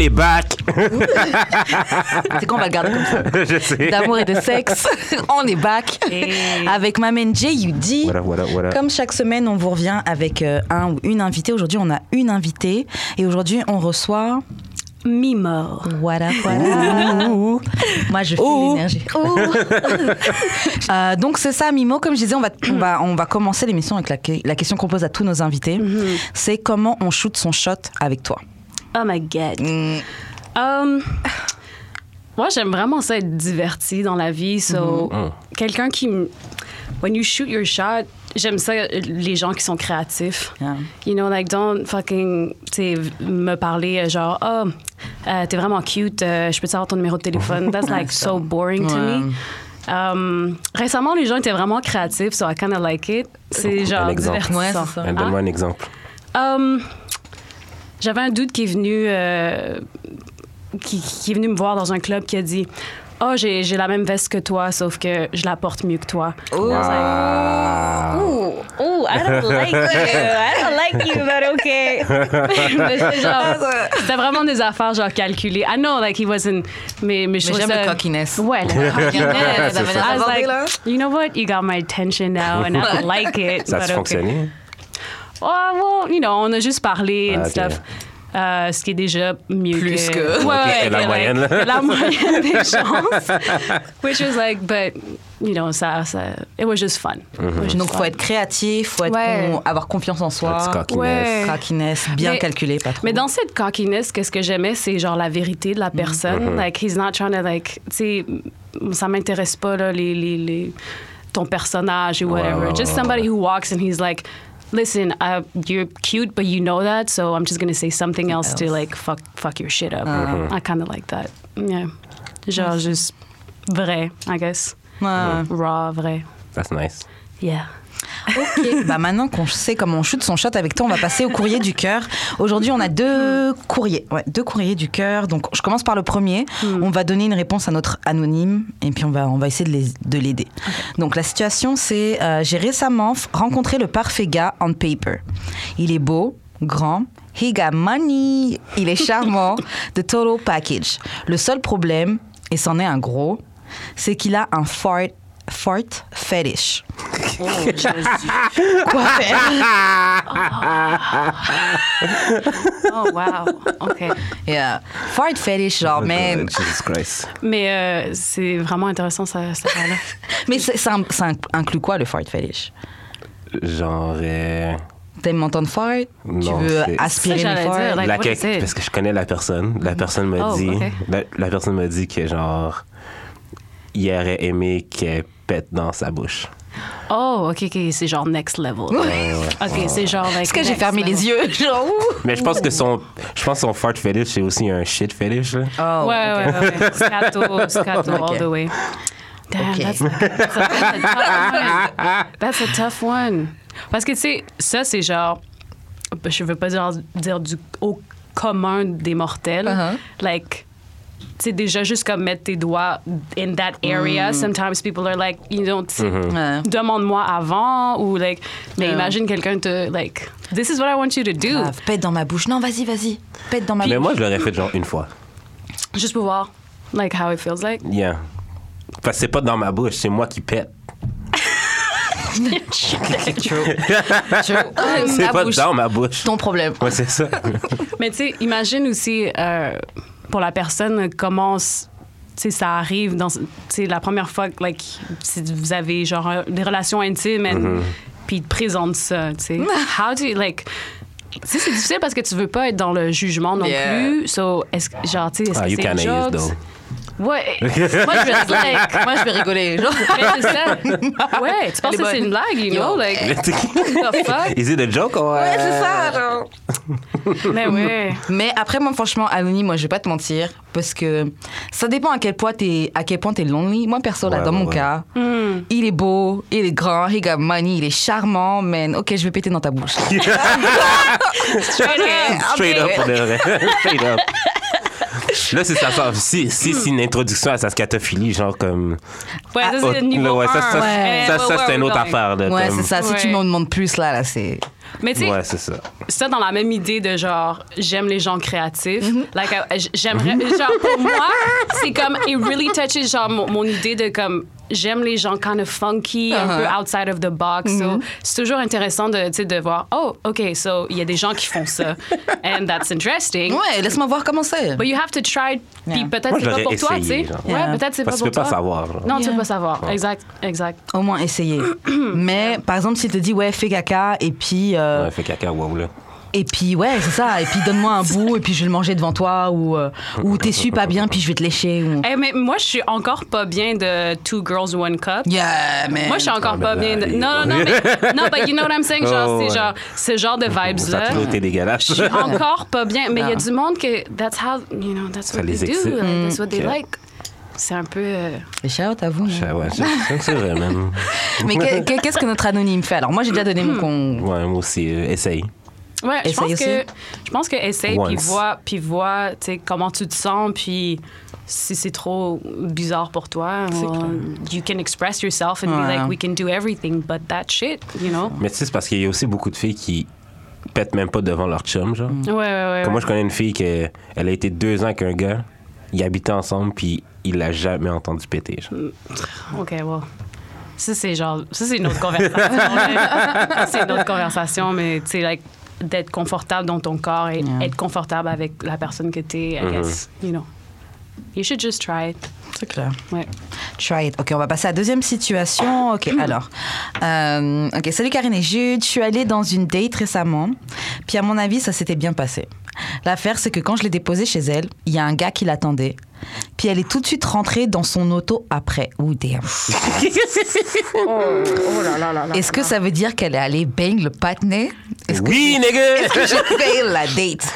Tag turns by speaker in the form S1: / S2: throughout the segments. S1: est back.
S2: C'est qu'on va le garder comme ça.
S1: Je sais.
S2: D'amour et de sexe. on est back
S3: Hey.
S2: avec ma man J.U.D.
S1: Voilà, voilà, voilà.
S2: Comme chaque semaine, on vous revient avec euh, un ou une invitée. Aujourd'hui, on a une invitée et aujourd'hui, on reçoit.
S3: Mi-mort.
S2: Voilà, voilà. Moi, je fais
S3: Ouh.
S2: l'énergie. Euh, donc, c'est ça, Mimo. Comme je disais, on va, on va, on va commencer l'émission avec la, que- la question qu'on pose à tous nos invités. C'est comment on shoot son shot avec toi
S3: Oh my god.
S2: Mm.
S3: Um, moi, j'aime vraiment ça être divertie dans la vie. So, quelqu'un qui. m- When you shoot your shot, j'aime ça, euh, les gens qui sont créatifs.
S2: Yeah.
S3: You know, like, don't fucking, tu sais, v- me parler euh, genre, oh, euh, t'es vraiment cute, euh, je peux te savoir ton numéro de téléphone. That's like so boring to me. Um, récemment, les gens étaient vraiment créatifs, so I kind of like it. C'est genre
S1: exemple.
S3: divertissant.
S2: Ouais, c'est ça.
S1: Ah, Donne-moi un exemple.
S3: Um, J'avais un doute qui est venu euh, qui, qui est venu me voir dans un club qui a dit Oh, j'ai j'ai la même veste que toi, sauf que je la porte mieux que toi.
S1: Wow. Ah.
S3: Ooh, ooh, I don't like you. I don't like you, but okay. Mais c'est genre- C'était vraiment des affaires genre calculées. I know, like he wasn't. Mais, mais je
S2: Mais
S3: trouve
S2: j'aime
S3: ça-
S2: le cockiness.
S3: Ouais, le cockiness.
S1: C'est ça.
S3: I was like, you know what, you got my attention now, and I like it.
S1: Ça
S3: but
S1: a-tu
S3: okay.
S1: fonctionné?
S3: Oh, well, you know, on a juste parlé and
S1: Ah, ok.
S3: stuff. Euh, ce qui est déjà mieux
S2: Plus que-
S3: Ouais,
S2: Ok,
S3: ouais,
S1: que la
S3: que,
S1: moyenne, là.
S3: que la moyenne des chances. Which was like, but, you know, ça, ça, it was just fun.
S1: Mm-hmm.
S3: It was just
S2: Donc,
S3: fun.
S2: faut être créatif, faut être
S3: Ouais.
S2: con- avoir confiance en soi.
S1: Un petit cockiness.
S3: Ouais.
S2: Cockiness, bien
S3: Mais-
S2: calculé, pas trop.
S3: Mais dans cette cockiness, qu'est-ce que j'aimais, c'est genre la vérité de la personne. Like, he's not trying to, like, tu sais, m- ça m'intéresse pas, là, les, les, les- ton personnage ou
S1: Ouais,
S3: whatever.
S1: ouais,
S3: just
S1: ouais,
S3: somebody
S1: ouais.
S3: who walks and he's like, listen, uh, you're cute, but you know that, so I'm just gonna say something else, to,
S2: else.
S3: like, fuck, fuck your shit up. I kind of like that. Yeah. Genre, juste vrai, I guess.
S2: Ouais.
S3: Raw, vrai.
S1: That's nice.
S3: Yeah.
S2: Ok. bah maintenant qu'on sait comment on shoot son shot avec toi, on va passer au courrier du cœur. Aujourd'hui, on a deux courriers, ouais, deux courriers du cœur. Donc, je commence par le premier. On va donner une réponse à notre anonyme et puis on va, on va essayer de les- de l'aider. Donc, la situation, c'est euh, j'ai récemment f- rencontré le parfait gars on paper. Il est beau, grand. He got money. Il est charmant. The total package. Le seul problème, et c'en est un gros, c'est qu'il a un fart, fart fetish. Quoi faire
S3: Oh, wow. OK.
S2: Yeah. Fart fetish,
S3: Oh,
S2: genre, mais,
S1: God, Oh, Jesus Christ.
S3: Mais euh, c'est vraiment intéressant, ça, ça là
S2: mais c'est- ça, ça inclut quoi le fart fetish
S1: Genre. euh,
S2: T'aimes m'entendre fart Tu
S1: Non,
S2: veux
S1: c'est-
S2: aspirer
S3: Ça,
S2: mes
S3: j'allais dire,
S2: farts
S3: like-
S1: la
S3: what is
S1: que-
S3: it?
S1: parce que je connais la personne. La personne m'a
S3: Oh,
S1: dit.
S3: ok.
S1: La, la personne m'a dit que genre. Il aurait aimé qu'elle pète dans sa bouche.
S3: Oh, ok, ok, c'est genre next level. Ok, c'est genre.
S2: Ah. Est-ce que j'ai fermé les yeux Genre, ouh.
S1: Mais je pense que son, je pense que son fart fetish, c'est aussi un shit fetish. Là.
S2: Oh,
S3: Ouais, ouais, ouais, ouais. Scato, scato,
S2: Ok.
S3: all the way. Damn,
S2: Ok.
S3: that's, that's a, that's a tough one. That's a tough one. Parce que, tu sais, ça, c'est genre. Je veux pas dire, dire du au commun des mortels.
S2: Uh-huh.
S3: Like. Tu sais, déjà, juste comme mettre tes doigts in that
S2: Mm.
S3: area, sometimes people are like, you know, tu sais,
S2: Ouais.
S3: demande-moi avant ou like mais
S2: Ouais.
S3: imagine quelqu'un te like this is what I want you to do
S2: Grave, Ah, pète dans ma bouche. Non, vas-y, vas-y. Pète dans ma
S1: Mais
S2: bouche.
S1: moi, je l'aurais fait genre une fois.
S3: juste pour voir like how it feels like
S1: Yeah. Parce que c'est pas dans ma bouche, c'est moi qui pète. C'est
S2: Ma
S1: pas
S2: bouche.
S1: dans ma bouche.
S2: Ton problème.
S1: Ouais, c'est ça.
S3: mais tu sais imagine aussi euh, pour la personne comment s- tu sais ça arrive dans tu sais la première fois que, like si vous avez genre un- des relations intimes and-
S1: Mm-hmm.
S3: puis il te présente ça tu sais how do you like tu sais, c'est difficile parce que tu veux pas être dans le jugement non
S2: Yeah.
S3: plus. So, est-ce, que- genre, tu sais, est-ce
S1: Ah,
S3: que
S1: you
S3: c'est une
S1: kinda use
S3: joke?
S1: though.
S3: Ouais. Moi, je vais être like,
S2: Moi, je vais rigoler.
S1: Euh,
S2: Genre.
S3: Mais c'est ça. Ouais, tu
S2: Elle
S3: penses
S2: est
S3: que c'est
S2: bonne.
S3: une blague, you
S2: Yo.
S3: know? Like, what the fuck?
S1: Is it a joke or...
S2: Ouais, c'est ça. genre.
S3: Mais ouais.
S2: Mais après, moi, franchement, Anony, moi, je vais pas te mentir, parce que ça dépend à quel point t'es, à quel point t'es lonely. Moi, perso, là,
S1: Ouais,
S2: dans
S1: ouais,
S2: mon
S1: ouais.
S2: cas,
S3: Hmm.
S2: il est beau, il est grand, he got money, il est charmant, man. Ok, je vais péter dans ta bouche.
S1: euh, Straight up, pour de vrai. Straight up. Là, c'est ça. ça- Si, si c'est une introduction à sa scatophilie, genre comme.
S3: Ouais, ça, c'est le niveau
S1: Ah, ouais, ça, ça,
S3: un.
S1: ça,
S3: Ouais.
S1: ça, c'est une autre affaire. Là,
S2: Ouais,
S1: comme-
S2: c'est ça. Si tu
S3: Ouais.
S2: m'en demandes plus, là, là, c'est.
S3: Mais tu sais,
S1: Ouais, c'est ça.
S3: ça dans la même idée de genre j'aime les gens créatifs
S1: Mm-hmm.
S3: like I- j- j'aimerais genre pour moi c'est comme it really touches genre mon, mon idée de comme j'aime les gens kind of funky un peu
S1: Uh-huh.
S3: outside of the box
S1: Mm-hmm.
S3: so, c'est toujours intéressant de tu sais, de voir oh ok so il y a des gens qui font ça and that's interesting
S2: Ouais, laisse-moi voir comment c'est.
S3: but you have to try puis
S2: Yeah.
S3: peut-être
S1: Moi,
S3: c'est pas
S1: j'aurais
S3: pour toi tu
S1: essayé,
S3: sais
S1: genre.
S2: Yeah.
S3: ouais peut-être c'est pas
S1: Parce que tu peux
S3: pour toi
S1: pas savoir. genre.
S3: non tu peux
S2: Yeah.
S3: pas savoir exact exact
S2: Au moins essayer. Mais par exemple, s'il te dit ouais, fais caca et puis euh,
S1: Ouais, fait caca, wow, là.
S2: et puis ouais, c'est ça. Et puis donne-moi un bout et puis je vais le manger devant toi ou euh, ou t'essuies pas bien puis je vais te lécher. Ou...
S3: Eh, mais moi je suis encore pas bien de two girls one cup
S2: Yeah, mais
S3: Eh. Moi, je suis encore
S1: Ah,
S3: pas
S1: ben,
S3: bien. de-
S1: ben,
S3: Non, non, non, mais. Non, but you know what I'm saying? Genre,
S1: Oh,
S3: c'est
S1: ouais.
S3: genre, ce genre de
S1: Ça a
S3: vibes-là.
S1: toujours été dégueulasse.
S3: Je suis encore pas bien. Mais il y a
S2: Non.
S3: du monde que. That's how. You know, that's what
S1: les
S3: they
S1: excite.
S3: do. like, that's what they
S1: Ok.
S2: Mm.
S3: like. C'est un peu. euh,
S2: shout à vous. hein.
S1: Ah ouais, c'est c'est vrai, même.
S2: Mais que- que- qu'est-ce que notre anonyme fait Alors moi, j'ai déjà donné mon con.
S1: Ouais, moi aussi, euh, essaye.
S3: Ouais, je pense
S2: Essaye
S3: que.
S2: aussi.
S3: Je pense que essaye, puis
S1: Once.
S3: vois, puis vois, tu sais, comment tu te sens, puis si c'est trop bizarre pour toi, well, you can express yourself and be
S2: Ouais.
S3: like, we can do everything, but that shit, you know?
S1: Mais tu sais, c'est parce qu'il y a aussi beaucoup de filles qui pètent même pas devant leur chum, genre.
S3: Ouais, ouais, ouais.
S1: Comme moi, je connais une fille qui elle a été deux ans avec un gars, ils habitaient ensemble, puis il l'a jamais entendu péter. genre.
S3: OK, well. Ça, c'est genre. Ça, c'est une autre conversation. là. c'est une autre conversation, mais tu sais, like, d'être confortable dans ton corps et
S2: Yeah.
S3: être confortable avec la personne que t'es,
S1: Mm-hmm.
S3: I guess, you know. You should just try it.
S2: C'est clair.
S3: Ouais.
S2: Try it. Ok, on va passer à la deuxième situation. Ok, alors. Euh, ok, salut Karine et Jude. Je suis allée dans une date récemment. Puis à mon avis, ça s'était bien passé. L'affaire, c'est que quand je l'ai déposée chez elle, il y a un gars qui l'attendait. Puis elle est tout de suite rentrée dans son auto après. Ouh, damn. Oh, Est-ce que ça veut dire qu'elle est allée bang le patinet Est-ce que-
S1: Oui,
S2: est-ce
S1: nigga!
S2: que j'ai fait la date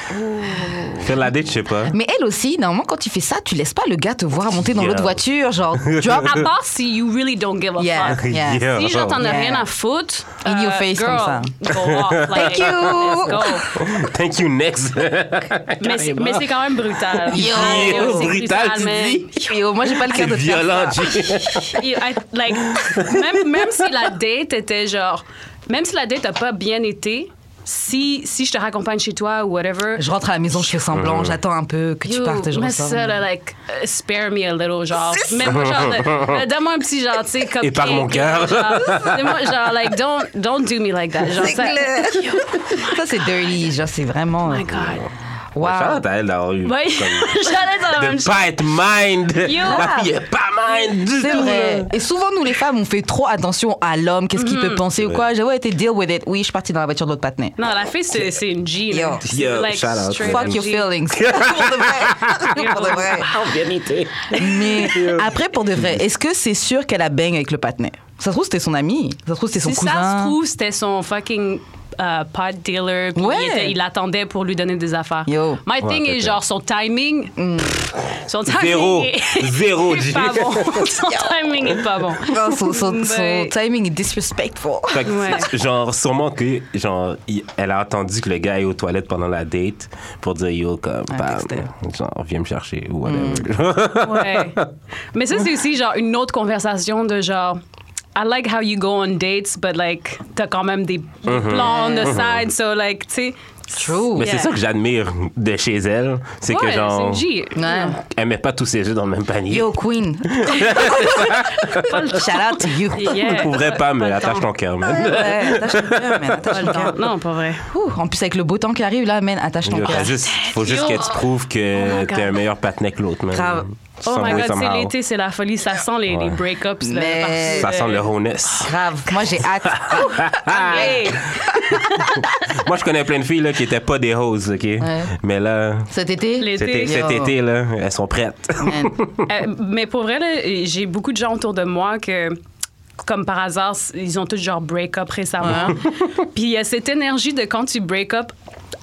S1: Faire la date, je sais pas.
S2: Mais elle aussi, normalement, quand tu fais ça, tu laisses pas le gars te voir monter dans
S1: Yeah.
S2: l'autre voiture, genre ah, drop.
S3: À part si you really don't give a
S2: Yeah,
S3: fuck.
S2: yeah.
S1: Yeah.
S3: Si genre t'en as
S2: Yeah.
S3: rien à foutre,
S2: In
S3: euh,
S2: your face
S3: girl,
S2: comme ça.
S3: Go off, like,
S2: Thank you.
S3: Let's go.
S1: Thank you, next!
S3: Mais c'est- Mais c'est quand même brutal.
S2: Yo,
S3: Yo, c'est
S1: brutal, tu
S3: man.
S1: dis?
S2: Yo, moi, j'ai pas le
S1: C'est
S2: cœur de faire
S1: violent,
S2: ça.
S1: G.
S3: Et, I- like, même, même si la date était genre. Même si la date n'a pas bien été, si, si je te raccompagne chez toi ou whatever.
S2: Je rentre à la maison, je fais semblant, j'attends un peu que tu
S3: yo,
S2: partes et je
S3: mais
S2: ressors.
S3: ça, là, like, euh, spare me a little, genre. Même genre, de- euh, donne-moi un petit, genre, tu sais, comme.
S1: Épargne mon cœur.
S3: Genre, genre, like, don't, don't do me like that. Genre,
S2: C'est
S3: ça.
S2: clair. Ça, c'est dirty. Genre, c'est vraiment. euh,
S3: Oh my God.
S2: Waouh.
S1: Shout-out à elle d'avoir eu.
S3: Ouais, j'allais dans la même
S1: De
S3: chose.
S1: pas être mind!
S3: Yo.
S1: La fille est pas mind du
S2: C'est
S1: tout!
S2: vrai. euh, Mm-hmm. Et souvent, nous, les femmes, on fait trop attention à l'homme, qu'est-ce qu'il peut penser ou quoi. J'ai ouais, été deal with it. Oui, je suis partie dans la voiture de l'autre patinet.
S3: Non, la fille, c'est c'est une G. là.
S2: Yo.
S3: C'est
S1: Yo,
S3: like,
S1: shout out.
S3: straight
S2: Fuck
S3: up
S2: your
S3: G.
S2: feelings. pour de vrai. pour de vrai. Mais après, pour de vrai, est-ce que c'est sûr qu'elle a bang avec le patinet Ça se trouve, c'était son ami. Ça se trouve, c'était son
S3: Si
S2: cousin.
S3: ça se trouve, c'était son fucking euh, pot dealer. puis
S2: Ouais.
S3: Il, était- il attendait pour lui donner des affaires.
S2: Yo. Mm.
S3: My
S1: Ouais,
S3: thing est
S1: peut-être.
S3: genre son timing. pff, son timing
S1: Zéro.
S3: est-
S1: Zéro,
S3: est
S1: G.
S3: pas bon. Son timing est pas bon.
S2: Non, son, son- son
S3: Mais-
S2: timing est disrespectful.
S1: Fait que,
S3: Ouais.
S1: Genre, sûrement que, genre, il- elle a attendu que le gars aille aux toilettes pendant la date pour dire yo, comme, bam,
S2: texter.
S1: genre, viens me chercher ou whatever.
S2: Mm.
S3: Ouais. Mais ça, c'est aussi genre une autre conversation de genre. I like how you go on dates, but like, t'as quand même des, des
S1: Mm-hmm.
S3: plans on the side, so like, tu sais.
S2: True.
S1: Mais
S3: Yeah.
S1: c'est ça que j'admire de chez elle, c'est que,
S3: Ouais,
S1: genre,
S3: c'est une G.
S2: Ouais.
S1: elle met pas tous ses jeux dans le même panier.
S2: Yo, Queen. Shout out to you.
S1: Je
S3: Yeah.
S1: pourrais pas, mais
S3: le
S1: attache
S3: temps.
S1: ton cœur, man.
S2: Ouais, attache ton cœur, man, attache
S3: Pas
S2: ton
S3: le temps.
S2: cœur.
S3: Non, pas vrai.
S2: Ouh, en plus, avec le beau temps qui arrive, là, man, attache ton
S1: Yo,
S2: cœur.
S1: t'as juste- faut juste
S3: Yo.
S1: que tu prouves
S3: Oh
S1: que
S3: my
S1: t'es un
S3: God.
S1: meilleur patinet que l'autre, man.
S2: Grave.
S3: Oh my
S1: Some way,
S3: god, c'est
S1: somehow.
S3: l'été, c'est la folie. Ça sent les, les break-ups. là,
S2: Mais-
S3: partout,
S1: Ça
S3: euh,
S1: sent le honest.
S2: Grave. Moi, j'ai hâte.
S3: Ah, Hey.
S1: Moi, je connais plein de filles là, qui étaient pas des roses, OK? Mais là,
S2: Cet été,
S3: Les-
S1: cet é-
S3: Yo.
S1: cet été, là, elles sont prêtes.
S2: man.
S3: Euh, mais pour vrai, là, j'ai beaucoup de gens autour de moi que, comme par hasard, c- ils ont tous genre break-up récemment. Puis il y a cette énergie de quand tu break-up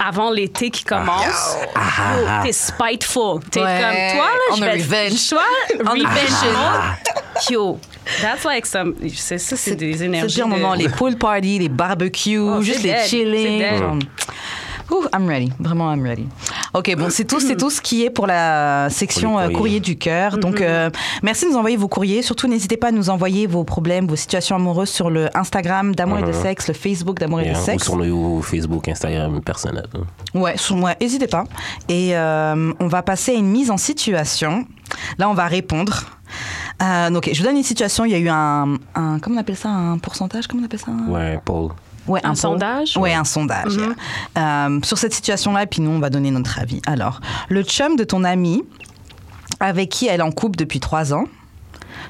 S3: avant l'été qui commence,
S1: Ah.
S3: yo, t'es spiteful. T'es
S2: Ah. Ouais.
S3: comme, toi, là,
S2: On
S3: je
S2: a
S3: vais...
S2: revenge.
S3: Toi,
S2: On a
S3: revenge. Yo, that's like some... C'est ça, c'est des énergies.
S2: C'est pire
S3: de-
S2: moment. Les pool parties, les barbecues,
S3: Oh,
S2: juste
S3: c'est
S2: les
S3: dead.
S2: chillings.
S3: C'est dead.
S2: genre. Ouh, I'm ready. Vraiment, I'm ready. Ok, bon, c'est tout, c'est tout ce qui est pour la section euh,
S1: Courrier.
S2: courrier, du cœur.
S3: Mm-hmm.
S2: Donc, euh, merci de nous envoyer vos courriers. Surtout, n'hésitez pas à nous envoyer vos problèmes, vos situations amoureuses sur le Instagram d'amour et de sexe, le Facebook d'amour et
S1: Bien,
S2: de
S1: Mm-hmm. euh, hein, Ou
S2: sexe.
S1: sur nos Facebook, Instagram personnel. hein.
S2: Ouais, sur moi, n'hésitez pas. Et euh, on va passer à une mise en situation. Là, on va répondre. Euh, ok, je vous donne une situation. Il y a eu un, un- comment on appelle ça, un pourcentage, comment on appelle ça un-
S1: Ouais, Paul.
S2: Ouais,
S3: Un
S2: poll.
S3: sondage? Mhm.
S2: Ouais, un sondage. Euh, sur cette situation-là, et puis nous, on va donner notre avis. Alors, le chum de ton ami, avec qui elle est en couple depuis trois ans,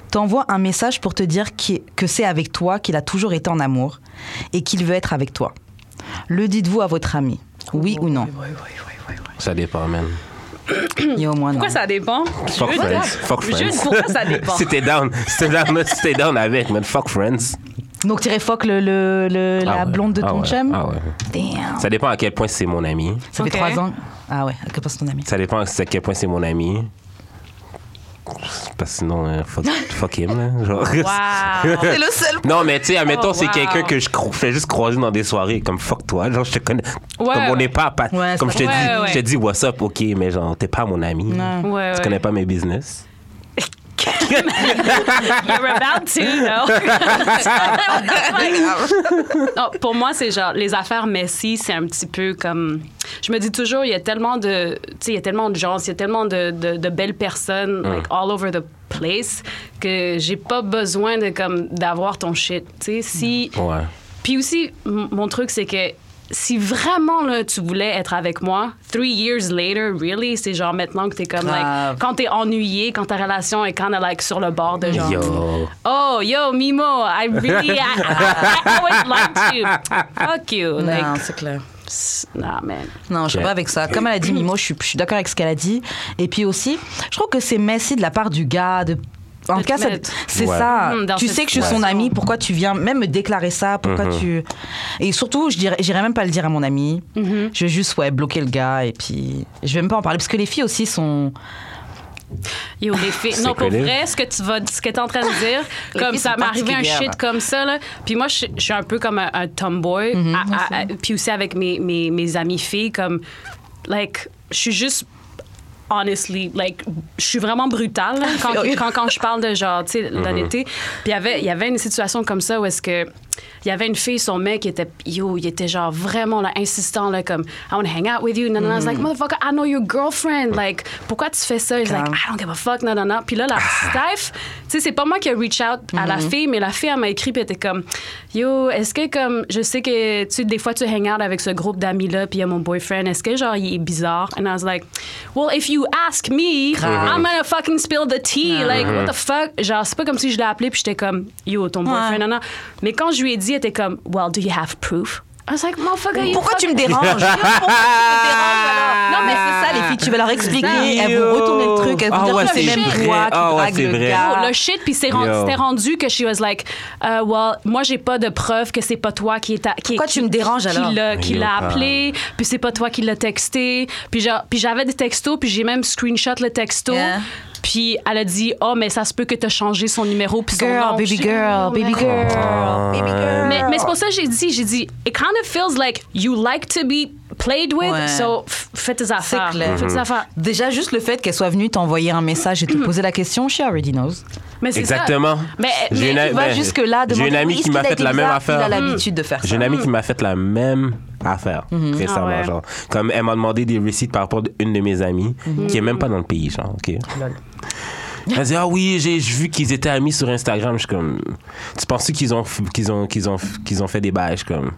S2: t'envoie un message pour te dire qui- que c'est avec toi qu'il a toujours été en amour et qu'il veut être avec toi. Le dites-vous à votre ami Oui ou non
S1: Ça dépend, man.
S2: Il y a au moins non.
S3: Pourquoi ça dépend?
S1: Fuck
S3: Jude,
S1: friends. Fuck
S3: Jude,
S1: friends.
S3: pourquoi ça dépend?
S1: C'était down. C'était down. C'était down avec, man. Fuck friends.
S2: Donc, t'irais fuck le, le- le-
S1: Ah
S2: la
S1: ouais.
S2: blonde de
S1: Ah
S2: ton
S1: ouais.
S2: chum
S1: Ah ouais.
S2: Damn.
S1: Ça dépend à quel point c'est mon ami.
S2: Ça fait
S3: Ok.
S2: trois ans. Ah ouais, à que pense ton ami
S1: Ça dépend à quel point c'est mon ami. Parce que sinon, euh, fuck, fuck him, là. Genre.
S3: Wow.
S2: C'est le seul
S1: Non, mais tu sais, admettons,
S3: Oh,
S1: c'est
S3: wow.
S1: quelqu'un que je cro- fais juste croiser dans des soirées, comme fuck toi, genre je te connais.
S3: Ouais,
S1: comme on
S3: ouais.
S1: n'est pas, à pat-
S2: Ouais,
S1: comme je
S2: ça-
S1: te
S3: ouais,
S1: dis,
S3: ouais.
S1: je te dis what's up, ok, mais genre t'es pas mon ami.
S2: Non.
S1: Tu
S3: Ouais, ouais.
S1: connais pas mes business.
S3: You're about to, though. Non, pour moi, c'est genre, les affaires Messi, c'est un petit peu comme. Je me dis toujours, il y a tellement de. Tu sais, il y a tellement de gens, il y a tellement de, de- de belles personnes, like, all over the place, que j'ai pas besoin de, comme, d'avoir ton shit. Tu sais, si.
S1: Ouais.
S3: Puis aussi, m- mon truc, c'est que si vraiment là, tu voulais être avec moi, three years later, really, c'est genre maintenant que t'es comme,
S2: Grave.
S3: like, quand t'es ennuyé, quand ta relation est kind of like sur le bord de genre.
S1: Yo.
S3: Oh, yo, Mimo, I really, I, I, I always liked you. Fuck you.
S2: Non,
S3: Like,
S2: c'est clair.
S3: s- nah, man.
S2: Non, je suis
S1: Ok.
S2: pas avec ça. Comme elle a dit Mimo, je suis, je suis d'accord avec ce qu'elle a dit. Et puis aussi, je trouve que c'est messy de la part du gars. De... Mm, En
S3: De
S2: tout cas,
S3: te
S2: ça-
S3: mettre.
S2: c'est
S1: Ouais.
S2: ça.
S3: Mhm, dans
S2: tu
S3: cette
S2: sais que je suis son
S3: situation.
S2: ami. Pourquoi tu viens même me déclarer ça Pourquoi
S1: Mm-hmm.
S2: tu Et surtout, je dirais, j'irais même pas le dire à mon ami. Je vais juste ouais bloquer le gars et puis je vais même pas en parler parce que les filles aussi sont.
S3: Yo, les filles.
S1: C'est
S3: Non, pour
S1: connu.
S3: vrai, ce que tu vas, ce que t'es en train de dire,
S2: Les
S3: comme
S2: filles
S3: ça
S2: sont
S3: m'est arrivé un
S2: particulières.
S3: shit comme ça, là. Puis moi, je, je suis un peu comme un, un tomboy.
S2: Mhm.
S3: à- à- à- puis aussi avec mes, mes, mes amies filles, comme, like, je suis juste. Honestly, like, je suis vraiment brutale là, quand,
S2: Oui.
S3: quand, quand je parle de genre, tu sais, l'honnêteté. Puis il y avait- il y avait une situation comme ça où est-ce que il y avait une fille, son mec était, yo, il était genre vraiment là, insistant, là, comme, I want to hang out with you. Non, non, non. I
S2: Mhm.
S3: was like, motherfucker, I know your girlfriend. Like, pourquoi tu fais ça? He's like,
S2: Grave.
S3: I don't give a fuck, non, non, non. Puis là, la Steph, tu sais, c'est pas moi qui ai reach out à la fille, mais la fille, elle m'a écrit, puis elle était comme, yo, est-ce que, comme, je sais que, tu sais, des fois, tu hang out avec ce groupe d'amis-là, puis il y a mon boyfriend, est-ce que, genre, il est bizarre? And I was like, well, if you ask me, I'm gonna fucking spill the tea. Like, what the fuck? Genre, c'est pas comme si je l'ai appelé, puis j'étais comme, yo, ton boyfriend, non, non. Mais quand je lui ai dit, elle était comme, well, do you have proof? I was like, motherfucker, you
S2: Pourquoi tu me
S3: fucking-
S2: déranges Pourquoi tu me déranges, alors Non mais c'est ça les filles, tu vas leur expliquer, elles vont retourner le truc, elles vont
S1: Ah
S2: dire
S1: ouais,
S2: que tu as
S1: c'est
S2: le même
S1: vrai.
S2: droit, tu
S1: Ah ouais,
S2: dragues
S1: c'est
S2: le
S1: vrai.
S2: gars.
S3: Oh, le shit, puis c'est rendu,
S1: Yo.
S3: c'était rendu que she was like, euh, well, moi j'ai pas de preuve que c'est pas toi qui est à- qui,
S2: Pourquoi
S3: qui-
S2: tu me déranges,
S3: qui
S2: alors?
S3: l'a- Qui
S1: Yo, ah.
S3: l'a
S1: pal.
S3: appelé, puis c'est pas toi qui l'a texté, puis genre- puis j'avais des textos, puis j'ai même screenshot le texto.
S2: Yeah.
S3: Puis elle a dit, oh, mais ça se peut que t'as changé son numéro puis son
S2: Girl,
S3: nom.
S2: baby
S3: J'ai-
S2: girl, baby girl, baby girl.
S3: Mais, mais c'est pour ça que j'ai dit, j'ai dit, it kind of feels like you like to be played with,
S2: Ouais.
S3: so f- fais tes affaires.
S2: clair.
S3: Fais tes
S1: Mhm.
S3: affaires.
S2: Déjà, juste le fait qu'elle soit venue t'envoyer un message et te poser la question, she already knows.
S3: Mais c'est ça.
S1: Exactement.
S3: Mais,
S1: J'ai
S3: mais
S1: une
S2: Tu
S1: Eh
S2: vas
S1: ben,
S2: jusque-là
S1: j'ai
S2: demander
S1: une amie
S2: oui,
S1: qui
S2: est-ce
S1: m'a
S2: qu'il a Hmm.
S1: fait
S2: été
S1: la même
S2: bizarre
S1: affaire.
S2: Il a l'habitude de faire ça. Mhm.
S1: J'ai une amie qui m'a fait la même affaire récemment.
S3: Ah ouais.
S1: genre. Comme elle m'a demandé des receipts par rapport à une de mes amies
S2: Mhm.
S1: qui est même pas dans le pays. Genre, ok. Elle dit Ah oui, j'ai j'ai vu qu'ils étaient amis sur Instagram. Je suis comme Tu penses qu'ils ont, f- qu'ils ont, qu'ils ont, f- qu'ils ont fait des bails Je suis comme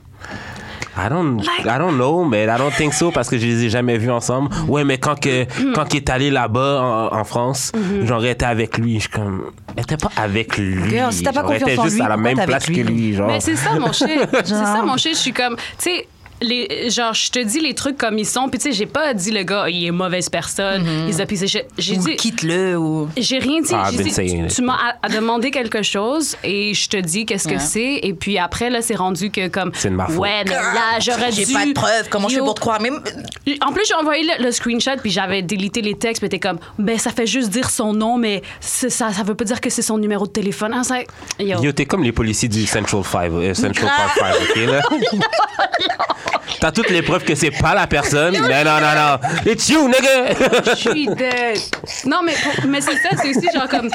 S1: I don't, I don't know, mais I don't think so parce que je les ai jamais vus ensemble.
S2: Mhm.
S1: Ouais, mais quand que quand qu'il est allé là-bas en, en France,
S2: Mhm.
S1: j'aurais été avec lui. Je suis comme, elle était pas avec lui.
S2: Girl, si t'as pas
S1: Genre, elle
S2: confiance
S1: était
S2: en
S1: juste
S2: lui,
S1: à la
S2: pourquoi
S1: même
S2: t'es avec
S1: place que
S2: lui?
S1: lui. Genre.
S3: Mais c'est ça mon shit. c'est
S2: Genre.
S3: ça mon shit. Je suis comme, tu sais. Les, genre, je te dis les trucs comme ils sont. Puis, tu sais, j'ai pas dit le gars, il est mauvaise personne, il a pissé. shit. J'ai
S2: Mhm. Ou
S3: dit.
S2: quitte-le ou.
S3: J'ai rien dit.
S1: Ah,
S3: J'ai
S1: I've been
S3: dit,
S1: saying
S3: tu
S1: it.
S3: tu m'as a- a demandé quelque chose et je te dis qu'est-ce que
S2: Ouais.
S3: c'est. Et puis après, là, c'est rendu que comme.
S1: C'est de ma faute.
S3: Ouais, mais
S2: Ah,
S3: là, j'aurais dû. Yo.
S2: croire Même.
S3: En plus, j'ai envoyé le, le screenshot puis j'avais délité les textes. Puis t'es comme, ben, ça fait juste dire son nom, mais c'est- ça, ça veut pas dire que c'est son numéro de téléphone. Ah, ça-
S2: Oh,
S1: Yo, t'es comme les policiers du Central 5, euh, Central Park 5, ok? Là? T'as toutes les preuves que c'est pas la personne. mais non, non, non. It's you, nigga.
S3: Je suis dead. Non, mais, pour- mais c'est ça, c'est aussi genre comme.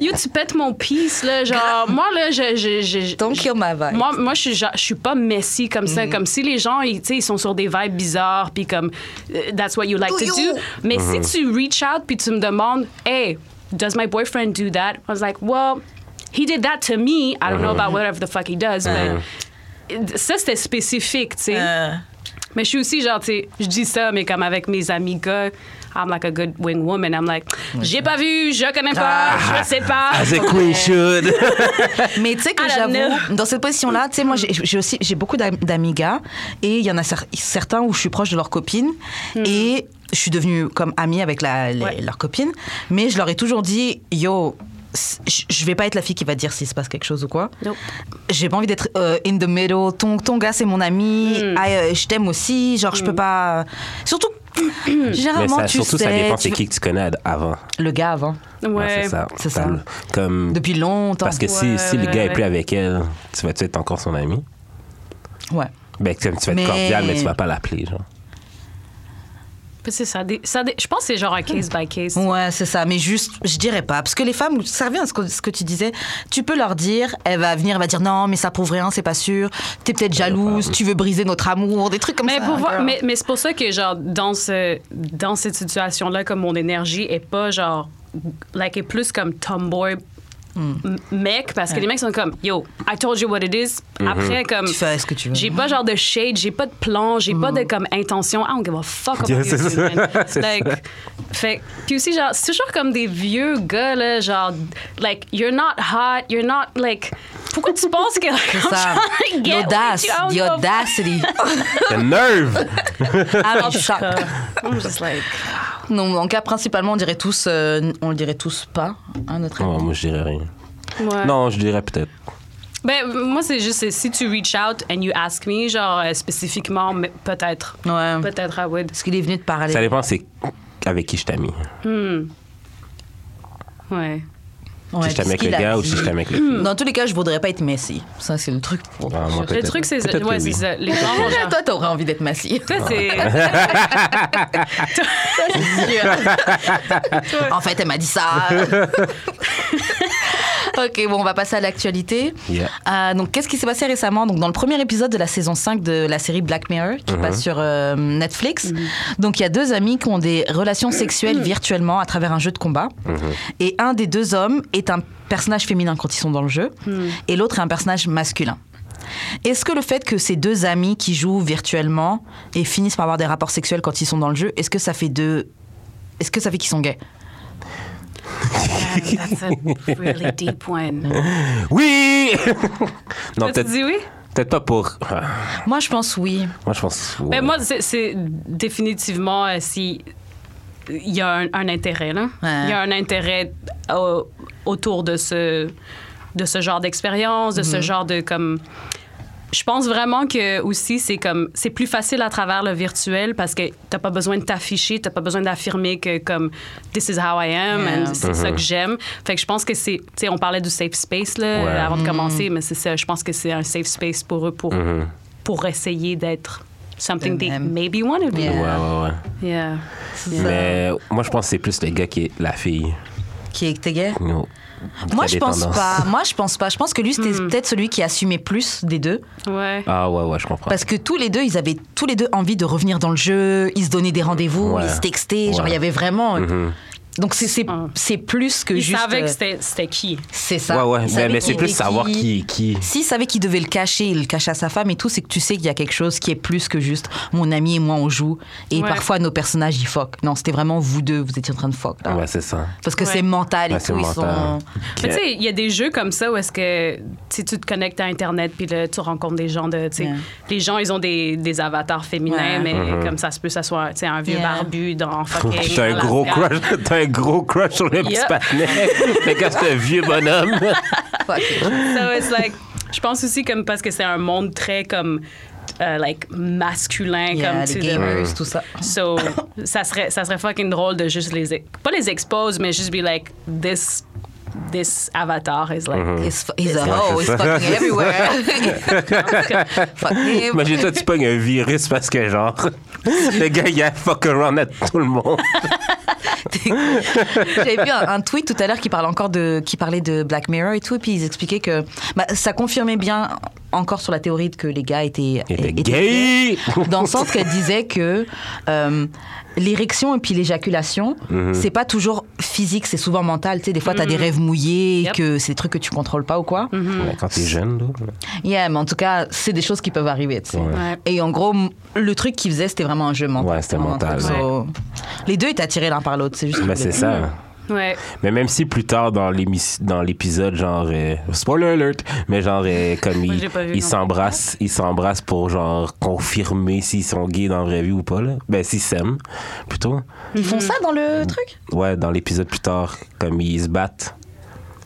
S3: Yo, tu pètes mon piece, là. Genre, moi, là, je. je, je- je-
S2: Don't kill my vibe.
S3: Moi, moi je, suis, genre- je suis pas messy comme ça. Comme si les gens, ils, tu sais, ils sont sur des vibes bizarres, puis comme, euh, that's what you like to do. Mais si tu reach out, puis tu me demandes, hey, does my boyfriend do that? I was like, well, he did that to me. I don't know about whatever the fuck he does, but ça, c'était spécifique, tu sais.
S2: Uh-huh.
S4: Euh,
S3: Mais je suis aussi genre, tu sais, je dis ça, mais comme avec mes amis gars, I'm like a good wing woman. I'm like, j'ai pas vu, je connais pas,
S1: Ah.
S3: je sais pas.
S1: As a queen should.
S2: Mais tu sais que
S3: I don't
S2: j'avoue, dans cette position-là, tu sais, moi, j'ai- j'ai aussi j'ai beaucoup d'am- d'amigas et il y en a cer- certains où je suis proche de leurs copines et je suis devenue comme amie avec la, les-
S3: Ouais.
S2: leurs copines, mais je leur ai toujours dit, yo. c- Je je vais pas être la fille qui va dire s'il se passe quelque chose ou quoi.
S3: Nope.
S2: J'ai pas envie d'être euh, in the middle. Ton, ton gars, c'est mon ami. Ah, euh, je t'aime aussi. Genre, je peux pas. euh, Surtout,
S1: Mais
S2: généralement,
S1: ça,
S2: tu
S1: surtout,
S2: sais.
S1: ça dépend
S2: tu
S1: c'est
S2: veux-
S1: qui que tu connais ad- avant.
S2: Le gars avant.
S3: Ouais.
S1: Ah, c'est ça.
S2: c'est ça.
S1: Comme- Comme,
S2: Depuis longtemps.
S1: parce que si,
S3: Ouais,
S1: si le
S3: ouais,
S1: gars est
S3: ouais.
S1: plus avec elle, tu vas-tu être encore son ami?
S2: Ouais.
S1: Ben, comme tu vas être
S2: Mais-
S1: cordial, mais tu vas pas l'appeler, genre.
S3: Puis c'est ça, dé- ça dé- je pense que c'est genre un case by case.
S2: Ouais, c'est ça. Mais juste, je dirais pas. Parce que les femmes, ça revient à ce que, ce que tu disais. Tu peux leur dire, elle va venir, elle va dire non, mais ça prouve rien, c'est pas sûr. T'es peut-être jalouse, tu veux briser notre amour, des trucs comme
S3: Mais,
S2: ça.
S3: pour voir-
S2: girl.
S3: mais, mais c'est pour ça que, genre, dans, ce, dans cette situation-là, comme mon énergie est pas, genre, like, est plus comme tomboy
S2: Hmm.
S3: m- mec, parce que les mecs sont comme, yo, I told you what it is.
S1: Mm-hmm.
S3: Après, comme.
S2: Tu fais ce que tu veux. Mm.
S3: J'ai pas genre de shade, j'ai pas de plan, j'ai pas de comme intention. I don't give a fuck about
S1: Yeah,
S3: you,
S1: c'est
S3: dude,
S1: ça.
S3: man.
S1: C'est
S3: Like, fait, puis aussi genre, c'est toujours comme des vieux gars là, genre, like you're not hot, you're not like. Pourquoi tu penses que like,
S2: C'est ça.
S3: I'm trying to get
S2: L'audace,
S3: with you? I don't
S2: the
S3: give a
S2: audacity.
S1: The nerve!
S2: Ah, mais ça.
S3: fuck. Oh, I'm just like,
S2: Non, en cas principalement, on dirait tous, euh, on le dirait tous pas, à notre avis.
S1: Non, moi, je dirais rien.
S3: ouais.
S1: Non, je dirais peut-être.
S3: Ben moi c'est juste c'est si tu reach out and you ask me genre euh, spécifiquement mais peut-être.
S2: Ouais.
S3: Peut-être I would.
S2: Parce qu'il est venu de parler.
S1: Ça dépend c'est avec qui je t'ai mis.
S3: Ouais.
S2: Ouais,
S1: si je t'ai mis avec
S2: qu'est-ce
S1: le
S2: qu'il a
S1: gars ou
S2: dit.
S1: si je t'ai mis avec le fille.
S2: Dans tous les cas, je voudrais pas être Messi. Ça, c'est le truc pour.
S1: Ah, moi,
S3: Le
S1: peut-être.
S3: truc c'est
S1: Peut-être que
S3: ouais, c'est
S1: oui.
S3: ça. les gens vont genre-
S2: Toi, t'aurais envie d'être Messi.
S3: Ça, c'est
S2: en fait, elle m'a dit ça. ok, bon, on va passer à l'actualité.
S1: Yeah.
S2: Euh, donc, qu'est-ce qui s'est passé récemment Donc, dans le premier épisode de la saison 5 de la série Black Mirror, qui passe sur euh, Netflix, donc il y a deux amis qui ont des relations sexuelles virtuellement à travers un jeu de combat. Et un des deux hommes est un personnage féminin quand ils sont dans le jeu, et l'autre est un personnage masculin. Est-ce que le fait que ces deux amis qui jouent virtuellement et finissent par avoir des rapports sexuels quand ils sont dans le jeu, est-ce que ça fait deux est-ce que ça fait qu'ils sont gays
S3: That's a really deep one.
S1: Oui! non, Ah,
S3: Toi, tu
S1: peut-être
S3: dis oui?
S1: peut-être pas pour. Ah,
S2: Moi, je pense oui.
S1: Moi, je pense. ouais.
S3: Mais Ben, moi, c'est- c'est définitivement euh, si il y a un, un intérêt là. Il
S2: Ouais.
S3: y a un intérêt au- autour de ce de ce genre d'expérience, de ce genre de comme. Je pense vraiment que aussi c'est comme c'est plus facile à travers le virtuel parce que t'as pas besoin de t'afficher, t'as pas besoin d'affirmer que comme this is how I am
S2: Yeah.
S3: and c'est ça que j'aime. Fait que je pense que c'est, tu sais, on parlait du safe space là
S1: Ouais.
S3: avant de commencer, mais c'est ça. Je pense que c'est un safe space pour eux pour pour essayer d'être something they
S2: Eux-mêmes.
S3: maybe want to be.
S1: Ouais,
S2: Yeah.
S3: Yeah.
S1: ouais, ouais.
S3: Euh,
S1: Mais moi, je pense que c'est plus le gars qui est la fille.
S2: Qui est que t'es gay
S1: No. Qui
S2: Moi,
S1: a
S2: je
S1: des
S2: pense
S1: tendances.
S2: pas. Moi, je pense pas. Je pense que lui, c'était
S3: Hmm.
S2: peut-être celui qui assumait plus des deux.
S3: Ouais.
S1: Ah, ouais, ouais, je comprends.
S2: Parce que tous les deux, ils avaient tous les deux envie de revenir dans le jeu. Ils se donnaient des rendez-vous,
S1: Ouais.
S2: ils se textaient. Genre,
S1: Ouais. Mhm.
S2: il y avait vraiment. euh, Donc, c'est- c'est
S3: Ah.
S2: c'est plus que
S3: Ils
S2: juste.
S3: savaient que
S2: euh,
S3: c'était- c'était qui.
S2: C'est
S1: Ouais,
S2: ça.
S1: ouais.
S2: Ils
S1: Mais,
S2: savaient
S1: mais c'est
S2: qui
S1: plus
S2: était
S1: savoir qui est qui.
S2: S'il savait qu'il devait le cacher, il le cachait à sa femme et tout, c'est que tu sais qu'il y a quelque chose qui est plus que juste mon ami et moi on joue et
S3: Ouais.
S2: parfois nos personnages ils foquent. Non, c'était vraiment vous deux, vous étiez en train de foquer. là.
S1: Ouais, c'est ça.
S2: Parce que
S3: Ouais.
S2: c'est mental et
S1: Ouais, c'est
S2: tout, ils
S1: mental.
S2: sont.
S3: Ah. Mais tu sais, il y a des jeux comme ça où est-ce que tu sais, tu te connectes à Internet puis là, tu rencontres des gens de. tu sais,
S2: Yeah.
S3: Les gens, ils ont des, des avatars féminins,
S2: Ouais.
S3: mais comme ça se peut, ça soit tu sais, un vieux
S2: Yeah.
S3: barbu dans fucking.
S1: Mm-hmm. T'as un gros
S3: Alaska.
S1: crush, t'as un gros crush sur le petit
S3: Yeah.
S1: patinet. Le gars, c'est un vieux bonhomme.
S3: So it's like, je pense aussi comme parce que c'est un monde très comme. euh, like masculin
S2: Il y a
S3: comme
S2: les
S3: tu sais,
S2: gamers, tout ça.
S3: So, ça serait, ça serait fucking drôle de juste les... Pas les expose, mais juste be like, this this avatar is like.
S2: It's, fu- he's a hoe. He's fucking everywhere. Fuck him.
S1: Imagine toi, tu pognes un virus parce que genre, le gars, il a fuck around à tout le monde.
S2: J'avais vu un, un tweet tout à l'heure qui parlait encore de qui parlait de Black Mirror et tout, et puis ils expliquaient que bah, ça confirmait bien encore sur la théorie de que les gars étaient,
S1: Il était
S2: étaient
S1: gay!
S2: dans le sens qu'elle disait que euh, l'érection et puis l'éjaculation,
S1: Mhm.
S2: c'est pas toujours physique, c'est souvent mental. Tu sais, des fois, t'as des rêves mouillés, et
S3: Mhm. Yep. Mhm.
S2: que c'est des trucs que tu contrôles pas ou quoi.
S1: Ouais, Quand t'es jeune, là.
S2: Yeah, mais en tout cas, c'est des choses qui peuvent arriver. tu sais.
S1: Ouais.
S3: Ouais.
S2: Et en gros, m- le truc qu'ils faisaient, c'était vraiment un jeu mental.
S1: Ouais, c'était
S2: Vraiment un
S1: mental,
S2: truc, so- Les deux étaient attirés l'un par l'autre, c'est juste.
S1: Ben,
S2: que-
S1: c'est ça.
S3: Ouais.
S1: Mais même si plus tard dans l'émis- dans l'épisode, genre. euh, spoiler alert! Mais genre, euh, comme
S3: Moi,
S1: ils
S3: j'ai pas vu,
S1: ils
S3: non.
S1: s'embrassent ils s'embrassent pour, genre, confirmer s'ils sont gays dans la vraie vie ou pas, là. Ben, s'ils s'aiment, plutôt.
S2: Ils font ça dans le
S1: Mm.
S2: truc
S1: Ouais, dans l'épisode plus tard, comme ils se battent.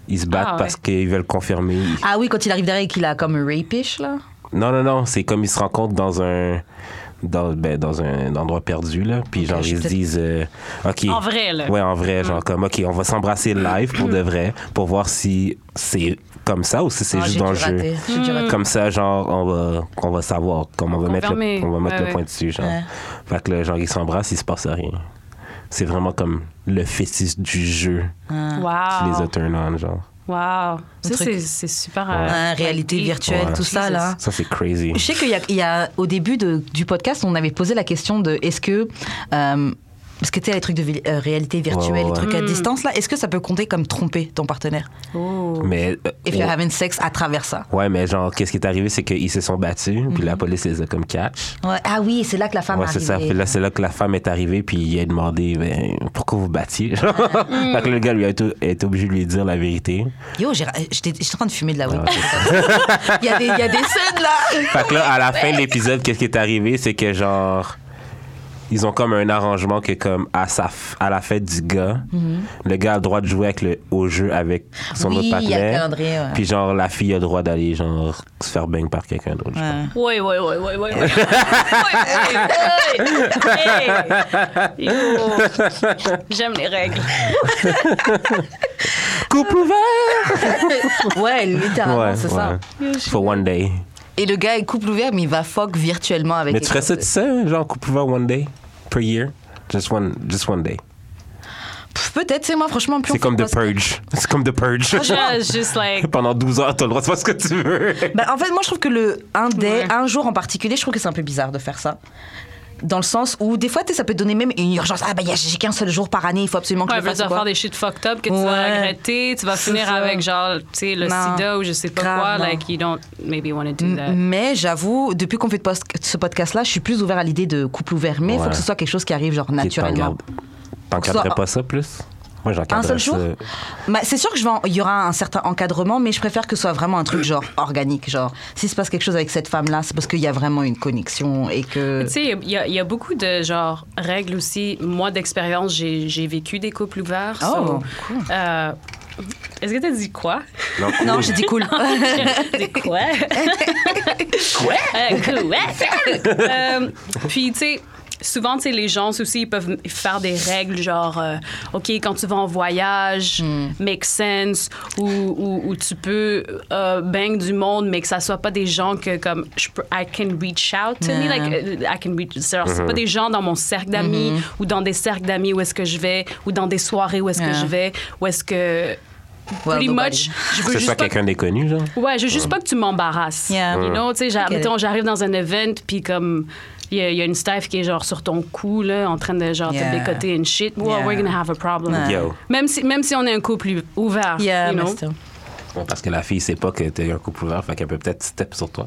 S1: Ils se battent
S3: Ah, ouais.
S1: parce qu'ils veulent confirmer.
S2: Ah oui, quand il arrive derrière et qu'il a comme rapish, là.
S1: Non, non, non, c'est comme ils se rencontrent dans un. Dans, ben, dans un endroit perdu, là. Puis, genre,
S2: je
S1: ils se
S2: sais.
S1: disent. euh, OK.
S3: En vrai, là.
S1: Ouais, en vrai,
S2: Mm.
S1: genre comme, OK, on va s'embrasser live pour de vrai, pour voir si c'est comme ça ou si c'est
S2: Ah,
S1: juste
S2: j'ai
S1: dans le
S2: dû
S1: jeu.
S2: rater, j'ai dû rater.
S1: Comme ça, genre, on va, on va savoir, comme on va mettre, le,
S3: Confirmer.
S1: on va mettre
S3: Ouais,
S1: le
S3: ouais.
S1: point dessus, genre.
S2: Ouais.
S1: Fait que, là, genre, ils s'embrassent, il se passe rien. C'est vraiment comme le fétiche du jeu
S2: Ah.
S1: qui les a
S3: Wow.
S1: turn on, genre.
S3: Wow. Ça,
S2: truc.
S3: c'est c'est super.
S2: Hein, réalité virtuelle,
S1: Ah. Ouais.
S2: tout ça, là.
S1: Ça, c'est crazy.
S2: Je sais qu'il y a, il y a- au début de- du podcast, on avait posé la question de est-ce que. euh, parce que tu sais, les trucs de vi- euh, réalité virtuelle,
S1: Ouais, ouais,
S2: les trucs à distance, là, est-ce que ça peut compter comme tromper ton partenaire
S3: Oh.
S1: Mais. euh,
S2: If
S1: ouais.
S2: you're having sex à travers ça
S1: Ouais, mais genre, qu'est-ce qui est arrivé, c'est qu'ils se sont battus, puis
S2: Mhm.
S1: la police les a comme catch.
S2: Ouais. Ah oui, c'est là que la femme
S1: Ouais,
S2: est
S1: c'est ça. Puis
S2: arrivée.
S1: là, c'est là que la femme est arrivée, puis il a demandé ben, pourquoi vous battiez. Fait
S2: Mhm.
S1: que le gars lui a été, a été obligé de lui dire la vérité.
S2: Yo, j'ai ra- euh, j'étais j'étais en train de fumer de
S1: Ah,
S2: la weed. il, y a des, il y a des scènes là
S1: Fait que là, à la fin de l'épisode, qu'est-ce qui est arrivé, c'est que genre. Ils ont comme un arrangement que comme à, sa f- à la fête du gars, le gars a le droit de jouer avec le, au jeu avec son
S2: Mhm. Oui,
S1: autre
S2: il y a le
S1: partenaire.
S2: calendrier, ouais.
S1: Puis genre la fille a le droit d'aller genre se faire bang par quelqu'un d'autre. genre.
S3: Oui, oui, oui, oui, oui. J'aime les règles.
S1: Couple ouvert.
S2: Ouais, littéralement,
S1: Ouais,
S2: Ah, c'est ça.
S1: ouais. For one day.
S2: Et le gars est couple ouvert, mais il va fuck virtuellement avec.
S1: Mais tu ferais ça, tu
S2: quelqu'un.
S1: sais, genre couple ouvert one day per year, just one, just one day.
S2: Pff, Peut-être, c'est moi, franchement, plus on
S1: C'est
S2: fait
S1: comme
S2: pas
S1: The
S2: ça-
S1: Purge. C'est comme The Purge.
S3: Just, just like.
S1: Pendant 12 heures, t'as le droit de faire ce que tu veux.
S2: Bah, en fait, moi, je trouve que le un day,
S3: Ouais.
S2: un jour en particulier, je trouve que c'est un peu bizarre de faire ça. Dans le sens où, des fois, tu sais, ça peut donner même une urgence. Ah, bah, y a- j'ai qu'un seul jour par année, il faut absolument que
S3: Ouais,
S2: je le
S3: vas
S2: fasse. ou quoi.
S3: faire des shit fucked up que tu vas
S2: Ouais.
S3: regretter. Tu vas
S2: C'est
S3: finir
S2: ça.
S3: avec genre, tu sais, le
S2: Non.
S3: sida ou je sais pas
S2: Grave,
S3: quoi.
S2: non.
S3: Like, you don't maybe want to do that.
S2: M- Mais j'avoue, depuis qu'on fait de post- ce podcast-là, je suis plus ouvert à l'idée de couple ouvert. Mais il
S1: Ouais.
S2: faut que ce soit quelque chose qui arrive, genre,
S1: Naturellement.
S2: naturellement.
S1: T'encadrerais
S2: Soit-
S1: pas ça plus? Moi,
S2: Un
S1: j'encadrerais
S2: seul
S1: ça.
S2: jour Bah, C'est sûr que je vais en- il y aura un certain encadrement, mais je préfère que ce soit vraiment un truc, genre, organique. Genre, s'il se passe quelque chose avec cette femme-là, c'est parce qu'il y a vraiment une connexion et que.
S3: Tu sais, il y, a- il y a beaucoup de genre règles aussi. Moi, d'expérience, j'ai j'ai vécu des couples ouverts.
S2: Oh,
S3: so, euh, Est-ce que t'as dit quoi?
S2: Non, j'ai dit cool.
S3: Des quoi? quoi? quoi? Euh, puis, tu sais, souvent, tu sais, les gens aussi, ils peuvent faire des règles genre, euh, OK, quand tu vas en voyage, make sense, ou, ou, ou tu peux euh, bang du monde, mais que ça soit pas des gens que, comme, je peux- I can reach out to
S2: Ouais.
S3: me, like, euh, I can reach. C'est c'est pas des gens dans mon cercle d'amis, ou dans des cercles d'amis où est-ce que je vais, ou dans des soirées où est-ce que
S2: Ouais.
S3: je vais, où est-ce que.
S2: Well,
S3: Pretty
S2: nobody.
S3: much, je veux
S1: Que ce
S3: juste
S1: soit
S3: pas
S1: quelqu'un d'inconnu, genre.
S3: Ouais, je veux juste pas que tu m'embarrasses.
S2: Yeah.
S3: You know, tu sais, j'a-
S2: I get it.
S3: mettons, j'arrive dans un event, puis comme, il y, a- il y a une staff qui est genre sur ton cou, là, en train de genre
S2: Yeah.
S3: te bécoter and shit. Well,
S2: Yeah.
S3: we're gonna have a problem.
S2: Ouais.
S1: Yo.
S3: Même, si, même si on est un couple ouvert,
S2: Yeah,
S3: you
S2: mais
S3: know.
S2: c'est-
S1: Ouais, Parce que la fille sait pas que t'es un couple ouvert, fait qu'elle peut peut-être step sur toi.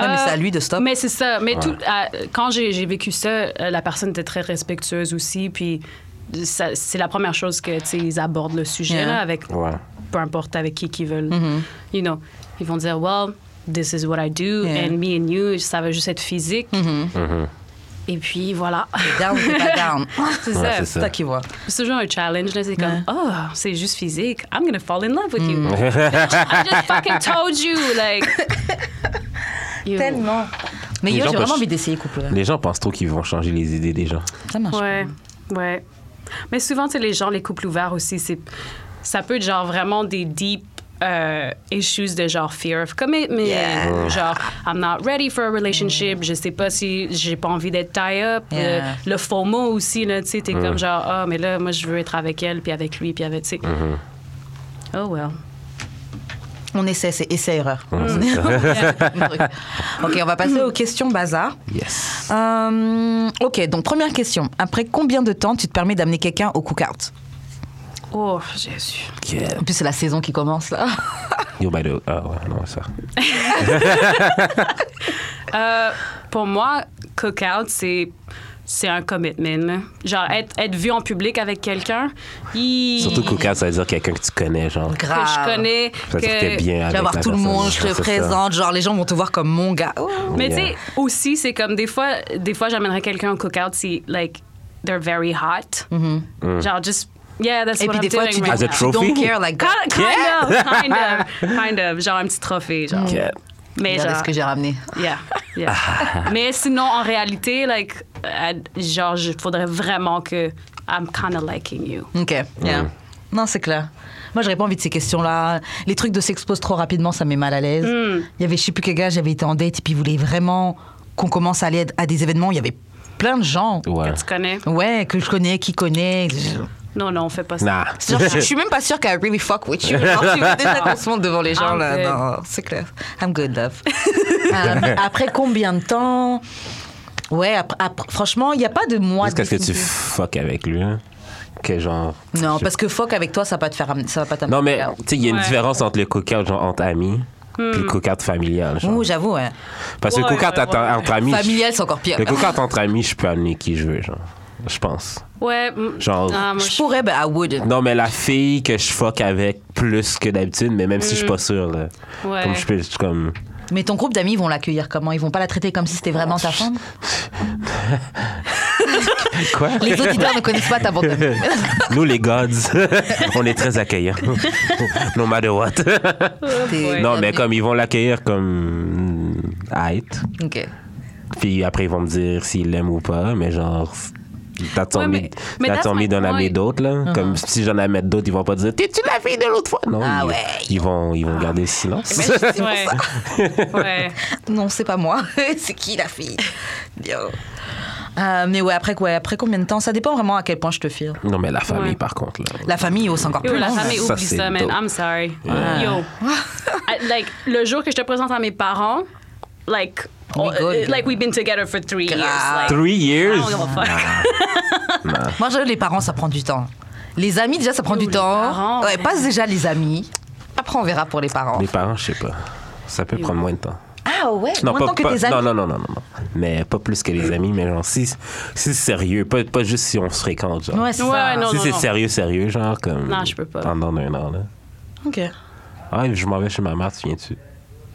S2: Ouais, mais
S3: Euh,
S2: c'est à lui de stop.
S3: Mais c'est ça. Mais
S1: Ouais.
S3: tout, euh, quand j'ai j'ai vécu ça, euh, la personne était très respectueuse aussi, puis ça- c'est la première chose que, tu sais, ils abordent le sujet,
S2: Yeah.
S3: là, avec
S1: Ouais.
S3: peu importe avec qui qu'ils veulent. You know, ils vont dire, well, this is what I do,
S2: Yeah.
S3: and me and you, ça va juste être physique.
S1: Mm-hmm.
S3: Et puis voilà.
S2: Down, t'es pas down.
S3: c'est
S1: Ouais,
S3: ça.
S1: c'est
S2: C'est
S1: ça.
S2: toi qui vois.
S3: C'est toujours un challenge. là. C'est comme, oh, c'est juste physique. I'm gonna fall in love with you.
S1: Mm.
S3: Bitch, I just fucking told you. Like, You-
S2: Mais
S1: Les
S2: yo,
S1: gens
S2: j'ai vraiment
S1: peuvent-
S2: envie d'essayer couple.
S1: Les gens pensent trop qu'ils vont changer les idées des gens.
S2: Ça marche.
S3: Ouais, ouais. Mais souvent, tu sais, les gens, les couples ouverts aussi, c'est. ça peut être genre vraiment des deep euh, issues de genre fear of commitment,
S2: Yeah.
S3: genre I'm not ready for a relationship, je sais pas si j'ai pas envie d'être tie up,
S2: Yeah.
S3: euh, le, FOMO aussi là, tu sais, t'es comme genre ah mais là moi je veux être avec elle puis avec lui puis avec tu sais. Oh well.
S2: On essaie, c'est essai-erreur.
S1: c'est
S2: ok, on va passer aux questions bazar.
S1: Yes.
S2: Euh, ok, donc première question. Après combien de temps tu te permets d'amener quelqu'un au cookout
S3: Oh Jésus.
S2: En plus, c'est la saison qui commence là.
S1: Yo, by the Ah ouais, non, ça.
S3: Euh, pour moi, cookout, c'est c'est un commitment. là. Genre, être, être vu en public avec quelqu'un, il-
S1: Surtout Coca, ça veut dire quelqu'un que tu connais, genre.
S3: que je connais.
S1: Ah, Ça veut dire que t'es bien
S2: Tu
S1: avec
S2: vas voir
S1: la
S2: tout le
S1: personne,
S2: monde, je te
S1: c'est ça.
S2: présente. Genre, les gens vont te voir comme mon gars. Oh.
S3: Mais
S1: Yeah.
S3: tu sais, aussi, c'est comme des fois, des fois j'amènerais quelqu'un au cookout si, like, they're very hot.
S1: Mm.
S3: Genre, just, yeah, that's
S2: Mm-hmm. Et puis
S3: what I'm
S2: des fois,
S3: doing
S2: tu
S3: right
S1: As a
S3: now.
S1: trophy?
S2: don't care, like, God,
S3: Kind, kind of, kind of, kind of. Genre, un petit trophée, genre.
S1: Yeah.
S3: Mais
S2: regarde
S3: genre,
S2: ce que j'ai ramené.
S3: yeah, yeah.
S1: Ah.
S3: Mais sinon, en réalité, like, euh, genre, il faudrait vraiment que I'm kind of liking you.
S2: Ok, yeah. Non, c'est clair. Moi, j'aurais pas envie de ces questions-là. Les trucs de s'exposer trop rapidement, ça me met mal à l'aise. Il y avait, je sais plus quel gars, j'avais été en date et puis il voulait vraiment qu'on commence à aller à des événements. où Il y avait plein de gens.
S1: Ouais.
S3: Que tu connais?
S2: Ouais, que je connais, qui connaît.
S3: Non, non, on fait pas ça.
S1: Nah.
S2: Genre, je, je suis même pas sûre qu'elle really fuck with you. Genre, tu veux déjà qu'on se montre devant les gens,
S3: I'm
S2: là.
S3: good.
S2: Non, c'est clair. I'm good, love. Euh, après combien de temps Ouais, après- après- franchement, il n'y a pas de mois
S1: Jusqu'à ce que tu
S2: définitif.
S1: fuck avec lui, hein. Que genre.
S2: Non, parce que fuck avec toi, ça va pas te faire amener, ça va pas t'amener.
S1: Non, mais,
S2: là-haut.
S1: tu sais, il y a une
S3: Ouais. Hmm.
S1: différence entre le cookout, genre, entre amis, puis le cookout familial, genre.
S2: Ouh, j'avoue, ouais.
S1: Parce que le
S3: Ouais,
S1: cookout
S3: ouais,
S1: entre-
S3: ouais.
S1: entre amis. je-
S2: Familial, c'est encore pire.
S1: Le cookout entre amis, je peux amener qui je veux, genre. Je pense.
S3: Ouais. mm,
S1: Genre-
S3: ah, moi,
S2: Je
S3: je-
S2: pourrais, ben, I would.
S1: Non, mais la fille que je fuck avec plus que d'habitude, mais même si je suis pas sûr, là.
S3: Hmm. Ouais.
S1: Comme je peux, je- comme.
S2: Mais ton groupe d'amis, ils vont l'accueillir comment Ils vont pas la traiter comme si c'était vraiment ta femme
S1: Quoi?
S2: Les auditeurs ne connaissent pas ta bande d'amis.
S1: Nous, les gods, on est très accueillants. no matter what.
S2: T'es-
S1: Non, mais comme ils vont l'accueillir comme. hmm, Hype.
S2: Ok.
S1: Puis après, ils vont me dire s'ils l'aiment ou pas, mais genre. T'as
S3: Ouais, mais- mais that's
S1: mis
S3: my
S1: d'en
S3: point.
S1: amener d'autres, là. Comme si j'en amène d'autres, ils vont pas dire T'es-tu la fille de l'autre fois? Non.
S2: Ah
S1: ils,
S2: ouais.
S1: ils vont, ils vont garder le silence.
S3: Ouais. ouais.
S2: Non, c'est pas moi. c'est qui la fille Yo. Euh, mais ouais après, ouais, après combien de temps Ça dépend vraiment à quel point je te file.
S1: Non, mais la famille,
S3: Ouais.
S1: par contre, là.
S2: La famille, oh, c'est encore
S3: Yo,
S2: plus
S3: la
S2: long.
S3: famille,
S1: Ça,
S3: oublie
S1: c'est
S3: ça, man.
S1: dope.
S3: I'm sorry. Yo. I- like, le jour que je te présente à mes parents, like,
S2: We
S3: oh,
S2: good,
S3: uh,
S2: girl.
S3: like we've been together for three
S2: Grave.
S3: years. Like,
S1: Three
S3: I
S1: years?
S3: don't give a fuck.
S2: Moi, je- les parents, ça prend du temps. Les amis, déjà, ça prend du
S3: les
S2: temps.
S3: parents,
S2: ouais,
S3: ouais.
S2: passe déjà les amis. Après, on verra pour les parents.
S1: Mes parents, je sais pas. Ça peut prendre moins de temps.
S2: Ah ouais
S1: Non,
S2: Moins de
S1: pas,
S2: temps que
S1: pas-
S2: tes amis.
S1: non, non, non, non, non, non. Mais pas plus que les amis, mais genre, si, si c'est sérieux, pas, pas juste si on se fréquente, genre.
S2: Ouais, c'est
S3: Ouais,
S2: ça.
S3: ouais, non.
S1: si c'est sérieux, sérieux, genre, comme.
S3: Non, je peux pas.
S1: Pendant un an, là.
S2: Ok.
S1: Ah, je m'en vais chez ma mère, tu viens-tu?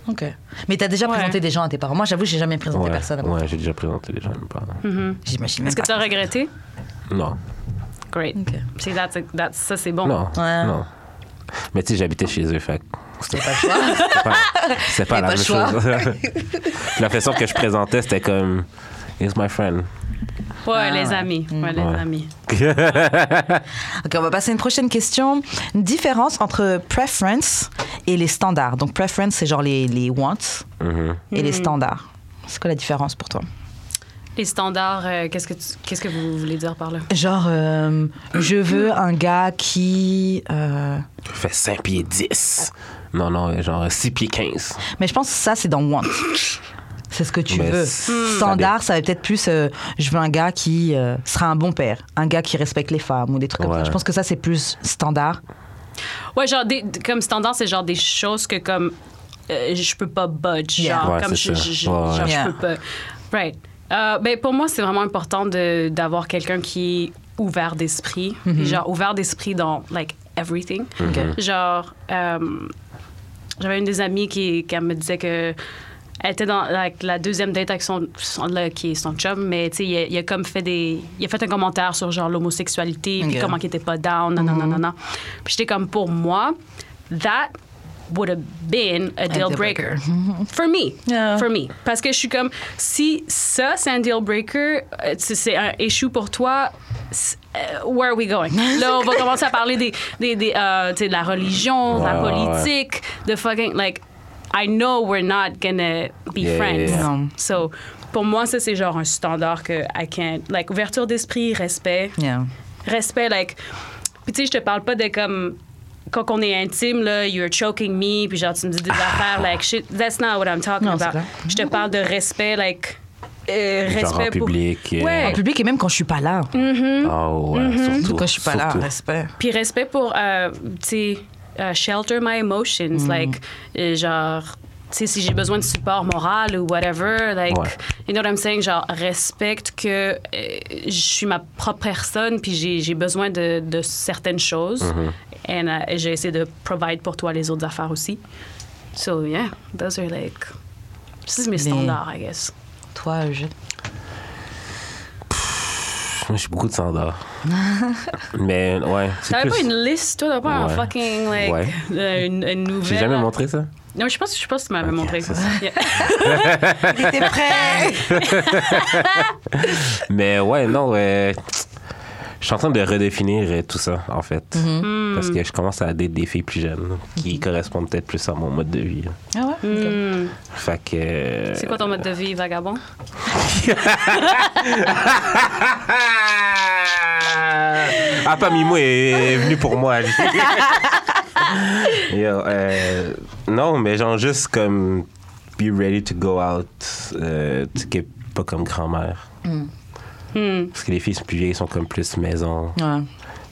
S2: Ok. Mais t'as déjà
S3: Ouais.
S2: présenté des gens à tes parents. Moi, j'avoue, j'ai jamais présenté
S1: Ouais,
S2: personne Mhm. à moi.
S1: ouais j'ai déjà présenté les gens à mes parents.
S2: J'imagine même
S3: Est-ce que tu
S2: pas.
S3: as regretté?
S1: Non,
S3: Great.
S2: Ok.
S3: See, that's a- that's- ça, c'est bon.
S1: non,
S2: Ouais.
S1: non. Mais tu sais, j'habitais chez eux, fait que c'était
S2: Pas le choix.
S1: pas, c'était pas la
S2: pas
S1: même
S2: le choix.
S1: chose. la façon que je présentais, c'était comme. Here's my friend.
S3: Ouais, les amis. Ouais, les
S1: Ouais.
S3: amis.
S2: Ok, on va passer à une prochaine question. Une différence entre preference et les standards. Donc, preference, c'est genre les, les wants
S1: Mhm.
S2: et les standards. C'est quoi la différence pour toi
S3: Les standards, euh, qu'est-ce que tu- qu'est-ce que vous voulez dire par là?
S2: Genre, euh, je veux un gars qui. euh,
S1: Fait 5 pieds 10. Non, non, genre 6 pieds 15.
S2: Mais je pense que ça, c'est dans want. C'est ce que tu
S1: Mais
S2: veux.
S1: ça
S2: Standard, ça va peut-être plus. euh, je veux un gars qui euh, sera un bon père, un gars qui respecte les femmes ou des trucs comme ça.
S1: Ouais.
S2: Je pense que ça, c'est plus standard.
S3: Ouais, genre, des, comme standard, c'est genre des choses que comme euh, je peux pas budge.
S2: Yeah.
S3: Genre,
S1: Ouais,
S3: comme
S1: c'est
S3: je,
S1: ça.
S3: je- je-
S1: Ouais, ouais.
S3: genre, je
S2: Yeah.
S3: peux pas. Right. Euh, ben, pour moi, c'est vraiment important de- d'avoir quelqu'un qui est ouvert d'esprit. Puis Genre, ouvert d'esprit dans, like, everything.
S1: Mm-hmm.
S3: Genre, euh, j'avais une des amies qui, qui elle me disait que elle était dans like, la deuxième date avec son, son- là, qui est son chum, mais tu sais, il, a- il a comme fait des, il a fait un commentaire sur genre l'homosexualité, puis
S2: Ok. Mm-hmm.
S3: comment qu'il était pas down, non non non non non. Puis j'étais comme pour moi, that would have been a deal
S2: deal
S3: breaker.
S2: breaker. Mm-hmm.
S3: For me.
S2: Yeah.
S3: For me. Parce que je suis comme, si ça, c'est un deal breaker, euh, si c'est un échou pour toi, c'est- euh, where are we going? Là, on va commencer à parler des, des, des, euh, tu sais, de la religion, de la
S1: Ouais, Ah, ouais, ouais.
S3: politique, de fucking, like, I know we're not gonna be
S1: Yeah,
S3: friends.
S1: yeah, yeah.
S2: Non.
S3: So, pour moi, ça, c'est genre un standard que I can't, like, ouverture d'esprit, respect
S2: Yeah.
S3: respect, like. Puis tu sais, je te parle pas de comme quand on est intime là, you're choking me, puis genre tu me dis des
S1: Ah.
S3: affaires like shit. That's not what I'm talking
S2: Non, c'est
S3: about.
S2: clair.
S3: Je te parle de respect, like euh,
S1: Genre en
S3: respect pour
S1: public, euh,
S3: Ouais.
S2: En public et même quand je suis pas là. Mhm.
S1: Oh, ouais, surtout.
S2: Surtout quand je suis pas là,
S1: surtout.
S2: respect.
S3: Puis respect pour euh, tu sais euh, shelter my
S1: Mm.
S3: emotions, like euh, genre tu sais si j'ai besoin de support moral ou whatever, like
S1: Ouais.
S3: you know what I'm saying, genre respecte que euh, je suis ma propre personne, puis j'ai- j'ai besoin de, de certaines choses,
S1: Mm-hmm.
S3: and euh, j'ai essayé de provide pour toi les autres affaires aussi. So yeah, those are like c'est mes standards, I guess.
S2: Toi, je.
S1: Moi, j'ai beaucoup de standards. Mais ouais, c'est
S3: T'avais
S1: plus...
S3: pas une liste, toi, t'avais pas un
S1: Ouais.
S3: fucking like
S1: Ouais.
S3: euh, une, une nouvelle.
S1: J'ai jamais
S2: hein?
S1: montré ça?
S3: Non, je pense, je pense que tu m'avais
S1: Ok,
S3: montré.
S1: c'est ça.
S3: Yeah.
S2: T'es prêt
S1: Mais ouais, non, euh, je suis en train de redéfinir euh, tout ça, en fait.
S3: Mhm.
S1: Parce que je commence à aider des filles plus jeunes qui correspondent peut-être plus à mon mode de vie. là.
S2: Ah ouais ok.
S3: Hmm.
S1: Fait que. euh,
S3: C'est quoi ton mode de vie, vagabond?
S1: Ah, pas Mimo est, est venu pour moi. Yo, euh, non, mais genre juste comme be ready to go out, euh, tu sais, pas comme grand-mère.
S3: Hmm.
S1: Parce que les filles plus vieilles sont comme plus maison,
S2: Ouais.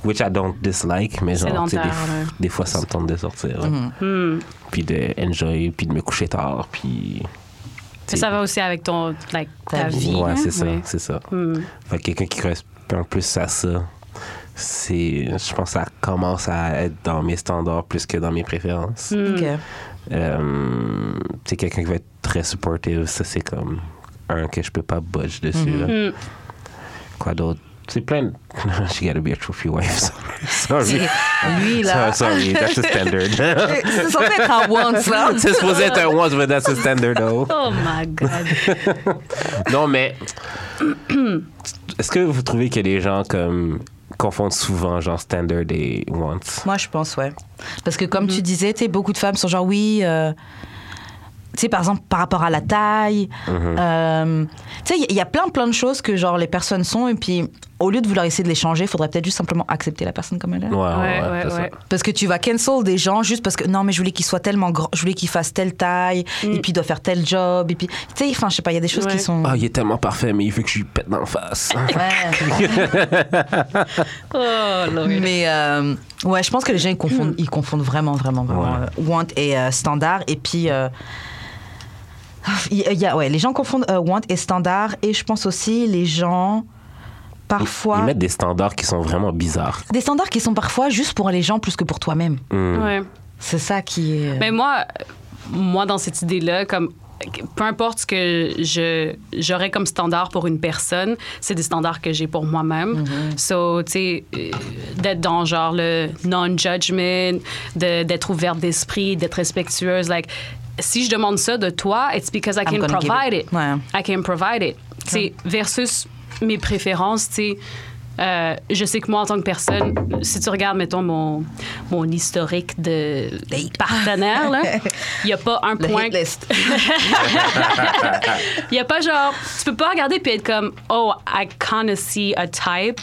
S1: which I don't dislike, mais genre tu sais, des,
S3: Sédentaire,
S1: f-
S3: ouais.
S1: des fois ça me tente de sortir, là.
S3: Hmm.
S1: puis de enjoy, puis de me coucher tard, puis
S3: Puis Ça va aussi avec ton, like, ta,
S2: Ta
S3: vie.
S1: ouais,
S3: hein?
S1: c'est ça,
S3: Oui.
S1: c'est ça.
S3: Hmm.
S1: Fait que quelqu'un qui correspond plus à ça, c'est, je pense, que ça commence à être dans mes standards plus que dans mes
S3: Hmm.
S1: préférences.
S2: Ok.
S1: Euh, tu sais, quelqu'un qui va être très supportive, ça c'est comme un que je peux pas budge dessus. là.
S3: Mhm.
S1: Quoi d'autre? C'est plein de... She gotta be a trophy wife. Sorry. Sorry.
S2: Lui, là.
S1: Sorry, that's a standard.
S2: C'est censé être un once, là.
S1: C'est supposé être un once, but that's a standard, though.
S3: Oh my God.
S1: Non, mais est-ce que vous trouvez que les gens comme confondent souvent genre standard et wants?
S2: Moi, je pense, ouais. Parce que comme tu disais, tu sais, beaucoup de femmes sont genre, oui, euh, tu sais, par exemple, par rapport à la taille. euh, tu sais, il y- y a plein, plein de choses que, genre, les personnes sont, et puis, au lieu de vouloir essayer de les changer, faudrait peut-être juste simplement accepter la personne comme elle est.
S1: Ouais, ouais,
S3: Ouais,
S1: ouais,
S3: ouais,
S1: c'est ça.
S3: ouais.
S2: Parce que tu vas cancel des gens juste parce que non, mais je voulais qu'il soit tellement grand, je voulais qu'il fasse telle taille, et puis il doit faire tel job, et puis, tu sais, enfin, je sais pas, il y a des choses
S3: Ouais.
S2: qui sont.
S1: Ah, il est tellement parfait, mais il veut que je lui pète dans la face.
S2: Ouais.
S3: Oh, Lord.
S2: Mais euh, ouais, je pense que les gens ils confondent, ils confondent vraiment, vraiment, vraiment
S1: Hmm. Ouais.
S2: euh, want et euh, standard. Et puis, euh, il y a- ouais, les gens confondent euh, want et standard. Et je pense aussi les gens
S1: Ils
S2: parfois
S1: mettent des standards qui sont vraiment bizarres.
S2: des standards qui sont parfois juste pour les gens plus que pour toi-même.
S1: Hmm.
S3: Ouais.
S2: C'est ça qui est.
S3: Mais moi, moi, dans cette idée-là, comme peu importe ce que je j'aurais comme standard pour une personne, c'est des standards que j'ai pour moi-même. So, tu sais, euh, d'être dans genre le non-judgment, de- d'être ouverte d'esprit, d'être respectueuse, like si je demande ça de toi, it's because I can
S2: gonna give
S3: provide
S2: it.
S3: it.
S2: Ouais.
S3: I can provide it. Tu sais, versus mes préférences, tu sais, euh, je sais que moi, en tant que personne, si tu regardes, mettons, mon, mon historique de
S2: Date.
S3: partenaire, là, il n'y a pas un
S2: Le
S3: point.
S2: hit list.
S3: Il n'y a pas genre. Tu peux pas regarder puis être comme, oh, I kinda see a type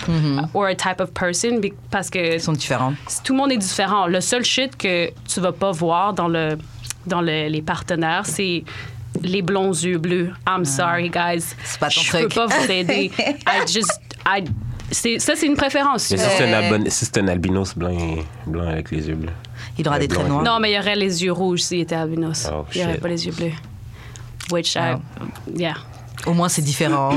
S3: or a type of person be- parce que
S2: Mm-hmm. Ils sont différents.
S3: tout le monde est différent. Le seul shit que tu vas pas voir dans, le, dans le- les partenaires, c'est les blonds yeux bleus. I'm sorry, guys.
S2: Ah. C'est pas ton
S3: Je
S2: truc.
S3: peux pas vous aider. I just... I- c'est- ça, c'est une préférence.
S1: Mais si c'est un,
S2: Euh.
S1: albin- si c'est un albinos blanc, et- blanc avec les yeux bleus.
S2: Il aura
S1: Les
S2: des traits
S1: blonds et
S2: noirs.
S3: Non, mais il y aurait les yeux rouges s'il était albinos.
S1: Oh,
S3: il y aurait
S1: shit.
S3: pas les yeux bleus. Which
S2: Ah.
S3: I... Yeah.
S2: Au moins, c'est différent.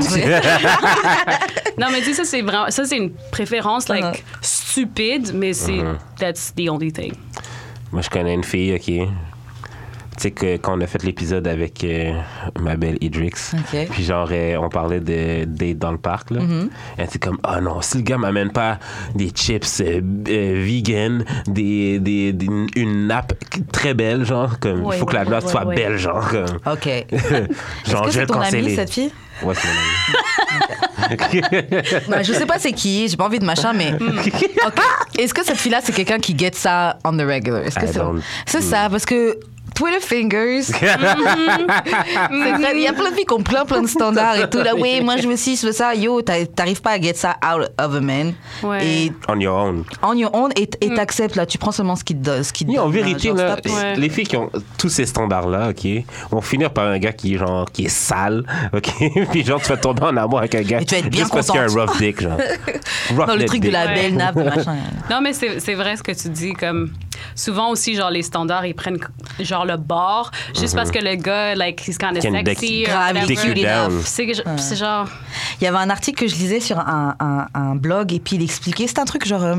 S3: Non, mais tu sais, ça, c'est vraiment... Ça, c'est une préférence, like,
S2: Ouais.
S1: Uh-huh.
S3: stupide, mais c'est... That's the only thing.
S1: Moi, je connais une fille, OK? Tu pratique euh, quand on a fait l'épisode avec euh, ma belle Idrix.
S2: Ok. Mhm.
S1: Puis genre, euh, on parlait de date dans le parc. Là. Elle était comme, ah non, si le gars m'amène pas des chips euh, euh, vegan, des, des, des- une nappe très belle, genre, comme, il
S4: Ouais,
S1: faut que la
S4: ouais,
S1: nappe
S4: ouais,
S1: soit
S4: ouais.
S1: belle, genre. Comme,
S2: Ok. Est-ce
S1: genre,
S2: que
S1: je vais
S2: c'est ton amie,
S1: canceller.
S2: cette fille
S1: Ouais, c'est mon amie.
S2: Ouais, Je sais pas c'est qui, j'ai pas envie de machin, mais.
S1: Hmm.
S2: Ok. Est-ce que cette fille-là, c'est quelqu'un qui get ça on the regular Est-ce que
S1: I
S2: c'est
S1: don't- Mhm.
S2: C'est ça, parce que. Twitter fingers. C'est ça, Il y a plein de filles qui ont plein, plein de standards et tout. Là, oui, moi je veux ci, je veux ça. Yo, t'a- t'arrives pas à get ça out of a man.
S3: Ouais. Hmm.
S2: Et
S1: On your own.
S2: on your own, et et t'acceptes, là. Tu prends seulement ce qui te donne. Ce qui te
S1: Oui, en
S2: donne, là,
S1: vérité,
S2: genre,
S1: là,
S2: stop.
S3: Ouais.
S1: les filles qui ont tous ces standards-là, OK, vont finir par un gars qui, genre, qui est sale, OK, puis genre, tu vas tomber en amour avec un gars
S2: Et tu vas être bien
S1: juste parce qu'il y a un
S2: contente.
S1: rough dick, genre. Rough
S2: Non, le
S1: net
S2: truc de
S1: dick.
S2: la
S3: Ouais.
S2: belle nappe, machin.
S3: Non, mais c'est c'est vrai ce que tu dis. Comme souvent aussi, genre les standards, ils prennent genre le bord juste parce que le gars, like, he's kind of
S1: Mm-hmm. Can dick-
S3: sexy. or
S2: grave,
S3: whatever.
S1: Dick you down.
S3: C'est que je- c'est genre.
S2: Il y avait un article que je lisais sur un, un- un blog et puis il expliquait, c'était un truc genre euh,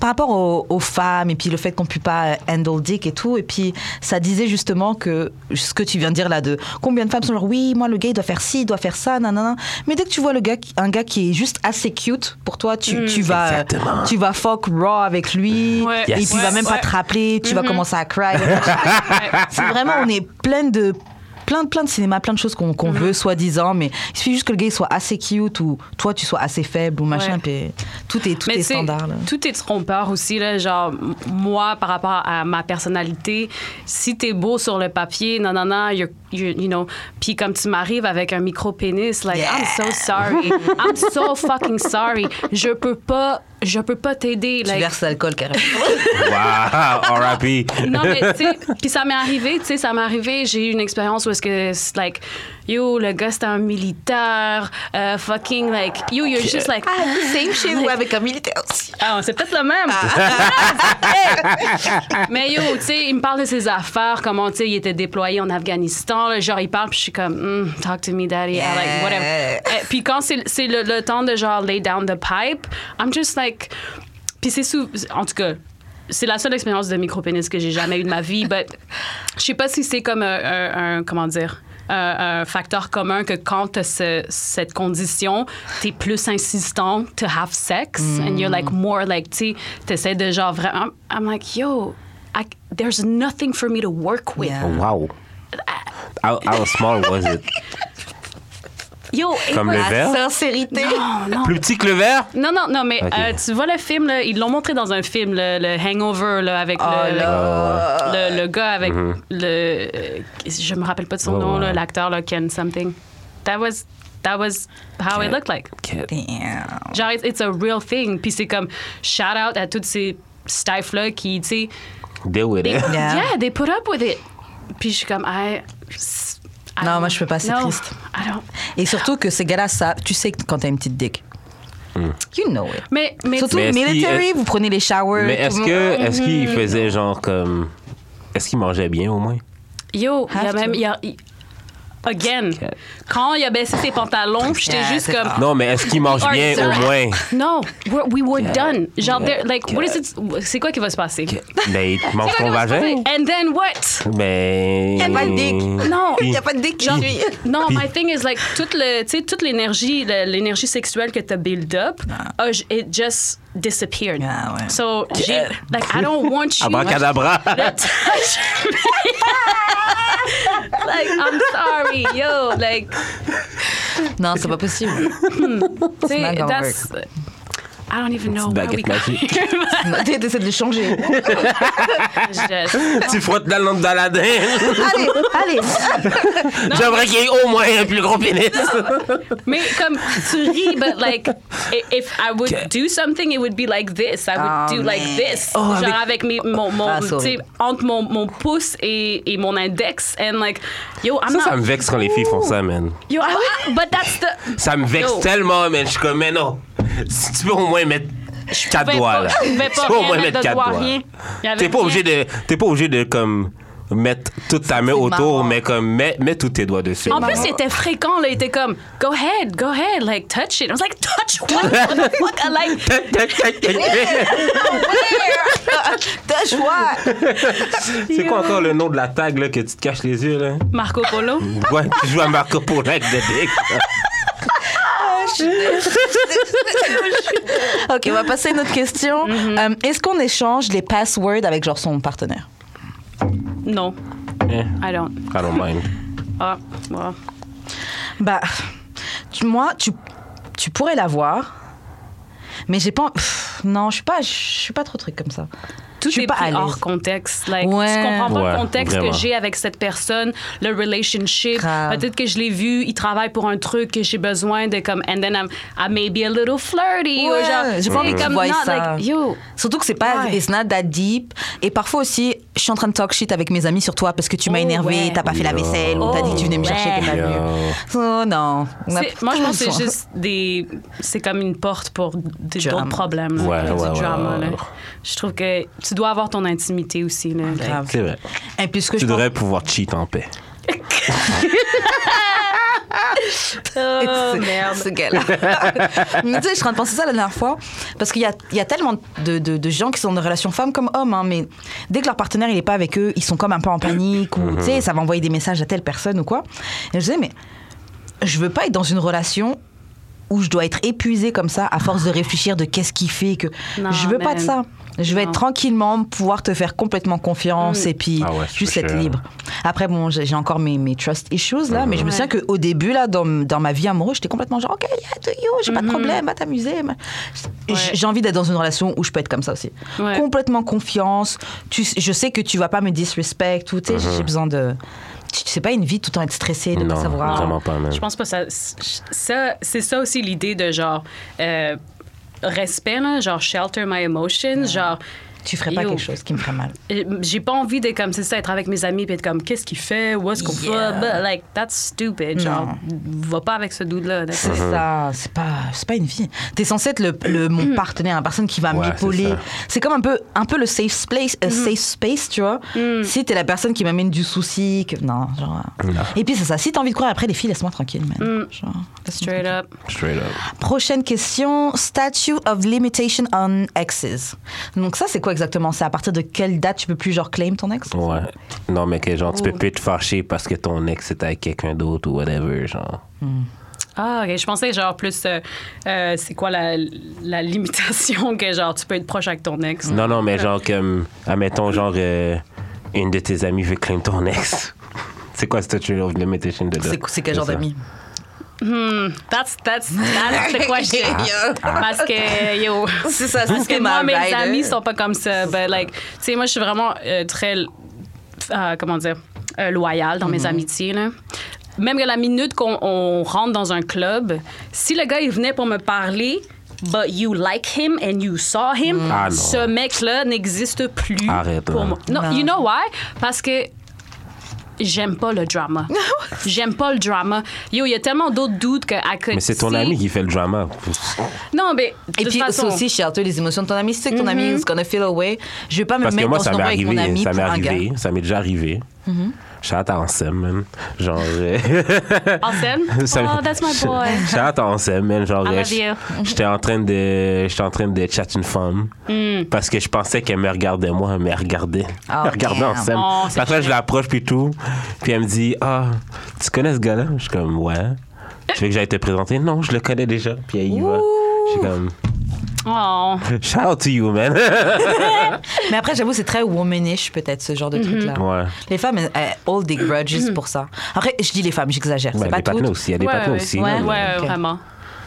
S2: par rapport aux, aux femmes et puis le fait qu'on ne peut pas euh, handle dick et tout. Et puis ça disait justement que ce que tu viens de dire là de combien de femmes sont genre oui, moi le gars il doit faire ci, il doit faire ça, nanana. Mais dès que tu vois le gars, qui- un gars qui est juste assez cute pour toi, tu, tu vas euh,
S1: Exactement.
S2: tu vas fuck raw avec lui
S3: Hmm. Ouais.
S2: et
S1: Yes.
S2: puis il va
S3: Ouais,
S2: même pas
S3: ouais. Mm-hmm.
S2: te rappeler, tu vas commencer à cry. C'est vraiment, on est plein de plein de plein de cinéma, plein de choses qu'on
S3: Mhm.
S2: qu'on veut soi-disant, mais il suffit juste que le gars il soit assez cute ou toi tu sois assez faible ou machin, puis tout est tout
S3: Mais
S2: est
S3: tu sais,
S2: standard. là.
S3: Tout est trompeur aussi. Là, genre, m- moi, par rapport à ma personnalité, si t'es beau sur le papier, non, non, non, you're- you're- you know. Puis comme tu m'arrives avec un micro-pénis, like, I'm so sorry. I'm so fucking sorry. Je peux pas, je peux pas t'aider.
S2: Tu
S3: like,
S2: verses l'alcool carrément.
S1: Wow, R.I.P.
S3: non, mais tu sais, puis ça m'est arrivé, tu sais, ça m'est arrivé. J'ai eu une expérience où est-ce que, c'est like, yo, le gars, c'était un militaire, euh, fucking, like, yo, you're just like,
S2: ah, same chez vous avec un militaire aussi.
S3: ah, c'est peut-être le même. mais yo, tu sais, il me parle de ses affaires, comment, tu sais, il était déployé en Afghanistan. là, genre, il parle, puis je suis comme, Hmm, talk to me, daddy. I like, whatever. Eh, Puis quand c'est c'est le, le temps de, genre, lay down the pipe, I'm just like. Puis c'est sou- En tout cas. C'est la seule expérience de micro-pénis que j'ai jamais eue de ma vie, but je sais pas si c'est comme un, un- un- comment dire, un, un facteur commun que quand t'as ce- cette condition, t'es plus insistant to have sex, and you're like more like, tu sais, t'essaies de genre vraiment, I'm like, yo, I- there's nothing for me to work with.
S2: Yeah.
S1: Wow. How, how small was it?
S3: Yo, it
S1: Comme le
S3: was-
S1: verre?
S2: Sincérité.
S3: Non, non.
S1: Plus petit que le verre?
S3: Non, non, non, mais
S1: Ok.
S3: euh, tu vois le film, là, ils l'ont montré dans un film, le, le Hangover, là, avec
S2: Ah,
S3: le, le- le gars avec le. euh, Je me rappelle pas de son
S1: Ouais,
S3: nom, là,
S1: Mm-hmm. Oh, ouais.
S3: l'acteur, là, Ken something. That was, that was how it
S1: Ken.
S3: looked like.
S1: Quel-
S2: Damn.
S3: Genre, it's, it's a real thing. Puis c'est comme shout out à toutes ces staffs-là qui, tu sais,
S1: Deal with it.
S2: Yeah.
S3: yeah. they put up with it. Puis je suis comme, I. I
S2: Non, moi,
S3: don't-
S2: je peux pas, c'est
S3: no,
S2: triste.
S3: I don't.
S2: Et surtout que ces gars-là, ça, tu sais que quand t'as une petite dick, you know it.
S3: Mais, mais
S2: Surtout
S1: Hmm. Mais est-ce qu'il-
S2: military, vous prenez les showers.
S1: Mais est-ce
S2: tout-
S1: que est-ce qu'il faisait genre comme est-ce qu'il mangeait bien au moins?
S3: Yo, il y a
S2: Have
S3: même.
S2: to.
S3: il y a- il- again, quand il a baissé ses pantalons, j'étais
S2: Yeah,
S3: juste
S2: c'est
S3: comme.
S2: fort.
S1: Non, mais est-ce qu'il mange
S3: Or
S1: bien
S3: done.
S1: au moins?
S3: No, we're- we were done. Genre, they're like, what is
S1: Yeah.
S3: it? C'est quoi qui va se passer? C'est
S1: Ben, il te mange
S3: quoi qui
S1: ton
S3: va se passer?
S1: vagin?
S3: And then what?
S1: Ben.
S2: Y a pas de dick.
S3: Non.
S2: Y a pas de dick qui
S3: Genre,
S2: suit.
S3: non,
S1: Puis-
S3: my thing is like toute le, tu sais, toute l'énergie, le- l'énergie sexuelle que t'as build up, ah, j- it just disappeared.
S2: Ah, ouais.
S3: So j'ai, like I don't want
S1: Ah, bah,
S3: you.
S1: Abracadabra.
S3: to touch me. like I'm sorry, yo, like
S2: Non, c'est pas possible.
S3: tu sais,
S2: not gonna
S3: that's. I don't even know where we
S1: baguette
S3: got
S1: magique.
S3: here.
S2: T'essaies de le changer.
S3: Just-
S1: Tu frottes la lampe d'Aladin.
S2: allez, allez.
S1: J'aimerais qu'il y ait au moins un plus gros pénis.
S3: Mais comme tu ris, but like i- if I would
S1: Okay.
S3: do something, it would be like this. I would
S2: Oh,
S3: do like
S2: man.
S3: this.
S1: Ah, Oh,
S3: Genre
S1: avec-
S3: avec, mes, mon, mon
S2: Ah, sorry.
S3: tu sais, entre mon, mon pouce et, et mon index, and like yo, I'm
S1: Ça, ça
S3: not
S1: me vexe quand les filles font ça, man.
S3: yo, I- but that's the.
S1: Ça me vexe
S3: Yo.
S1: tellement, man. Je suis comme, mais non. Si tu peux au moins mettre quatre
S3: pouvais
S1: doigts,
S3: pas-
S1: là.
S3: je pouvais
S1: Tu
S3: pas
S1: peux au
S3: rien
S1: moins
S3: mettre
S1: mettre
S3: de
S1: quatre
S3: doigts,
S1: doigts.
S3: rien. Il y avait
S1: T'es pas
S3: rien.
S1: obligé de. T'es pas obligé de comme. mettre toute ta main
S2: C'est
S1: autour,
S2: marrant.
S1: mais comme, mets, mets tous tes doigts dessus.
S3: En plus, c'était fréquent, là. Il était comme, go ahead, go ahead, like, touch it. I was like, touch what? What the fuck? I like,
S2: T'as joie
S1: C'est quoi encore le nom de la tag là, que tu te caches les yeux là?
S3: Marco Polo.
S1: Ouais, tu joues à Marco Polo avec des dicks.
S2: Ok, on va passer à une autre question. Euh, Est-ce qu'on échange les passwords avec genre son partenaire
S3: Non,
S1: Eh,
S3: I don't.
S1: I don't mind.
S3: Ah, wow.
S2: Bah, tu- moi, tu, tu pourrais l'avoir, mais j'ai pas. pff, non, je suis pas, je suis pas trop truc comme ça.
S3: Tout
S2: Je suis
S3: est
S2: pas
S3: pris
S2: à l'aise.
S3: hors contexte. Like,
S2: Ouais.
S3: Tu comprends pas
S1: Ouais,
S3: le contexte
S1: vraiment.
S3: que j'ai avec cette personne, le relationship.
S2: Grave.
S3: Peut-être que je l'ai vu, il travaille pour un truc que j'ai besoin de comme, and then I'm, I may be a little flirty.
S2: Ouais,
S3: ou genre,
S2: j'ai pas
S3: mais
S2: envie que tu
S3: comme,
S2: voies
S3: not
S2: ça.
S3: like, yo,
S2: Surtout que c'est pas
S3: Ouais.
S2: it's not that deep et parfois aussi je suis en train de talk shit avec mes amis sur toi parce que tu m'as
S3: Oh,
S2: énervé,
S3: ouais.
S2: t'as pas fait la
S1: Yo.
S2: vaisselle, ou t'as dit tu venais me
S3: Oh,
S2: chercher, t'es pas
S1: Yo.
S2: venu. Oh non. On a
S3: C'est- Moi, je pense que
S2: besoin.
S3: c'est juste des. C'est comme une porte pour des-
S2: Drama.
S3: d'autres problèmes. là,
S1: Ouais,
S3: du
S1: ouais, ouais,
S3: drama,
S1: ouais.
S3: là. Je trouve que tu dois avoir ton intimité aussi. Là. Like,
S2: Grave.
S1: C'est vrai.
S2: Et puis ce que
S1: Tu
S2: je pense-
S1: devrais pouvoir cheat en paix.
S3: oh,
S2: C'est-
S3: merde.
S2: C'est galère. Oh, mais tu sais, je suis en train de penser ça la dernière fois. Parce qu'il y a, il y a tellement de, de- de gens qui sont dans des relations femmes comme hommes, hein, mais dès que leur partenaire il est pas avec eux, ils sont comme un peu en panique ou
S1: Mhm.
S2: tu sais, ça va envoyer des messages à telle personne ou quoi. Et je disais, mais je veux pas être dans une relation où je dois être épuisée comme ça à force de réfléchir de qu'est-ce qui fait que
S3: Non,
S2: je veux pas de ça.
S3: man.
S2: Je veux
S3: Non. Mm.
S2: être tranquillement pouvoir te faire complètement confiance et puis
S1: Ah ouais, c'est
S2: juste
S1: pas
S2: être
S1: cher.
S2: libre. Après, bon, j'ai j'ai encore mes, mes trust issues, là, mais je me
S3: Ouais.
S2: souviens qu'au début, là, dans, dans ma vie amoureuse, j'étais complètement genre, OK, yeah, do you, j'ai pas de problème, va t'amuser. mais- J-
S3: Mhm. Ouais.
S2: J'ai envie d'être dans une relation où je peux être comme ça aussi.
S3: Ouais.
S2: Complètement confiance. Tu, je sais que tu vas pas me disrespect ou, tu sais, j'ai besoin de. Tu tu sais pas une vie tout le temps être stressée, de
S1: Mhm. Non,
S2: pas savoir.
S1: vraiment pas, man.
S3: Je pense pas ça. ça c'est ça aussi l'idée de genre. euh, respect, là, genre shelter my emotions. Genre,
S2: Tu ferais pas
S3: Yo.
S2: quelque chose qui me ferait mal.
S3: euh, j'ai pas envie de comme c'est ça être avec mes amis puis être comme qu'est-ce qu'il fait où est-ce qu'on
S2: Yeah.
S3: va But, like that's stupid genre va pas avec ce dude là
S2: C'est ça, c'est pas, c'est pas une vie. T'es censé être le, le-
S3: Mm.
S2: mon partenaire, la personne qui va
S1: Ouais, c'est
S2: m'épauler.
S1: ça.
S2: C'est comme un peu, un peu le safe place, euh,
S3: Mm-hmm.
S2: safe space, tu vois.
S3: Mm.
S2: Si t'es la personne qui m'amène du souci, que non, genre. euh. Et puis c'est ça. Si t'as envie de courir après les filles, laisse-moi tranquille,
S3: Mm.
S2: man. Genre, laisse-moi
S3: straight
S2: tranquille.
S3: up
S1: Straight up.
S2: Prochaine question, statute of limitation on exes. Donc ça, c'est quoi exactement C'est à partir de quelle date tu peux plus genre claim ton ex
S1: Ouais. Non, mais que genre, tu
S2: Oh.
S1: peux plus te fâcher parce que ton ex était avec quelqu'un d'autre ou whatever, genre.
S3: Ah, ok. Je pensais, genre, plus, euh, euh, c'est quoi la, la limitation que, genre, tu peux être proche avec ton ex?
S1: Non, non, mais genre, comme, admettons, genre, euh, une de tes amies veut claim ton ex. C'est quoi cette trade of limitation de
S2: C'est c'est quel genre d'ami
S3: That's, that's, that's the question.
S2: Yo.
S3: Parce que, yo.
S2: C'est ça,
S3: Parce
S2: c'est
S3: que moi,
S2: my
S3: mes
S1: ben
S2: rider.
S3: amis sont pas comme ça. But, like, tu sais, moi, je suis vraiment euh, très, euh, comment dire, euh, loyale dans
S1: Mm-hmm.
S3: mes amitiés, là. Même que la minute qu'on on rentre dans un club, si le gars, il venait pour me parler, but you like him and you saw him,
S1: Ah, non.
S3: ce mec-là n'existe plus
S1: Arrête,
S3: pour
S1: hein.
S3: moi. Non,
S2: Non.
S3: you know why? Parce que j'aime pas le drama. j'aime pas le drama. Yo, il y a tellement d'autres doutes que I could
S1: Mais c'est ton
S3: see-
S1: ami qui fait le drama.
S3: Non, mais
S2: Et
S3: de
S2: puis
S3: toute façon, Mm-hmm.
S2: c'est aussi shelter les émotions de ton ami. Si tu sais que ton ami is gonna feel away, je vais pas me
S1: Parce que
S2: mettre
S1: moi,
S2: dans ce
S1: ça m'est
S2: moment avec mon
S1: arrivé.
S2: ami
S1: Ça
S2: pour
S1: m'est
S2: un gars. Mm-hmm.
S1: arrivé. Ça m'est déjà arrivé. Shout out à Ansem, man. Genre. euh,
S3: Anselme,
S1: ça m'est-
S3: oh, that's my boy.
S1: Shout out à Ansem, man. Genre.
S3: I
S1: euh,
S3: love
S1: j-
S3: you.
S1: J'étais en train de. J'étais en train de chat une femme.
S3: Hmm.
S1: Parce que je pensais qu'elle me regardait, moi. Mais elle regardait.
S2: Oh,
S1: Elle regardait
S2: damn.
S1: Ansem.
S3: Oh, c'est
S1: Parce que là, je l'approche, puis tout. Puis elle me dit Ah, tu connais ce gars-là Je suis comme Ouais. Tu veux que j'aille te présenter Non, je le connais déjà. Puis elle y va. Je suis comme
S3: Oh.
S1: Shout out to you, man.
S2: Mais après, j'avoue, c'est très womanish, peut-être, ce genre de
S3: Mm-hmm.
S2: truc-là.
S1: Ouais.
S2: Les femmes, elles, elles hold des grudges pour ça. Après, je dis les femmes, j'exagère.
S1: Ouais,
S2: c'est pas
S1: des
S2: toutes.
S1: patrons aussi. Il y a des
S3: Ouais,
S1: patrons
S3: Oh. ouais.
S1: aussi.
S3: Ouais,
S1: là, mais-
S3: ouais,
S2: Ok.
S3: vraiment.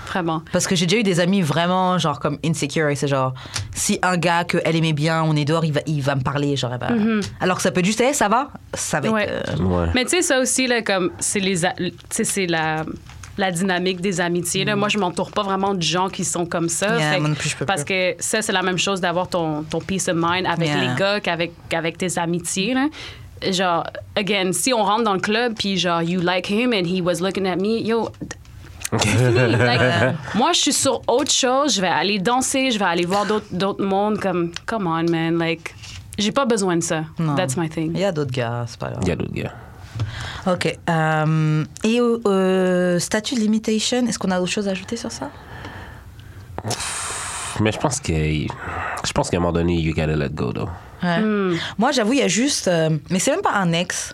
S3: Vraiment.
S2: Parce que j'ai déjà eu des amis vraiment, genre, comme insecure. et C'est genre, si un gars qu'elle aimait bien, on est dehors, il va, il va me parler. Genre, eh ben, Alors que ça peut être juste, eh, ça va Ça va être.
S3: Mm-hmm. Ouais.
S2: euh,
S1: Ouais.
S3: Mais tu sais, ça aussi, là, comme, c'est les. a- Tu sais, c'est la. La dynamique des amitiés. Là. Moi, je m'entoure pas vraiment de gens qui sont comme ça.
S2: Mm. Yeah,
S3: Fait que-
S2: moi non plus, je peux
S3: parce que ça, c'est la même chose d'avoir ton, ton peace of mind avec
S2: Yeah.
S3: les gars qu'avec avec tes amitiés. Là. Genre, again, si on rentre dans le club, puis genre, you like him and he was looking at me, yo, fini. Like, moi, je suis sur autre chose. Je vais aller danser, je vais aller voir d'autres d'autres mondes. Comme, come on, man. Like, J'ai pas besoin de ça.
S2: Non.
S3: That's my thing.
S2: Il y a d'autres gars, c'est pas grave.
S1: Il y a d'autres gars.
S2: Ok. euh, et au euh, statut de limitation, est-ce qu'on a autre chose à ajouter sur ça
S1: Mais je pense que je pense qu'à un moment donné, you gotta let go, though.
S2: Ouais. Moi, j'avoue, il y a juste. euh, mais c'est même pas un ex.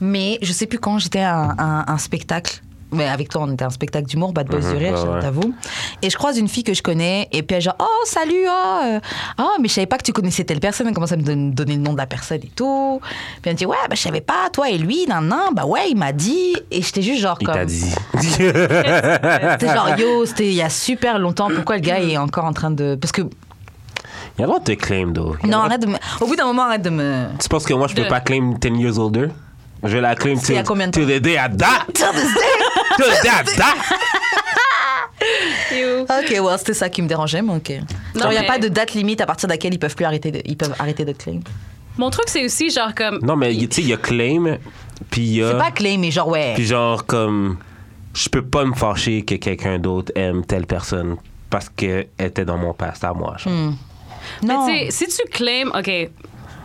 S2: Mais je sais plus quand j'étais à un, un- un spectacle. Mais avec toi, on était à un spectacle d'humour, Bad Boys du Rire,
S1: Mhm. Ah ouais, ouais.
S2: t'avoue. Et je croise une fille que je connais, et puis elle genre, oh, salut, oh, euh, oh, mais je savais pas que tu connaissais telle personne. Elle commence à me don- donner le nom de la personne et tout. Puis elle me dit, ouais, bah, je savais pas, toi et lui, nan, nan, bah ouais, il m'a dit. Et j'étais juste genre
S1: Il
S2: comme.
S1: t'a dit.
S2: C'était genre, yo, c'était il y a super longtemps, pourquoi le gars est encore en train de. Parce que.
S1: Il y a le droit de te claim, though. Il y a le droit-
S2: Non, arrête de me. Au bout d'un moment, arrête de me.
S1: Tu penses que moi, je peux
S3: De-
S1: pas claim 10 years older? Je la claim
S2: C'est
S1: till,
S2: à combien de
S1: till the day I die. till the day I die.
S2: Ok, ouais, c'était ça qui me dérangeait, mais ok. Genre, il n'y a
S3: mais-
S2: pas de date limite à partir de laquelle ils peuvent plus arrêter de, ils peuvent arrêter de claim.
S3: Mon truc, c'est aussi genre comme.
S1: Non, mais tu sais, il y a claim, puis il y
S2: C'est
S1: a...
S2: pas claim, mais genre, ouais.
S1: Euh. Puis genre, comme, je peux pas me fâcher que quelqu'un d'autre aime telle personne parce qu'elle était dans mon passé à moi. genre.
S2: non.
S3: Mais tu sais, si tu claims, OK,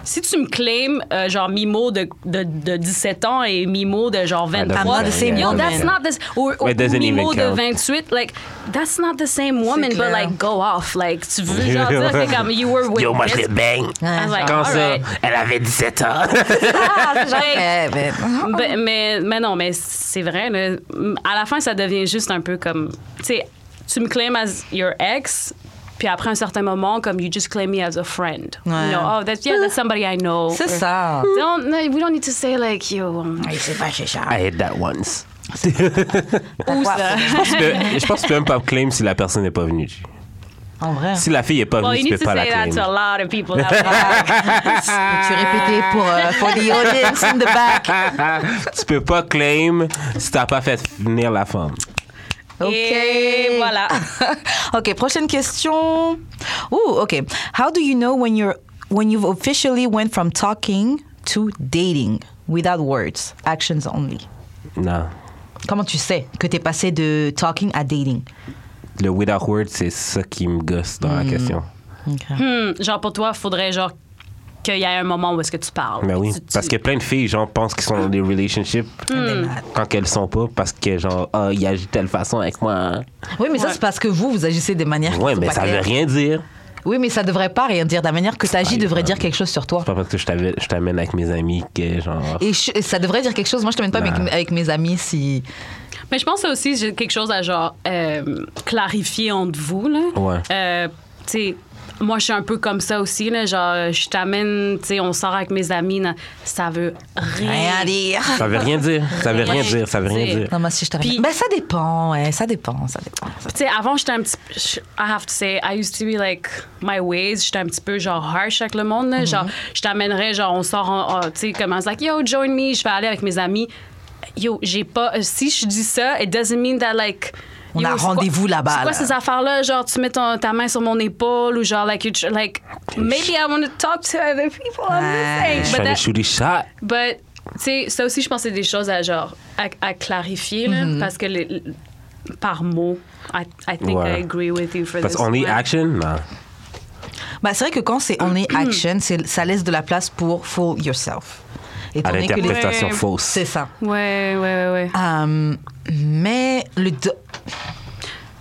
S3: si tu me claims euh, genre Mimo de, de, de 17 ans et Mimo Ben, de genre
S1: Ah, that's
S3: 23,
S2: not the same
S3: yo,
S2: woman.
S3: that's not the Ou, ou
S1: It doesn't
S3: Mimo
S1: even
S3: de
S1: count.
S3: 28, like, that's not the same woman, but
S2: clair.
S3: like, go off. Like, tu veux genre dire que comme you were with
S1: Yo, moi, je
S3: this-
S1: les bang.
S2: Ouais,
S3: I was like,
S1: Quand
S3: all
S1: ça,
S3: right.
S1: elle avait 17 ans.
S2: Ah, c'est genre,
S3: Like-
S2: eh, ben,
S3: Ben, mais, mais non, mais c'est vrai. là. À la fin, ça devient juste un peu comme. Tu sais, tu me claims as your ex, puis après un certain moment, comme you just claim me as a friend.
S2: Ouais.
S3: You know, oh, that's, yeah, that's somebody I know.
S2: C'est ça.
S3: Don't, no, we don't need to say like you. um,
S2: Ouais, c'est pas chez Charles.
S1: I hate that once.
S2: Ou ça.
S1: Je peux- je pense que tu peux même pas claim si la personne n'est pas venue. tu-
S2: En vrai.
S1: Si la fille est pas
S3: Well,
S1: venue,
S3: you
S1: tu peux
S3: need to
S1: pas la
S3: say that
S1: claim.
S3: to a lot of people. out there.
S2: Tu répétais pour euh, for the audience in the back.
S1: tu peux pas claim si t'as pas fait venir la femme.
S2: Ok.
S3: Et voilà.
S2: ok, prochaine question. Ouh, ok. How do you know when you're when you've officially went from talking to dating without words, actions only?
S1: Non.
S2: Comment tu sais que t'es passé de talking à dating?
S1: Le without word, c'est ça qui me gosse dans la question.
S3: Hmm, genre, pour toi, faudrait genre qu'il y ait un moment où est-ce que tu parles.
S1: Mais Ben oui,
S3: Tu- tu-
S1: parce que plein de filles, genre, pensent qu'ils sont dans des relationships
S2: Hmm.
S1: quand qu'elles sont pas, parce que, genre, ah, il agit de telle façon avec moi. hein.
S2: Oui, mais ça,
S3: Ouais.
S2: c'est parce que vous, vous agissez des manières. qui
S1: Ouais,
S2: sont
S1: mais
S2: pas
S1: ça veut
S2: claires.
S1: rien dire.
S2: Oui, mais ça devrait pas rien dire. La manière que tu agis
S1: pas
S2: devrait
S1: grave.
S2: dire quelque chose sur toi.
S1: C'est pas parce que je t'avais- je t'amène avec mes amis que, genre.
S2: Et je- et ça devrait dire quelque chose. Moi, je te mène pas
S1: Non.
S2: avec, avec mes amis si.
S3: Mais je pense que ça aussi, j'ai quelque chose à genre euh, clarifier entre vous. Là.
S1: Ouais.
S3: Euh, tu sais, moi, je suis un peu comme ça aussi. Là, genre, je t'amène, tu sais, on sort avec mes amis. là, ça veut rien,
S2: Rien dire.
S1: Ça veut rien dire. Ça veut rien
S3: Ouais.
S1: dire. Ça veut rien
S3: C'est-
S1: dire.
S2: Non, moi, si je t'arrête.
S3: Puis-
S2: Ben, ça dépend, ouais, ça dépend, ça dépend.
S3: Tu sais, avant, j'étais un petit je- I have to say, I used to be like my ways. J'étais un petit peu genre harsh avec le monde.
S2: Mm-hmm.
S3: là. Genre, je t'amènerais, genre, on sort, en- en- tu sais, comme on se like, yo, join me, je vais aller avec mes amis. Yo, j'ai pas. euh, Si je dis ça, it doesn't mean that, like.
S2: On
S3: yo,
S2: a
S3: c'est quoi-
S2: rendez-vous là-bas,
S3: C'est quoi
S2: là.
S3: ces affaires-là? Genre, tu mets ton- ta main sur mon épaule ou genre, like, you tr- like maybe I want to talk to other people. I'm
S2: Ouais.
S3: just saying. But
S1: Trying to
S3: that-
S1: shoot a shot.
S3: But, tu sais, ça aussi, je pense que c'est des choses à, genre, à, à clarifier, là, parce que les- les- par mot, I, I think
S1: Ouais.
S3: I agree with you for
S1: Parce
S3: this.
S1: qu'on est
S3: Ouais.
S1: action, non.
S2: Bah, c'est vrai que quand c'est only action, c'est- ça laisse de la place pour fool yourself. Et
S1: À l'interprétation
S3: Ouais.
S1: fausse.
S2: C'est ça.
S3: Ouais, ouais, ouais, ouais.
S2: Euh, mais le. do-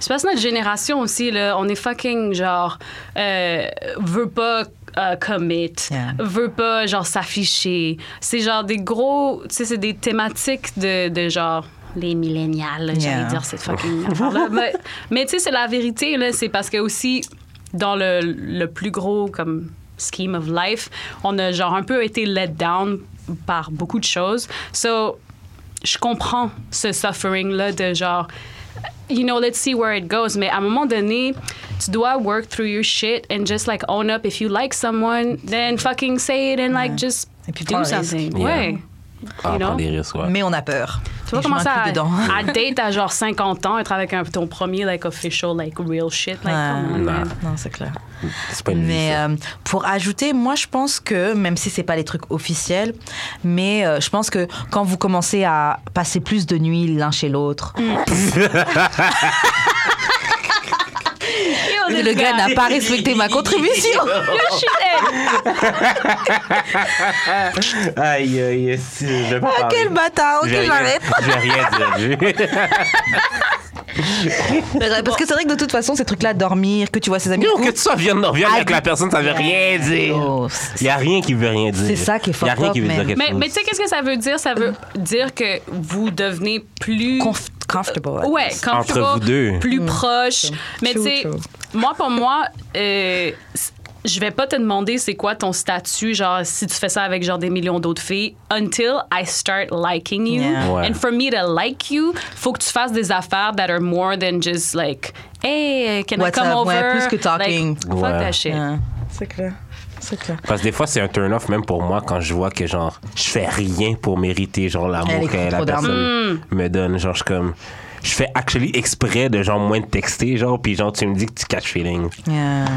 S3: C'est parce que notre génération aussi, là, on est fucking, genre, euh, veut pas euh, commit,
S2: Yeah.
S3: veut pas, genre, s'afficher. C'est genre des gros, tu sais, c'est des thématiques de, de genre les millénials,
S2: Yeah.
S3: j'allais dire cette
S2: Oh.
S3: fucking affaire-là. Mais, mais tu sais, c'est la vérité, là, c'est parce que aussi, dans le, le plus gros, comme, scheme of life, on a, genre, un peu été let down par beaucoup de choses. So, je comprends ce suffering-là de genre, you know, let's see where it goes. Mais à un moment donné, tu dois work through your shit and just like own up. If you like someone, then fucking say it and like just
S2: Et puis prends
S3: do
S2: le risque.
S3: something.
S1: Yeah.
S3: Ouais.
S1: Ah,
S3: You know?
S1: prends des risques, ouais.
S2: Mais on a peur.
S3: Tu vas
S2: Et je
S3: commencer à,
S2: m'inclus dedans.
S3: à date à genre 50 ans, être avec un, ton premier like official like real shit. Like,
S2: Ouais.
S3: come on,
S1: Non.
S3: man.
S2: Non, c'est clair.
S1: C'est pas une vie.
S2: Mais
S1: ça.
S2: euh, pour ajouter, moi je pense que, même si c'est pas les trucs officiels, mais euh, je pense que quand vous commencez à passer plus de
S1: Mm.
S2: nuits l'un chez l'autre,
S3: Yo,
S2: Et le gars n'a pas respecté ma contribution.
S3: Je suis là.
S1: Aïe, aïe, si, je vais pas
S2: Ah,
S1: parler.
S2: quel bâtard, ok,
S1: Je vais rien-
S2: j'arrête.
S1: Je vais rien dire. je-
S2: Parce que c'est vrai que de toute façon, ces trucs-là, dormir, que tu vois ses amis.
S1: Non,
S2: coucou,
S1: Oh, que tu sois viande non viande avec la personne, ça veut rien dire.
S2: Ah, ben, oh,
S1: Il n'y a rien qui veut rien dire.
S2: C'est ça qui est
S1: Il n'y a rien
S2: fucked
S1: qui
S2: up,
S1: veut dire
S2: man.
S1: quelque
S3: Mais,
S1: chose.
S3: mais tu sais, qu'est-ce que ça veut dire? Ça veut dire que vous devenez plus.
S2: conf- comfortable.
S3: Ouais, comfortable,
S1: Entre vous deux.
S3: Plus proche. Mais tu
S2: Mm. True,
S3: sais,
S2: true.
S3: moi, pour moi, euh, c- je vais pas te demander c'est quoi ton statut, genre si tu fais ça avec genre des millions d'autres filles, until I start liking you.
S2: Yeah.
S1: Ouais.
S3: And for me to like you, faut que tu fasses des affaires that are more than just like, hey, can
S2: What's
S3: I come
S2: up?
S3: over?
S2: Ouais, plus que talking.
S3: Like, fuck
S1: Ouais.
S3: that shit.
S2: Ouais. C'est clair. C'est clair.
S1: Parce que des fois, c'est un turn-off même pour moi quand je vois que genre, je fais rien pour mériter genre
S2: Elle
S1: l'amour
S2: écrit
S1: que la
S2: trop d'amour.
S1: personne
S3: Mm.
S1: me donne. Genre, je suis comme. Je fais actually exprès de genre moins de texter, genre, puis genre, tu me dis que tu catch feeling.
S2: Yeah.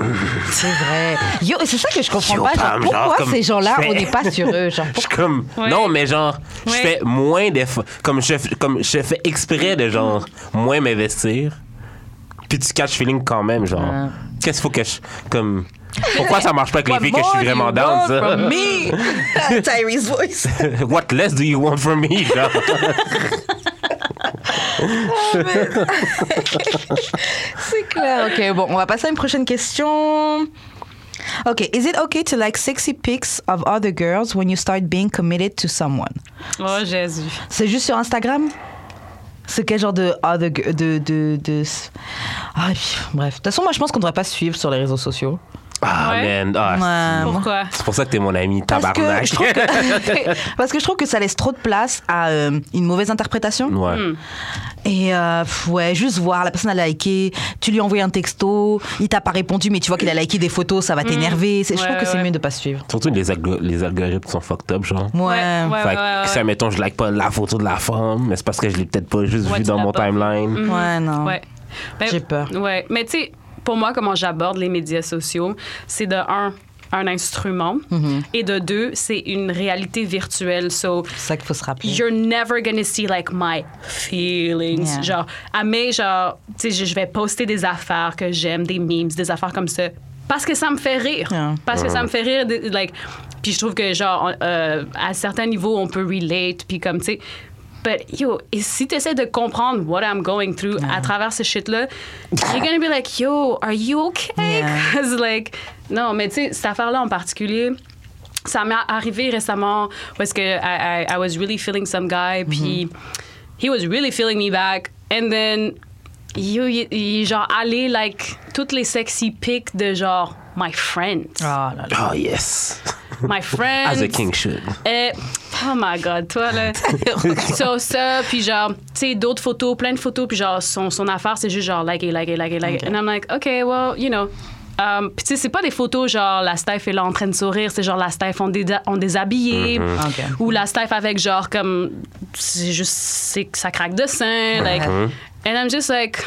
S2: Euh, C'est vrai. Yo, et c'est ça que je comprends
S1: Yo,
S2: pas. Genre,
S1: Pam, genre,
S2: pourquoi
S1: comme
S2: ces gens-là,
S1: je fais-
S2: on n'est pas sur eux? Genre,
S1: Je suis comme. Non, mais genre, je
S3: Ouais.
S1: fais moins d'efforts. Comme je, comme je fais exprès de genre, moins m'investir. Puis tu catch feeling quand même, genre.
S3: Ah.
S2: Ouais.
S1: Qu'est-ce qu'il faut que je. Comme. Pourquoi ça marche pas avec les filles que je suis vraiment down,
S2: dans
S1: ça?
S2: me? Tyrese voice.
S1: What less do you want from me, genre?
S2: C'est clair. Ok, bon, on va passer à une prochaine question. Ok, is it okay to like sexy pics of other girls when you start being committed to someone?
S3: Oh Jésus.
S2: C'est juste sur Instagram? C'est quel genre de other gu- de de de ah, pff, bref. De toute façon, moi, je pense qu'on devrait pas se suivre sur les réseaux sociaux.
S1: Ah,
S3: Ouais.
S1: man. Ah,
S2: Ouais, moi-
S3: Pourquoi?
S1: C'est pour ça que t'es mon ami,
S2: Parce que
S1: tabarnak.
S2: je trouve que- parce que je trouve que ça laisse trop de place à euh, une mauvaise interprétation.
S1: ouais.
S3: Hmm.
S2: Et euh, pff, ouais, juste voir, la personne a liké, tu lui envoies un texto, il t'a pas répondu, mais tu vois qu'il a liké des photos, ça va t'énerver. C'est- Je
S3: Mm. Ouais,
S2: trouve que c'est
S3: ouais.
S2: mieux de pas suivre.
S1: Surtout les, algo- les algorithmes sont fucked up, genre.
S2: Ouais.
S3: Ouais, ouais,
S1: fait
S3: ouais,
S1: que
S3: ouais,
S1: si, admettons, je like pas la photo de la femme, mais c'est parce que je l'ai peut-être pas juste
S3: Ouais,
S1: vu
S3: tu
S1: dans
S3: l'as
S1: mon
S3: pas.
S1: timeline.
S3: Mhm.
S2: Ouais, non.
S3: Ouais. Ben,
S2: J'ai peur.
S3: Ouais. Mais tu sais, pour moi, comment j'aborde les médias sociaux, c'est de un, un instrument,
S2: Mhm.
S3: et de deux, c'est une réalité virtuelle. So,
S2: C'est ça qu'il faut se rappeler.
S3: you're never gonna see like my feelings.
S2: Yeah.
S3: Genre, à mes, genre, tu sais, je- je vais poster des affaires que j'aime, des memes, des affaires comme ça, parce que ça me fait rire.
S2: Yeah.
S3: Parce que ça me fait rire, de- like, puis je trouve que, genre, on- euh, à certains niveaux, on peut relate, puis comme, tu sais, but yo, et si tu essaies de comprendre what I'm going through à travers ce shit-là, you're gonna be like, yo, are you okay?
S2: Yeah.
S3: 'Cause, like, non, mais tu sais, cette affaire-là en particulier, ça m'est arrivé récemment parce que I, I, I was really feeling some
S1: Mm-hmm.
S3: guy, puis he was really feeling me back. And then, yo, il- il est genre allé, like, toutes les sexy pics de genre, my friends.
S2: Ah là là.
S1: Oh, yes.
S3: My friends.
S1: As a king should.
S3: Euh, oh my God, toi là. so, ça, puis genre, tu sais, d'autres photos, plein de photos, puis genre, son, son affaire, c'est juste genre, like, it, like, it, like, it, like. it. And I'm like, OK, well, you know. Um, puis tu sais, c'est pas des photos genre la Steph est là en train de sourire, c'est genre la Steph en, déda- en déshabillé,
S2: OK.
S3: ou la Steph avec genre comme, c'est juste, c'est que ça craque de sein. Like, and I'm just like,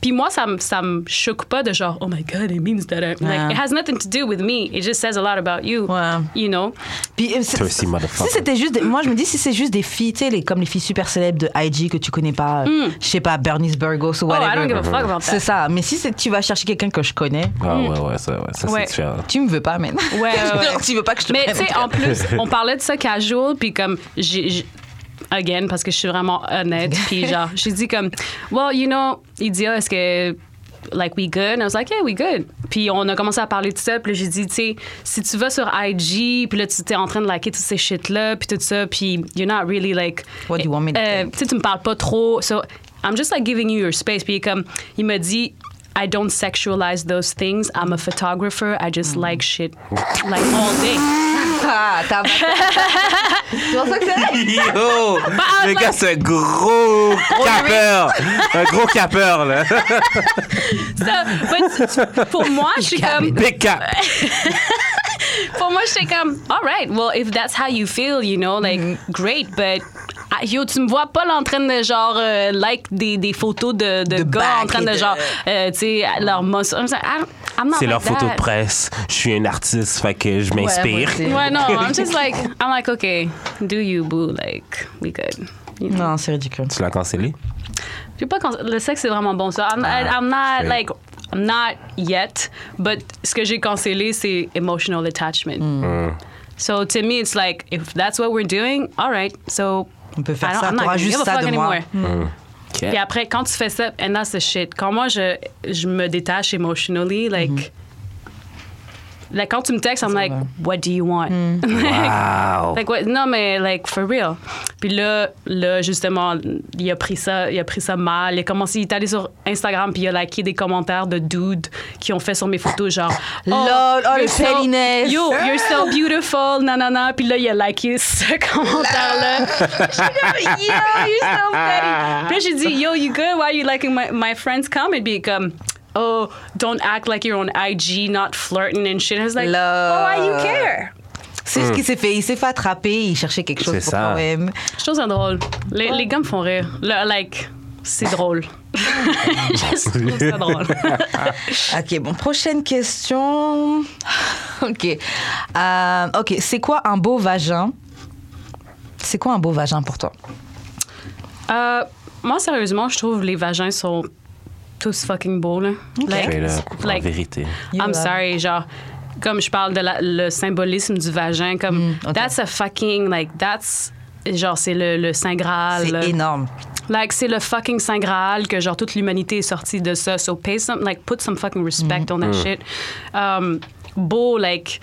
S3: puis moi, ça me ça me choque pas de genre, oh my God, it means that I'm. Like,
S2: Ouais.
S3: it has nothing to do with me, it just says a lot about you.
S2: Ah. Ouais.
S3: You know?
S2: Puis, euh, c'est-
S1: Thirsty
S2: si
S1: motherfucker.
S2: c'était juste, des- moi je me dis si c'est juste des filles, tu sais, les- comme les filles super célèbres de IG que tu connais pas, euh, je sais pas, Bernice Burgos ou
S3: Mm. Oh,
S2: whatever.
S3: I don't give a fuck about
S2: c'est
S3: that.
S2: ça. Mais si c'est- tu vas chercher quelqu'un que je connais,
S1: Ah, ouais, ouais, ça, ouais. Ça,
S3: Ouais.
S1: c'est différent.
S2: tu me veux pas, man.
S3: Ouais, ouais, ouais.
S2: tu veux pas que je te
S3: Mais
S2: prenne,
S3: tu sais,
S2: en
S3: en
S2: tout
S3: plus, on parlait de ça casual, puis comme, j'ai. j'ai- Again, parce que je suis vraiment honnête, puis genre, j'ai dit comme, well, you know, il dit, ah, est-ce que, like, we good? And I was like, yeah, we good. Puis on a commencé à parler de ça, puis là, j'ai dit, tu sais, si tu vas sur IG, puis là, tu t'es en train de liker toutes ces shit-là, puis tout ça, puis you're not really, like,
S2: What do you want me to
S3: euh,
S2: think?
S3: tu sais, tu me parles pas trop. So, I'm just like giving you your space. Puis comme, il m'a dit, I don't sexualize those things. I'm a photographer. I
S2: Mm.
S3: just like shit. Like all day.
S2: Ah, t'as C'est pour ça que c'est vrai.
S1: Yo!
S3: ah,
S1: Le
S3: bah-
S1: gars, c'est un gros capeur! Un gros capeur, là!
S3: So, but pour moi, je suis comme,
S1: Big cap!
S3: pour moi, je suis comme, all right, well, if that's how you feel, you know, like, great, but. ah, Yo, tu me vois pas là en train de genre euh, like des, des photos de, de,
S2: De
S3: gars en
S2: bac
S3: train
S2: et
S3: de,
S2: de-
S3: genre, euh, tu sais, leur muscle. I'm, like, I don't- I'm not
S1: C'est
S3: like
S1: leur photo de
S3: that.
S1: presse. Je suis un artiste, fait que je m'inspire.
S2: Ouais, moi
S3: Ouais, non, I'm just like, I'm like, okay, do you, boo, like, we good. You know?
S2: Non, c'est ridicule.
S1: tu l'as cancellé?
S2: Ah,
S3: Je sais pas quand, le sexe, c'est vraiment bon, ça. I'm, I- I'm not,
S1: shit.
S3: like, I'm not yet, but ce que j'ai cancellé, c'est emotional attachment.
S2: Mm.
S3: So to me, it's like, if that's what we're doing, all right, so.
S2: On peut faire
S3: I don't-
S2: ça,
S3: I'm not
S2: t'auras
S3: gonna
S2: juste
S3: give a
S2: ça
S3: fuck
S2: de moi. Mm.
S3: anymore.
S1: OK.
S3: Puis après, quand tu fais ça, and that's the shit. Quand moi, je, je me détache emotionally, like...
S2: Mm-hmm.
S3: Like, quand tu me textes, I'm like, what do you want?
S2: Mm.
S1: Wow.
S3: Like, what- non, mais, like, for real. Puis là, là, justement, il a pris ça, il a pris ça mal. Il a commencé, il est allé sur Instagram, puis il a liké des commentaires de dudes qui ont fait sur mes photos, genre,
S2: Lol, oh, le
S3: you're so-
S2: pettiness.
S3: Yo, you're so beautiful, nanana. Puis là, il a liké ce commentaire-là. J'étais comme, yo, you're
S1: Ah,
S3: so petty. Puis là, j'ai dit, yo, you good? Why are you liking my, my friend's comment? Puis il est comme, oh, don't act like you're on IG, not flirting and shit. I was like,
S2: Lol.
S3: oh, why you care? Hmm.
S2: C'est ce qu'il s'est fait. Il s'est fait attraper. Il cherchait quelque chose
S1: C'est
S2: pour
S1: ça.
S2: quand même.
S3: Je trouve ça drôle. Les, les gars me font rire. Le- like, c'est drôle. je trouve ça drôle.
S2: Ok, bon, prochaine question. ok. Euh, ok, c'est quoi un beau vagin C'est quoi un beau vagin pour toi
S3: Euh, moi, sérieusement, je trouve les vagins sont tous fucking beaux, là.
S1: Straight up, en
S3: like,
S1: vérité.
S2: You
S3: I'm
S2: love.
S3: sorry, genre, comme je parle de la- le symbolisme du vagin, comme,
S2: Mm, ok.
S3: that's a fucking, like, that's, genre, c'est le, le Saint Graal.
S2: C'est énorme.
S3: Like, c'est le fucking Saint Graal que, genre, toute l'humanité est sortie de ça. So, pay some, like, put some fucking respect on that shit. Um, beau, like,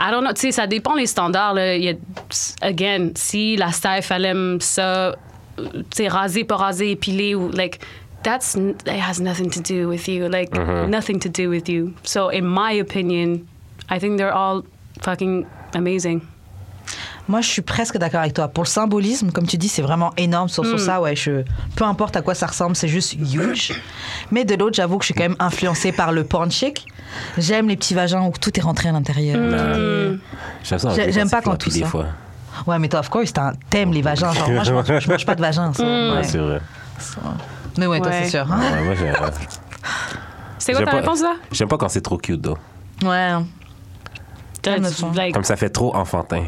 S3: I don't know, tu sais, ça dépend les standards, là. Il y a- again, si la staff, elle aime ça, euh, tu sais, rasé, pas rasé, épilé, ou, like, that's, n- it has nothing to do with you. Like, nothing to do with you. So, in my opinion, I think they're all fucking amazing.
S2: Moi, je suis presque d'accord avec toi. Pour le symbolisme, comme tu dis, c'est vraiment énorme sur,
S3: Mm.
S2: sur ça. Ouais, je, peu importe à quoi ça ressemble, c'est juste huge. Mais de l'autre, j'avoue que je suis quand même influencée par le porn chic. J'aime les petits vagins où tout est rentré à l'intérieur.
S3: Mm.
S1: J'aime ça un
S2: J'ai-
S1: peu
S2: j'aime
S1: c'est
S2: pas quand
S1: floppy
S2: tout
S1: des
S2: ça.
S1: fois.
S2: Ouais, mais toi, of course, t'as un- t'aimes les vagins. Genre, moi, je mange, je mange pas de vagin. ça.
S1: Ouais,
S2: Ouais.
S1: c'est vrai.
S2: Mais ouais, toi,
S3: Mm. Ouais.
S2: c'est sûr. hein.
S1: Ouais, moi, j'aime-
S3: C'est quoi
S1: j'aime
S3: ta
S1: pas-
S3: réponse, là?
S1: J'aime pas quand c'est trop cute, though.
S2: Ouais. hein. Quelle
S3: T'as-
S2: notion?
S3: like,
S1: Comme ça fait trop enfantin,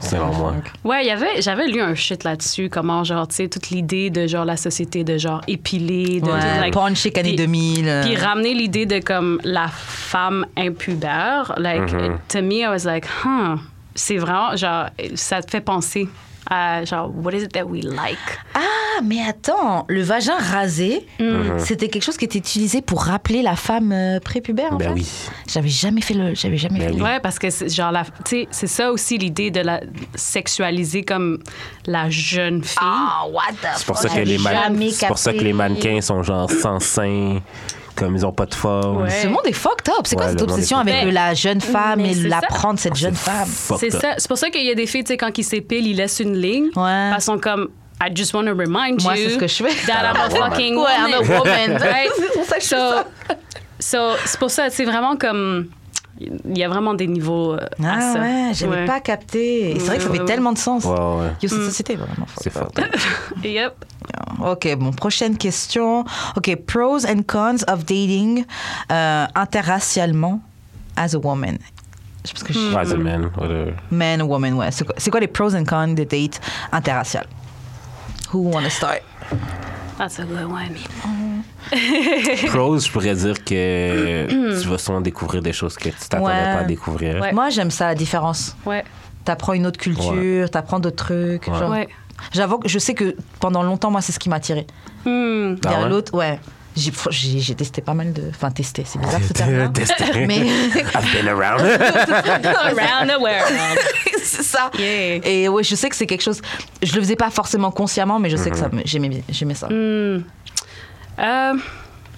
S1: selon moi.
S3: Ouais, il y avait, j'avais lu un shit là-dessus, comment, genre, tu sais, toute l'idée de, genre, la société de, genre, épiler, de...
S2: Ouais,
S3: de, like,
S2: porn chic années
S3: puis-
S2: 2000. euh.
S3: Puis ramener l'idée de, comme, la femme impubère, like, to me, I was like, huh, c'est vraiment, genre, ça te fait penser à, genre, what is it that we like?
S2: Ah, mais attends, le vagin rasé,
S3: Mm.
S2: c'était quelque chose qui était utilisé pour rappeler la femme euh, prépubère, en
S1: Ben
S2: fait.
S1: oui.
S2: J'avais jamais fait le. J'avais jamais
S1: Ben
S2: fait
S1: Oui.
S3: Ouais, parce que, c'est, genre, la, tu sais, c'est ça aussi l'idée de la sexualiser comme la jeune fille.
S2: Ah, what the
S1: C'est pour, ça que les man- c'est pour ça que les mannequins sont genre sans seins, comme ils ont pas de forme.
S3: Ouais.
S2: Ce monde est fucked up. C'est quoi
S1: Ouais,
S2: cette
S1: le monde est
S2: obsession
S1: fucked
S2: avec
S3: up.
S2: le- la jeune femme
S3: Mais
S2: et
S3: c'est
S2: la
S3: ça.
S2: prendre, cette jeune femme
S3: C'est
S1: Fucked up.
S3: ça. C'est pour ça qu'il y a des filles, tu sais, quand ils s'épilent, ils laissent une ligne.
S2: Ouais.
S3: Parce qu'ils sont comme, I just want to remind
S2: Moi,
S3: you.
S2: c'est ce que je fais.
S3: That I'm a fucking
S2: Ouais, I'm a woman.
S3: Right?
S2: C'est pour ça que je fais ça.
S3: so, c'est pour ça, c'est vraiment comme. Il y a vraiment des niveaux euh, à
S2: Ah
S3: ça.
S2: ouais, j'avais
S3: Ouais.
S2: pas capté. Et C'est vrai que ça
S3: Ouais,
S2: fait
S3: ouais, Mm.
S2: tellement de sens.
S1: Ouais, ouais.
S2: Yo, cette société est vraiment fucked
S1: C'est
S2: up.
S1: fucked up.
S3: Yep.
S2: Ok, bon, prochaine question. Ok, pros and cons of dating euh, interracialement as a woman. Je pense que je
S3: Hmm.
S1: As a man, whatever.
S2: Man ou woman, ouais. C'est quoi, c'est quoi les pros and cons des dates interraciales? Who wanna start?
S3: That's a good one.
S1: Pros, je pourrais dire que tu vas souvent découvrir des choses que tu t'attendais
S2: Ouais.
S1: pas à découvrir.
S3: Hmm. Ouais.
S2: Moi, j'aime ça, la différence.
S3: Ouais.
S2: T'apprends une autre culture, t'apprends d'autres trucs. genre.
S3: Ouais.
S2: J'avoue que je sais que pendant longtemps, moi, c'est ce qui m'a attiré.
S3: Hmm.
S1: Ah
S2: Vers
S1: ouais?
S2: l'autre, ouais. J'ai, pff, j'ai, j'ai testé pas mal de. Enfin, testé, c'est bizarre ce terme-là.
S1: Destin.
S2: Mais.
S1: I've been around.
S3: Around the world.
S2: c'est ça.
S3: Yeah.
S2: Et ouais, je sais que c'est quelque chose. Je le faisais pas forcément consciemment, mais je sais que
S1: Mhm.
S2: ça, me- j'aimais, bien- j'aimais ça.
S3: Hmm. Euh,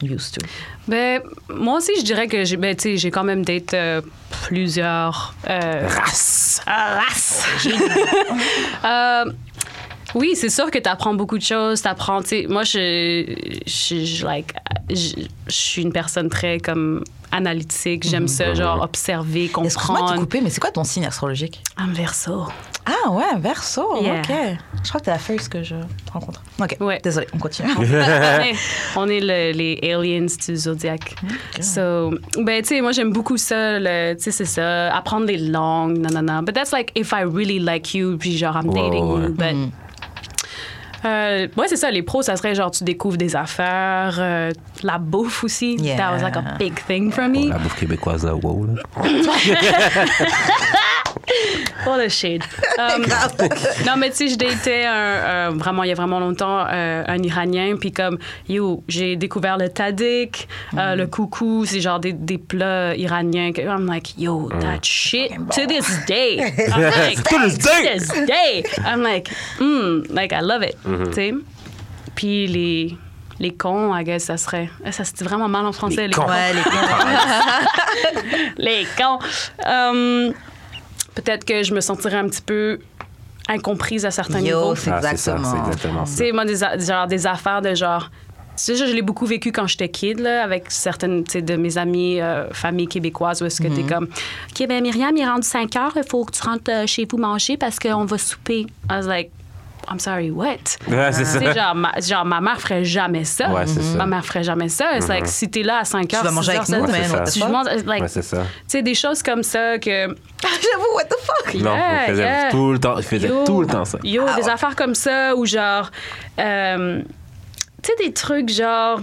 S2: Used to.
S3: ben, moi aussi, je dirais que j'ai ben, tu sais, j'ai quand même date euh, plusieurs. euh,
S1: Race.
S3: Ah, race! Euh, oui, c'est sûr que tu apprends beaucoup de choses. T'apprends, tu sais, moi, je, je, je, like, je, je suis une personne très comme analytique. J'aime ça, genre observer,
S2: Excuse-moi de te
S3: comprendre.
S2: couper, mais c'est quoi ton signe astrologique?
S3: Un verso.
S2: Ah ouais, verso,
S3: Yeah.
S2: ok. Je crois que t'es la first que je rencontre. Ok,
S3: Ouais.
S2: désolé, on continue.
S3: on est le- les aliens du zodiaque. So, ben, tu sais, moi, j'aime beaucoup ça. le- Tu sais, c'est ça. Apprendre les langues, nanana. But that's like if I really like you, puis genre, I'm
S1: Ouais,
S3: dating
S1: ouais, ouais.
S3: you. But, Euh, ouais, c'est ça. Les pros, ça serait genre, tu découvres des affaires, euh, la bouffe aussi.
S2: Yeah.
S3: That was like a big thing for me.
S1: La bouffe québécoise, là, wow. Là.
S3: Pour le shade. Um, non, mais tu sais, je datais un, euh, vraiment, il y a vraiment longtemps, euh, un Iranien. Puis comme, yo, j'ai découvert le tadik,
S1: Mm.
S3: euh, le coucou, c'est genre des, des plats iraniens. que- I'm like, yo, that shit to this day. I'm like,
S1: Mm. To this day.
S3: To this day. I'm like, mm, like, I love it.
S1: Mm-hmm.
S3: Tu sais. Puis les, les cons, I guess, ça serait. Ça, c'était vraiment mal en français, les, cons.
S2: Ouais, les cons.
S3: Ah, Les cons. Hum, Peut-être que je me sentirais un petit peu incomprise à certains niveaux.
S2: Yo,
S3: Tu
S2: c'est
S1: Ah, c'est ça, c'est
S2: exactement.
S1: exactement ça.
S3: sais, moi, des, a- genre, des affaires de genre. Tu sais, je l'ai beaucoup vécu quand j'étais kid, là, avec certaines tu sais, de mes amies, euh, familles québécoises, où est-ce que
S2: Mhm.
S3: t'es comme, OK, ben Myriam, il est rendu 5 heures, il faut que tu rentres euh, chez vous manger parce qu'on va souper. I was like, I'm sorry, what?
S1: Ouais, c'est ça.
S3: Tu sais, genre, ma, genre, ma mère ferait jamais ça.
S1: Ouais, c'est ça.
S3: Ma mère ferait jamais ça. C'est like, si t'es là à 5 heures,
S2: Mhm. vas manger
S3: six
S2: avec
S3: heures,
S2: nous,
S3: sept
S1: man,
S3: heures,
S1: what the
S3: tu
S2: fuck?
S3: manges, like,
S1: Ouais, c'est ça.
S3: tu sais, des choses comme ça que.
S2: J'avoue, what the fuck
S1: Non,
S3: Yeah,
S1: il faisait
S3: yeah.
S1: tout le temps, il faisait
S3: Yo,
S1: tout le temps ça. Ah,
S3: Yo, des affaires comme ça ou genre. euh, tu sais, des trucs genre.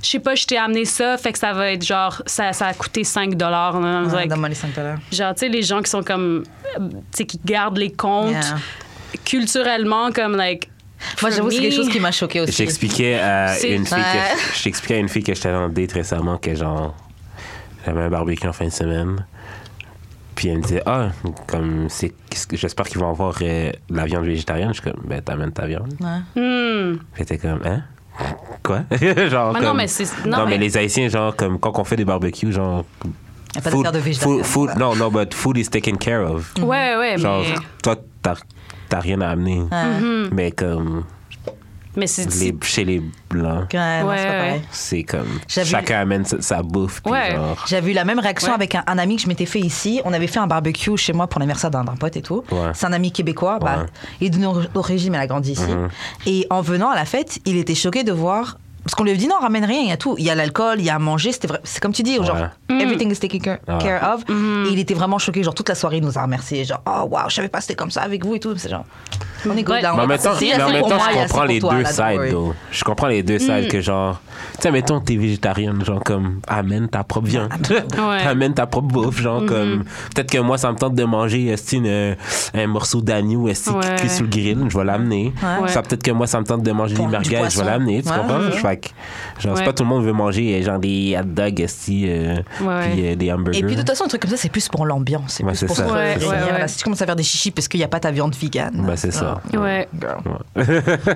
S3: Je sais pas, je t'ai amené ça, fait que ça va être genre. Ça, ça a coûté 5 dollars. là.
S2: Ouais,
S3: Like,
S2: Donne-moi les 5 dollars.
S3: Genre, tu sais, les gens qui sont comme. euh, Tu sais, qui gardent les comptes
S2: Yeah.
S3: culturellement, comme, like.
S2: Moi,
S3: for
S2: j'avoue, c'est quelque
S3: me,
S2: chose qui m'a choqué aussi.
S1: J'expliquais à
S3: C'est-
S1: une fille
S2: Ouais.
S1: que j'expliquais à une fille que j'étais allé en date récemment que genre j'avais un barbecue en fin de semaine. Puis elle me disait "Ah, comme c'est qu'est-ce que- j'espère qu'ils vont avoir euh, de la viande végétarienne." Je suis comme "Ben t'amènes ta viande."
S2: Ouais.
S3: Hmm.
S1: J'étais comme "Hein Quoi Genre
S3: Mais non,
S1: comme-
S3: mais c'est-
S1: Non,
S3: non,
S1: mais
S3: mais-
S1: les haïtiens genre comme quand on fait des barbecues genre
S2: Y a pas d'affaire de végétarien,
S1: food, food, non, non, but food is taken care of.
S3: Ouais, ouais,
S1: Genre,
S3: mais.
S1: toi, t'as, t'as rien à amener.
S3: Mhm.
S1: Mais comme,
S3: Mais c'est.
S1: les, chez les Blancs,
S2: Ouais, non,
S3: Ouais,
S2: c'est pas
S3: ouais.
S2: pareil.
S1: c'est comme,
S2: J'avais-
S1: chacun amène sa, sa bouffe. puis
S3: Ouais.
S1: genre,
S2: J'avais eu la même réaction
S3: Ouais.
S2: avec un, un ami que je m'étais fait ici. On avait fait un barbecue chez moi pour l'anniversaire d'un d'un pote et tout.
S1: Ouais.
S2: C'est un ami québécois. Bah,
S1: Ouais. Mhm.
S2: Il est de nos- au régime, il a grandi ici. Et en venant à la fête, il était choqué de voir. Parce qu'on lui avait dit non, ramène rien, il y a tout. Il y a l'alcool, il y a à manger. C'était vrai. C'est comme tu dis, genre, everything is taken care,
S1: Ouais.
S2: care of. Et il était vraiment choqué. Genre, toute la soirée, il nous a remerciés. Genre, oh waouh, je savais pas c'était comme ça avec vous et tout. C'est genre, on est good
S3: Ouais.
S2: là, on
S1: mais en
S2: va
S1: même temps,
S2: partir. Il y a
S1: mais en
S2: assez
S1: même
S2: pour
S1: temps
S2: moi, il y
S1: je
S2: a assez
S1: comprends
S2: pour
S1: les
S2: toi,
S1: deux
S2: là, don't worry.
S1: sides, though. Je comprends les deux
S3: Mm.
S1: sides que genre, tu sais, mettons, t'es végétarienne, genre comme, amène ta propre viande.
S3: Ouais. Mm-hmm.
S1: amène ta propre bouffe, genre comme, peut-être que moi, ça me tente de manger, est un, un morceau d'agneau, est-ce
S3: Ouais.
S1: cuit sur le grill, je vais l'amener.
S2: Ouais.
S1: Ça, peut-être que moi, ça me tente de manger des
S2: Pour du
S1: merguez, je
S2: poisson.
S1: vais l'amener, tu
S2: Ouais,
S1: comprends?
S2: ouais.
S1: Fait que, genre, c'est
S3: Ouais.
S1: pas tout le monde veut manger, euh, genre, des hot dogs, est-ce
S3: Ouais,
S1: puis euh, des hamburgers.
S2: Et puis de toute façon, un truc comme ça, c'est plus pour l'ambiance. C'est
S1: Ouais, c'est
S2: plus pour
S1: ça.
S2: se
S3: Ouais,
S2: réunir.
S3: ouais, ouais.
S2: Si tu commences à faire des chichis parce qu'il n'y a pas ta viande vegan. oh,
S1: Ben, c'est ça.
S3: Ouais,
S2: Girl,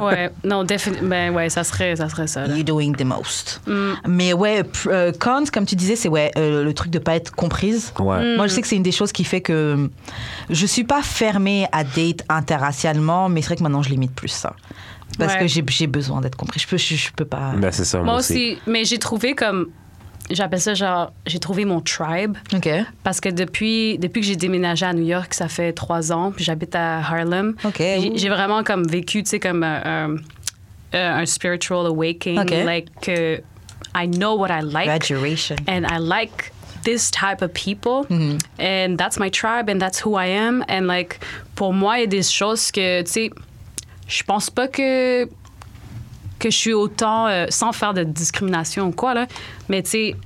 S3: ouais. Non, définitivement. Ben, ouais, ça serait ça. Serait ça là.
S2: you're doing the most.
S3: Mm.
S2: Mais ouais, p- euh, cons, comme tu disais, c'est ouais, euh, le truc de pas être comprise.
S3: Mm.
S1: Ouais.
S2: Moi, je sais que c'est une des choses qui fait que je suis pas fermée à date interracialement, mais c'est vrai que maintenant, je limite plus ça. Parce
S3: Ouais.
S2: que j'ai- j'ai besoin d'être comprise. Je peux, je, je peux pas.
S1: Ben, c'est ça,
S3: Ah. Moi aussi, mais j'ai trouvé comme. J'appelle ça genre. J'ai trouvé mon tribe.
S2: Ok.
S3: Parce que depuis, depuis que j'ai déménagé à New York, ça fait trois ans, puis j'habite à Harlem.
S2: Ok,
S3: J'ai-
S2: ouh.
S3: J'ai vraiment comme vécu, tu sais, comme un, un- un spiritual awakening.
S2: Ok.
S3: Like, que I know what I like.
S2: Graduation. Mm-hmm.
S3: And I like this type of people. And that's my tribe, and that's who I am. And like, pour moi, il y a des choses que, tu sais, je pense pas que que je suis autant, euh, sans faire de discrimination ou quoi, là, mais tu sais,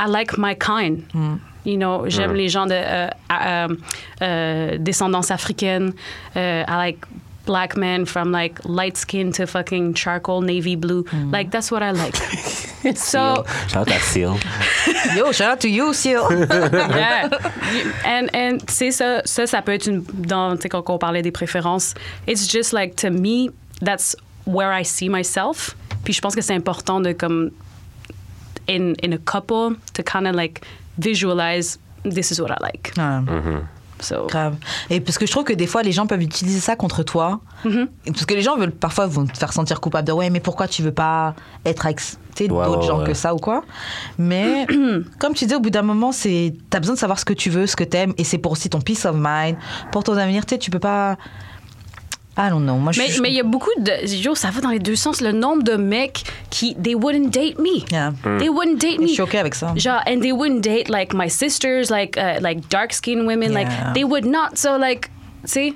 S3: I like my kind. You know, j'aime les gens de euh, à- euh, euh, descendance africaine. Euh, I like black men from like light skin to fucking charcoal navy blue. Like that's what I like. so
S1: Shout out à Seal.
S2: Yo, shout out to you, Seal.
S3: yeah. And and tu sais ça ça ça peut être une dans tu sais quand on parlait des préférences, it's just like to me that's where I see myself. Puis je pense que c'est important de comme in in a couple to kind of like visualize this is what I like.
S2: Ouais.
S3: So
S2: Grave. Et parce que je trouve que des fois, les gens peuvent utiliser ça contre toi. Et Parce que les gens veulent parfois vont te faire sentir coupable de ouais, mais pourquoi tu veux pas être avec tu sais,
S1: Ouais,
S2: d'autres
S1: ouais,
S2: gens
S1: ouais.
S2: que ça ou quoi. Mais comme tu dis, au bout d'un moment, c'est t'as besoin de savoir ce que tu veux, ce que t'aimes, et c'est pour aussi ton peace of mind, pour ton avenir. Tu sais, tu peux pas. Ah non non, moi je
S3: mais
S2: suis-
S3: mais il y a beaucoup de yo ça va dans les deux sens le nombre de mecs qui they wouldn't date me.
S2: Yeah.
S3: They wouldn't date
S2: je
S3: me.
S2: suis choquée avec ça.
S3: Genre, and they wouldn't date like my sisters, like uh, like dark skinned women,
S2: Yeah.
S3: like they would not. So like, see,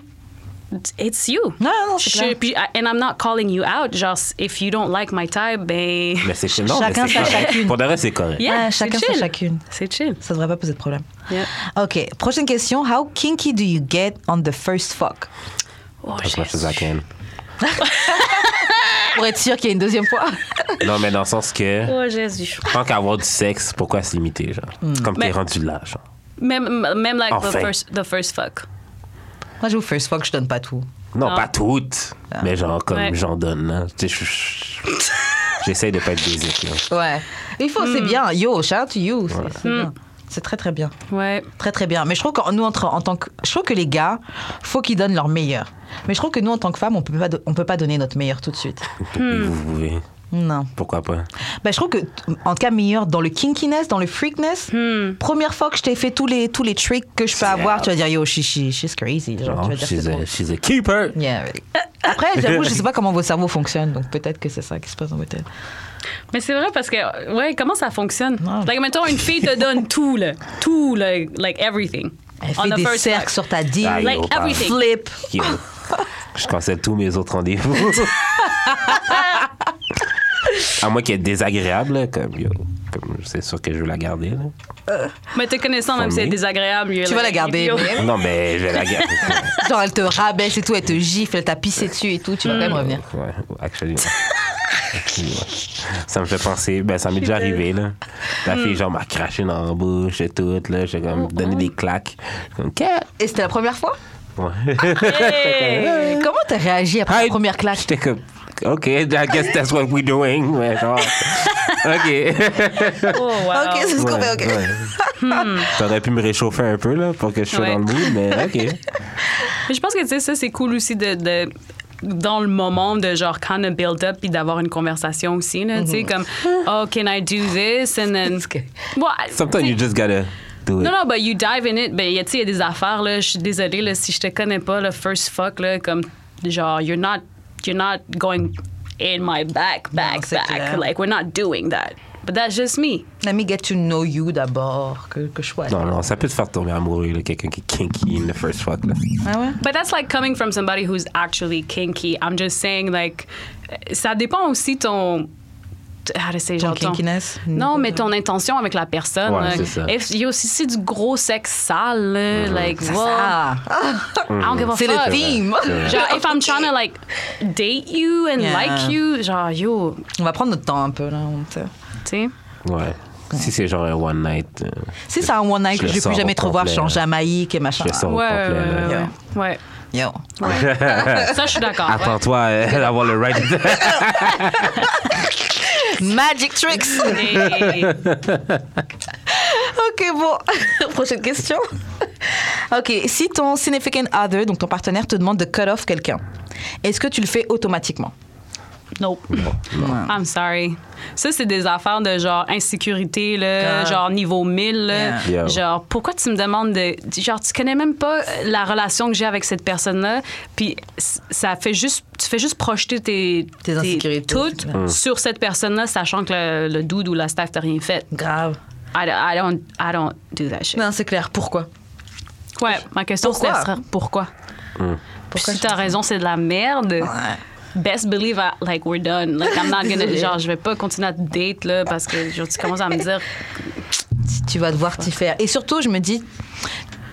S3: it's you.
S2: Non, non, c'est
S3: Je-
S2: clair.
S3: puis, I- and I'm not calling you out. Genre, if you don't like my type, ben.
S1: Mais c'est non,
S2: Chacun
S1: mais c'est
S2: sa
S1: correct.
S2: chacune.
S1: Pour de vrai, c'est correct.
S3: Yeah,
S2: Ouais,
S3: c'est
S2: Ah, chacun sa
S3: chill.
S2: chacune.
S3: C'est chill.
S2: Ça devrait pas poser de problème.
S3: Yeah.
S2: Ok, prochaine question. How kinky do you get on the first fuck
S3: Oh,
S1: As much as I can.
S2: Pour être sûr qu'il y a une deuxième fois.
S1: Non, mais dans le sens que,
S3: Oh, Jésus.
S1: tant qu'avoir du sexe, pourquoi se limiter, genre? Comme t'es
S3: Hmm. Mais-
S1: rendu là, genre.
S3: Même, même like the,
S1: Enfin.
S3: first, the first fuck.
S2: Moi, je au first fuck, je donne pas tout.
S1: Non,
S3: Non.
S1: pas toutes, mais genre, comme
S3: Ah. Ouais.
S1: j'en donne, là. Tu sais, je- je- J'essaie de pas être basique, là.
S2: Ouais. Il faut,
S3: Hmm.
S2: c'est bien. Yo, shout out to you. C'est c'est bien. C'est très très bien.
S3: Ouais.
S2: Très très bien. Mais je trouve que nous, entre- en tant que, je trouve que les gars, faut qu'ils donnent leur meilleur. Mais je trouve que nous, en tant que femmes, on peut pas, do- on peut pas donner notre meilleur tout de suite.
S3: Hmm.
S1: Vous pouvez.
S2: Non.
S1: Pourquoi pas?
S2: Bah, je trouve que, en tout cas, meilleur dans le kinkiness, dans le freakness.
S3: Hmm.
S2: Première fois que je t'ai fait tous les, tous les tricks que je peux avoir, tu vas dire yo, she, she, she's crazy. Genre,
S1: Non,
S2: tu vas dire, c'est
S1: she's a,
S2: drôle.
S1: she's a keeper.
S2: Yeah, really. Après, j'avoue, je sais pas comment votre cerveau fonctionne, donc peut-être que c'est ça qui se passe dans votre tête.
S3: Mais c'est vrai parce que, ouais, comment ça fonctionne?
S2: Non.
S3: Like, mettons, une fille te donne tout, là. Tout, là, like everything.
S2: Elle
S3: On
S2: fait
S3: the
S2: des
S3: first
S2: cercles
S3: fuck.
S2: sur ta dick,
S1: Ah,
S3: Like
S1: yo, pardon.
S3: everything.
S2: flip.
S1: Yo. euh, Je cancelle tous mes autres rendez-vous. à moins qu'elle est désagréable, là, comme, yo, comme c'est sûr que je veux la garder. Là.
S3: Mais te connaissant, même si c'est
S1: Formé.
S3: désagréable, you're
S2: Tu vas la
S3: like,
S2: garder.
S3: yo.
S2: mais-
S1: Non, mais je vais la garder.
S2: Genre, elle te rabaisse et tout, elle te gifle, elle t'a pissé dessus et tout, tu vas quand même revenir.
S1: Ouais, ouais, actually. ouais. Actually, ouais. Ça me fait penser, ben ça m'est déjà arrivé là. La fille genre m'a craché dans la bouche et tout là, j'ai comme donné des claques. J'étais Comme Qu'est-ce
S2: Et c'était la première fois
S3: Hey!
S2: Comment t'as réagi après la
S1: Hey.
S2: première claque
S1: Ah, J'étais comme OK, I guess that's what we're doing. Ouais, genre. OK.
S3: Oh, wow.
S2: Ok, c'est ce qu'on
S1: Ouais,
S2: fait, ok. Hmm.
S1: ouais. T'aurais pu me réchauffer un peu là pour que je sois
S3: Ouais.
S1: dans le mood, mais OK.
S3: Mais je pense que, tu sais, ça, c'est cool aussi de... de- dans le moment de genre kind of build up puis d'avoir une conversation aussi là tu sais
S2: Mhm.
S3: comme oh can I do this and then
S2: It's good.
S3: Well, I-
S1: Sometimes you just gotta do it.
S3: Non, non, but you dive in it. Ben, y a- tu sais, il y a des affaires, là. Je suis désolée, là, si je te connais pas, le first fuck, là, comme, genre, you're not, you're not going in my back,
S2: Non,
S3: back,
S2: c'est
S3: back.
S2: clair.
S3: Like, we're not doing that. But that's just me.
S2: Let me get to know you d'abord, que, que je sois.
S1: Non, non, ça peut te faire tomber amoureux, là, quelqu'un qui est kinky in the first fuck. Là.
S2: Ah ouais
S3: But that's like coming from somebody who's actually kinky. I'm just saying, like, euh, ça dépend aussi ton. t- How to say,
S2: Ton
S3: genre, ton-
S2: kinkiness. Hmm.
S3: Non, mais ton intention avec la personne.
S1: Ouais,
S3: là.
S1: c'est ça.
S3: If- Il y a aussi c'est du gros sexe sale, là, like, wow.
S2: Ah,
S3: I don't give a
S2: c'est le
S3: fuck.
S2: thème.
S3: Genre, if I'm trying to like date you and
S2: Yeah.
S3: like you, genre, yo,
S2: On va prendre notre temps un peu là. on- tu sais.
S3: tu sais.
S1: Ouais. Si c'est genre un one night. euh,
S2: Si c'est un one night,
S1: Je
S2: que
S1: le
S2: je vais
S1: sors
S2: plus
S1: au
S2: jamais te revoir, je suis en
S1: complet.
S2: Jamaïque et machin.
S1: Je le sors au
S3: Ouais,
S1: complet. là.
S3: ouais,
S2: là.
S3: ouais, ouais.
S2: Yo.
S3: Ça, je suis
S2: Ah,
S3: d'accord. ouais.
S1: Attends-toi à avoir le right.
S2: Magic tricks.
S3: Et-
S2: Ok, bon. Prochaine question. Ok, si ton significant other, donc ton partenaire, te demande de cut off quelqu'un, est-ce que tu le fais automatiquement
S3: Nope. I'm sorry. Ça, c'est des affaires de genre insécurité, là,
S2: God.
S3: genre niveau 1000. là.
S1: Yeah. Yo.
S3: Genre, pourquoi tu me demandes de. Genre, tu connais même pas la relation que j'ai avec cette personne-là. Puis, c- ça fait juste. Tu fais juste projeter tes.
S2: Tes insécurités,
S3: Toutes
S2: au
S1: Mm.
S3: sur cette personne-là, sachant que le, le dude ou la staff t'a rien fait.
S2: Grave.
S3: I, don't- I don't, I don't do that shit.
S2: Non, c'est clair. Pourquoi
S3: Ouais, ma question, c'est
S2: Pourquoi?
S3: pourquoi? Puis
S2: Pourquoi
S3: si
S2: je
S3: t'as
S2: fais ça?
S3: raison, c'est de la merde. Best believe, I- like, we're done. Like, I'm not gonna.
S2: Désolée.
S3: genre, je vais pas continuer à te date, là, parce que genre, tu commences à me dire.
S2: Tu- Tu vas devoir t'y faire. Et surtout, je me dis,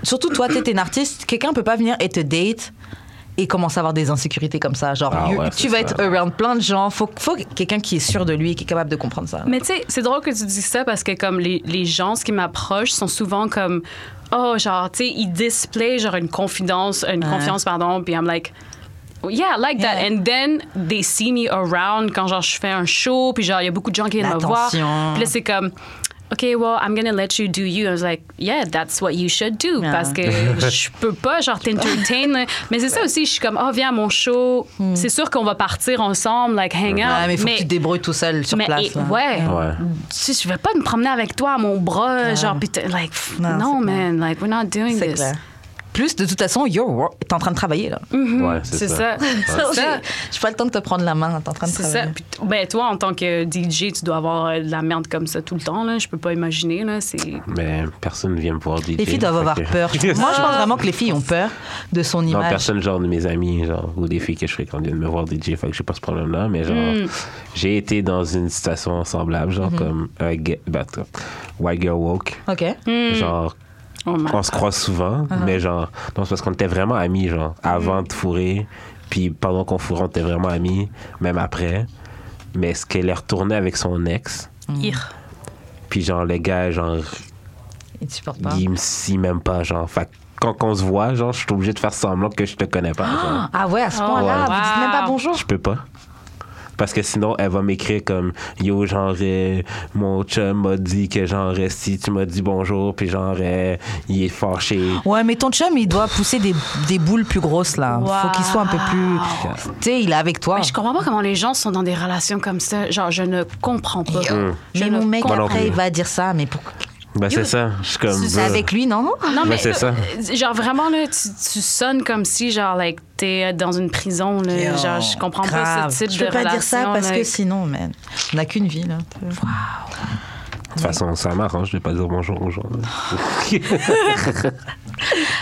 S2: surtout toi, t'es une artiste, quelqu'un peut pas venir et te date et commencer à avoir des insécurités comme ça. Genre,
S1: Ah
S2: you-
S1: ouais,
S2: tu
S1: c'est
S2: vas
S1: ça.
S2: être around plein de gens. Faut, faut quelqu'un qui est sûr de lui et qui est capable de comprendre ça.
S3: Mais tu sais, c'est drôle que tu dises ça parce que, comme, les, les gens, ce qui m'approchent, sont souvent comme. Oh, genre, tu sais, ils display, genre, une confidence, une confiance, pardon, puis I'm like. Yeah, I like that.
S2: Yeah.
S3: And then they see me around quand genre je fais un show, puis genre il y a beaucoup de gens qui viennent me voir. Puis
S2: L'attention.
S3: là c'est comme OK, well, I'm gonna let you do you. I was like, yeah, that's what you should do.
S2: Ah.
S3: Parce que je peux pas, genre, t'entertain. Mais c'est ça aussi, je suis comme, oh, viens à mon show. C'est sûr qu'on va partir ensemble, like, hang
S2: Hmm.
S3: out.
S2: Ouais, Ah, mais faut que tu te débrouilles tout seul sur
S3: mais-
S2: place. hein.
S3: et-
S2: là.
S3: ouais.
S1: Ouais.
S3: Tu sais, je vais pas me promener avec toi à mon bras, genre, pis t'es- like, pff,
S2: Non,
S3: non,
S2: c'est
S3: man, like, we're not doing
S2: C'est
S3: this.
S2: clair. Plus, de toute façon, yo, wo- t'es en train de travailler, là.
S1: Ouais,
S3: C'est ça.
S2: J'ai j'ai pas le temps de te prendre la main, t'es en train de
S3: C'est ça.
S2: travailler.
S3: Puis t- ben, toi, en tant que DJ, tu dois avoir euh, de la merde comme ça tout le temps. Là. Je peux pas imaginer. Là. C'est...
S1: Mais personne ne vient me voir DJ.
S2: Les filles doivent avoir
S1: Fait que-
S2: peur. Moi, je pense vraiment que les filles ont peur de son
S1: Non,
S2: image.
S1: personne, genre de mes amis, genre, ou des filles que je fréquente viennent me voir DJ, fait que j'ai pas ce problème-là, mais genre,
S2: Hmm.
S1: j'ai été dans une situation semblable, genre,
S2: Mhm.
S1: comme un gay- ben, en tout cas, White Girl Woke.
S2: Ok.
S1: Genre,
S3: Oh, man.
S1: on se croise souvent,
S2: Ah.
S1: mais genre, non, c'est parce qu'on était vraiment amis, genre,
S2: Hmm.
S1: avant de fourrer, puis pendant qu'on fourrait, on était vraiment amis, même après. Mais ce qu'elle est retournée avec son ex,
S3: Ir.
S2: Ah.
S1: puis genre, les gars, genre,
S2: Ils te supportent pas.
S1: ils me sient même pas, genre, fait que quand on se voit, genre, je suis obligé de faire semblant que je te connais pas, genre.
S2: Ah ouais, à ce
S3: Oh,
S2: point-là,
S3: wow.
S2: vous dites même pas bonjour.
S1: Je peux pas. Parce que sinon, elle va m'écrire comme Yo, genre, euh, mon chum m'a dit que, genre, euh, si tu m'as dit bonjour, puis genre, euh, il est fâché.
S2: Ouais, mais ton chum, il doit pousser des, des boules plus grosses, là. Faut qu'il soit un peu plus. Tu sais, il est avec toi.
S3: Mais je comprends pas comment les gens sont dans des relations comme ça. Genre, je ne comprends pas. Je
S2: Mais
S3: ne
S2: mon mec,
S1: Moi non
S2: après,
S1: plus.
S2: il va dire ça, mais pour...
S1: Ben, c'est ça. Je suis comme.
S2: c'est avec lui, non
S3: Non,
S1: Ben,
S3: mais,
S1: c'est ça.
S3: euh, genre vraiment, là, tu, tu sonnes comme si, genre, like, t'es dans une prison. Là,
S2: Yo,
S3: genre, je comprends pas
S2: grave.
S3: ce type
S2: Je
S3: de
S2: peux pas dire ça
S3: relation,
S2: parce
S3: là.
S2: que sinon, man, on n'a qu'une vie, là.
S1: De toute façon, ça m'arrange de pas dire bonjour aux gens.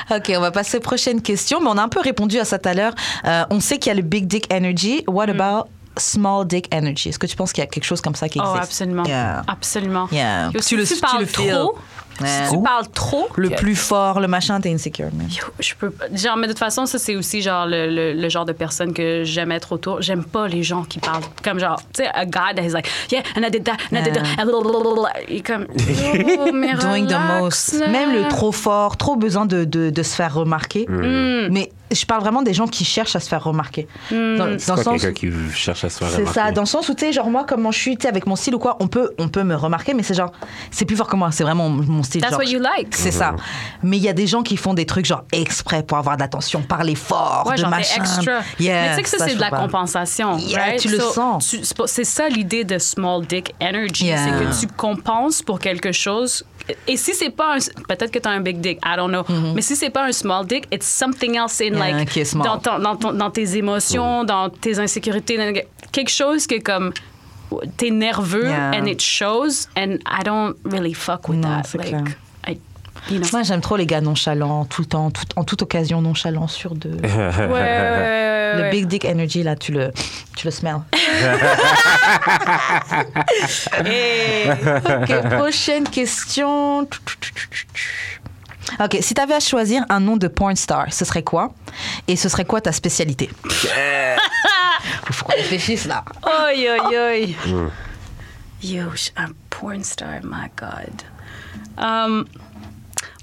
S2: Ok, on va passer aux prochaines questions. Mais on a un peu répondu à ça tout à l'heure. Euh, on sait qu'il y a le Big Dick Energy. What
S3: Mm.
S2: about Small Dick Energy Est-ce que tu penses qu'il y a quelque chose comme ça qui
S3: Oh,
S2: existe
S3: absolument.
S2: Yeah.
S3: Absolument.
S2: Yeah.
S3: Yo,
S2: Tu
S3: si
S2: le-
S3: tu
S2: tu
S3: parles
S2: le feel.
S3: trop,
S2: Ouais.
S3: si tu parles trop,
S2: Le plus fort, le machin, t'es insecure. man.
S3: Yo, Je peux pas- Genre, mais de toute façon, ça, c'est aussi genre le, le- le genre de personne que j'aime être autour. J'aime pas les gens qui parlent comme genre, tu sais, a guy that is like, yeah, and I did that, and I did that, and blah, blah, blah, blah. Et comme, yo, mais
S2: Doing the
S3: relax,
S2: most.
S3: là.
S2: Même le trop fort, trop besoin de, de, de se faire remarquer.
S1: Mm.
S3: Mm.
S2: Mais je parle vraiment des gens qui cherchent à se faire remarquer. Dans, dans
S1: C'est
S2: le
S1: pas
S2: sens.
S1: quelqu'un qui cherche à se faire
S2: C'est
S1: remarquer.
S2: ça, dans le sens où, tu sais, genre moi, comment je suis, tu sais, avec mon style ou quoi, on peut, on peut me remarquer, mais c'est genre, c'est plus fort que moi, c'est vraiment mon style.
S3: That's
S2: genre,
S3: what you like.
S2: C'est ça. Mais il y a des gens qui font des trucs genre exprès pour avoir de l'attention, parler fort,
S3: Ouais,
S2: de
S3: genre t'es
S2: machin.
S3: extra.
S2: Yeah,
S3: mais tu sais que ça, c'est
S2: je
S3: de la
S2: trouve pas.
S3: compensation.
S2: Yeah,
S3: right?
S2: tu le sens.
S3: tu- c'est pas- c'est ça l'idée de small dick energy.
S2: Yeah.
S3: C'est que tu compenses pour quelque chose. Et si c'est pas un. Peut-être que t'as un big dick, I don't know. Mais si c'est pas un small dick, it's something else in
S2: Mm-hmm. Yeah,
S3: like.
S2: qui est small. Mm.
S3: Dans, ton- dans ton- dans tes émotions, dans tes insécurités. dans- Quelque chose que comme. T'es nerveux
S2: Yeah.
S3: and it shows and I don't really fuck with
S2: Non,
S3: that.
S2: c'est
S3: Like,
S2: clair.
S3: I- you know.
S2: Moi, j'aime trop les gars nonchalants, tout le temps, tout- en toute occasion, nonchalants sur deux.
S3: Ouais, ouais, ouais, ouais,
S2: Le
S3: ouais.
S2: big dick energy, là, tu le, tu le smells. ok, prochaine question. Ok, si t'avais à choisir un nom de porn star, ce serait quoi Et ce serait quoi ta spécialité Faut qu'on réfléchisse là.
S3: Oi, oi, oi. Yo, je suis un porn star, my God. Um,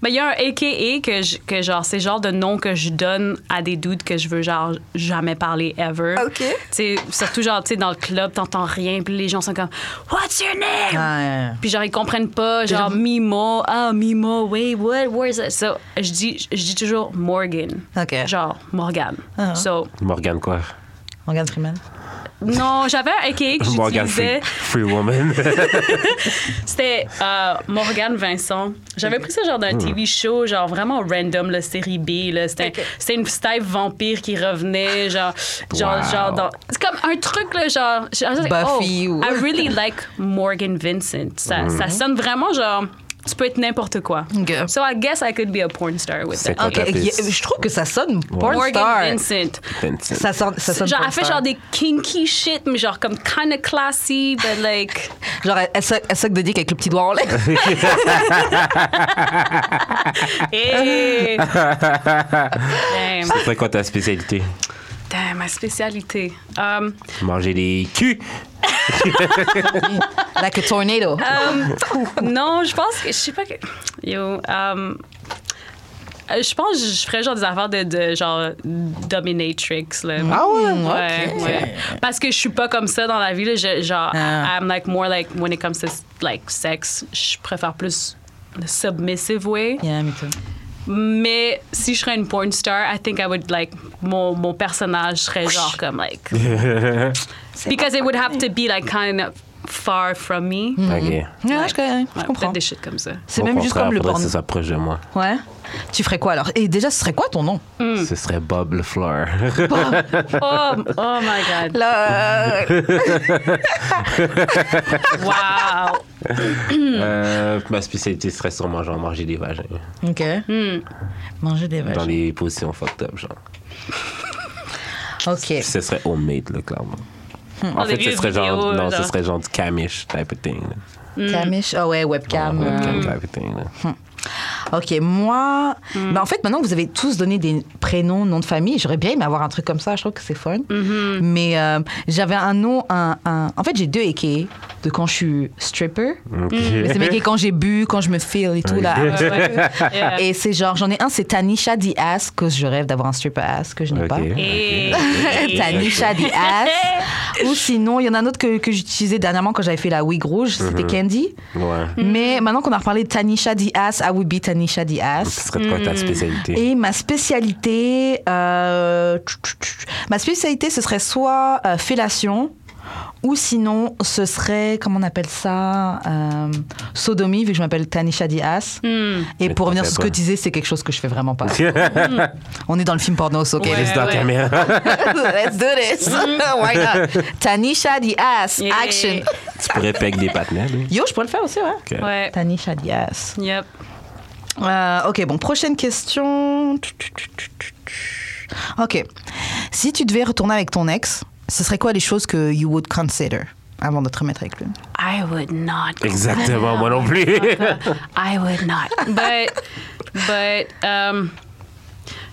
S3: ben, il y a un AKA que, je- que genre, c'est le genre de nom que je donne à des dudes que je veux, genre, jamais parler ever.
S2: Ok.
S3: Tu sais, surtout, genre, tu sais, dans le club, t'entends rien, puis les gens sont comme, What's your name?
S2: Ouais.
S3: Puis genre, ils comprennent pas, genre, Mimo, ah, Mimo, wait, what, where's that? So, je dis, je dis toujours Morgan.
S2: Ok.
S3: Genre, Morgan.
S2: Ah.
S3: So,
S1: Morgan quoi?
S2: Morgan Freeman.
S3: non, j'avais un AKA que
S1: Morgan
S3: j'utilisais.
S1: Free, free Woman.
S3: C'était euh, Morgane Vincent. J'avais pris ça genre
S2: Hmm.
S3: d'un TV show, genre vraiment random, la série B. là. C'était c'était une style vampire qui revenait, genre, genre,
S1: Wow.
S3: genre dans... C'est comme un truc, là, genre... genre
S2: Buffy
S3: oh,
S2: ou- Hmm.
S3: I really like Morgan Vincent. Ça, ça sonne vraiment genre... Tu peux être n'importe quoi.
S2: Ok.
S3: So I guess I could be a porn star with
S1: C'est
S3: that.
S1: quoi
S2: Ok,
S1: ta piste?
S2: y- je trouve que ça sonne porn
S3: Morgan
S2: star.
S3: Vincent.
S2: Ça, sonne- ça sonne
S3: Genre,
S2: porn
S3: elle fait
S2: star.
S3: genre des kinky shit, mais genre comme kind of classy, but like...
S2: Genre, elle, elle suck- elle suck de dick avec le petit doigt en l'air.
S3: Hey! Damn.
S1: C'est quoi ta spécialité?
S3: Damn, ma spécialité. Um,
S1: Manger des culs!
S2: like a tornado.
S3: Ah. euh, non, je pense que. Je sais pas que. Yo. um, euh, je pense que je ferais genre des affaires de, de genre dominatrix. Là.
S1: Ah ouais?
S3: Ouais, ouais. Parce que je suis pas comme ça dans la vie. Là. Je- genre,
S2: Ah.
S3: I'm like more like when it comes to like sex, je préfère plus the submissive way.
S2: Yeah, me too.
S3: Mais si je serais une porn star, I think I would like mon, mon personnage serait genre comme like because it would have to be like kind of far from me.
S1: Ok.
S2: Ouais, je, je
S3: Ouais,
S2: comprends.
S3: peut-être des shit comme ça.
S2: Mhm. C'est
S1: Au
S2: même juste
S1: contraire,
S2: comme le
S1: faudrait que
S2: porno.
S1: ça s'approche de moi.
S2: Ouais. Tu ferais quoi alors Et déjà, ce serait quoi ton nom
S1: Ce serait Bob le Fleur.
S3: Oh, oh my God.
S2: Là, euh,
S3: Wow.
S2: Mhm.
S1: Euh, ma spécialité serait sûrement genre manger des vagins.
S2: Ok.
S3: Hmm.
S2: Manger des vaches.
S1: Dans les positions fucked up, genre.
S2: Ok.
S1: Ce serait homemade, là, clairement.
S3: Dans
S1: En
S3: des
S1: fait, ce
S3: vieux
S1: serait genre,
S3: vidéos,
S1: non, ce
S3: genre.
S1: serait genre du camish type of thing. là.
S3: Hmm.
S2: Camiche. Ah ouais, webcam. euh,
S1: Webcam type of thing, là.
S2: Ok, moi. Bah, en fait, maintenant que vous avez tous donné des prénoms, noms de famille, j'aurais bien aimé avoir un truc comme ça. Je trouve que c'est fun. Mais euh, j'avais un nom. Un, un- En fait, j'ai deux aka de quand je suis stripper.
S1: Ok.
S3: Mm,
S2: Mais c'est mes aka quand j'ai bu, quand je me feel et tout. là.
S3: Ouais, yeah.
S2: Et c'est genre, j'en ai un, c'est Tanisha the Ass, que je rêve d'avoir un stripper ass que je n'ai
S1: Ok.
S2: pas.
S3: Et-
S2: Tanisha the Ass. Ou sinon, il y en a un autre que, que j'utilisais dernièrement quand j'avais fait la wig rouge, c'était
S1: Mm-hmm.
S2: Candy.
S1: Ouais.
S2: Mais maintenant qu'on a reparlé de Tanisha the Ass, I would be Tanisha the
S1: Ce
S2: Ass.
S1: serait de quoi
S3: Mm.
S1: ta spécialité?
S2: Et ma spécialité, euh, tch, tch, tch, ma spécialité, ce serait soit euh, fellation, ou sinon, ce serait, comment on appelle ça, euh, sodomie, vu que je m'appelle Tanisha Diaz.
S3: Hmm.
S1: Mais
S2: Et
S1: t'en
S2: pour revenir
S1: fais
S2: sur ce que
S1: pas. Hmm.
S2: tu disais, c'est quelque chose que je fais vraiment pas. on est dans le film porno, so ok.
S3: Ouais. Hmm.
S1: Laisse dans la caméra.
S2: Let's do this. Why not? Tanisha Diaz,
S3: Yeah.
S2: action.
S1: tu pourrais peg des patinets, là.
S2: Yo, je pourrais le faire aussi, ouais.
S1: Ok.
S3: Ouais.
S2: Tanisha Diaz.
S3: Yep.
S2: Euh, ok, bon, prochaine question. Ok. Si tu devais retourner avec ton ex, ce serait quoi les choses que you would consider avant de te remettre avec lui
S3: I would not.
S1: Exactement, moi non plus.
S3: I would not. But, but, um,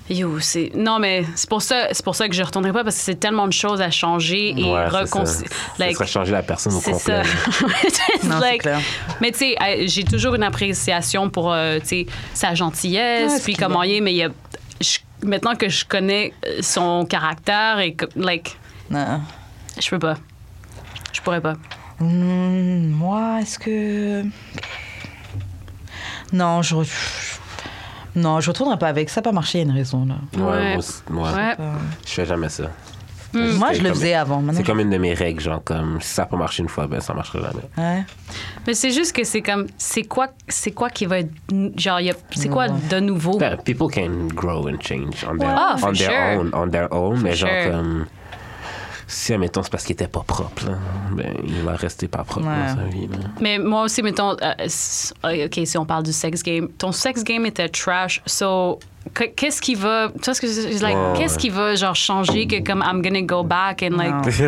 S3: yo, c'est. Non, mais c'est pour ça, c'est pour ça que je retournerai pas parce que c'est tellement de choses à changer et
S1: Ouais, c'est ça.
S3: reconsidérer.
S1: ça serait changer la personne au
S3: C'est
S1: complet.
S3: ça. Just
S2: Non, c'est clair.
S3: Mais tu sais, euh, j'ai toujours une appréciation pour euh, tu sais, sa
S2: Ouais,
S3: gentillesse,
S2: ce
S3: puis
S2: qu'il
S3: comment
S2: est.
S3: il est, mais il y a- je- maintenant que je connais euh, son caractère et que, like,
S2: Non.
S3: je peux pas. Je pourrais pas.
S2: Hmm, moi, est-ce que. Non, je. re- Non, je retournerai pas avec. Ça n'a pas marché, il y a une raison, là.
S1: Ouais,
S3: Ouais.
S1: moi aussi, ouais.
S3: Ouais.
S1: Je fais jamais ça.
S2: Moi,
S1: Hmm. C'est
S2: je le
S1: comme-
S2: faisais avant. Maintenant,
S1: C'est comme une de mes règles, genre, comme si ça n'a pas marché une fois, ben ça marchera jamais.
S2: je- Ouais.
S3: Mais c'est juste que c'est comme, c'est quoi, c'est quoi qui va être, genre, il y a- c'est quoi
S2: Nouveau.
S3: de nouveau?
S1: Ben, people can grow and change on their,
S3: Ah, for
S1: on their
S3: sure.
S1: own, on their own, mais
S3: For
S1: genre
S3: sure.
S1: comme si admettons c'est parce qu'il était pas propre, là, ben il va rester pas propre
S2: Ouais.
S1: dans sa vie. là.
S3: Mais moi aussi, mettons, euh, s- euh, OK, si on parle du sex game, ton sex game était trash, so qu- qu'est-ce qui va, tu vois ce que je- je- like,
S1: Ouais,
S3: qu'est-ce
S1: ouais.
S3: qui va, genre, changer que comme I'm gonna go back and like,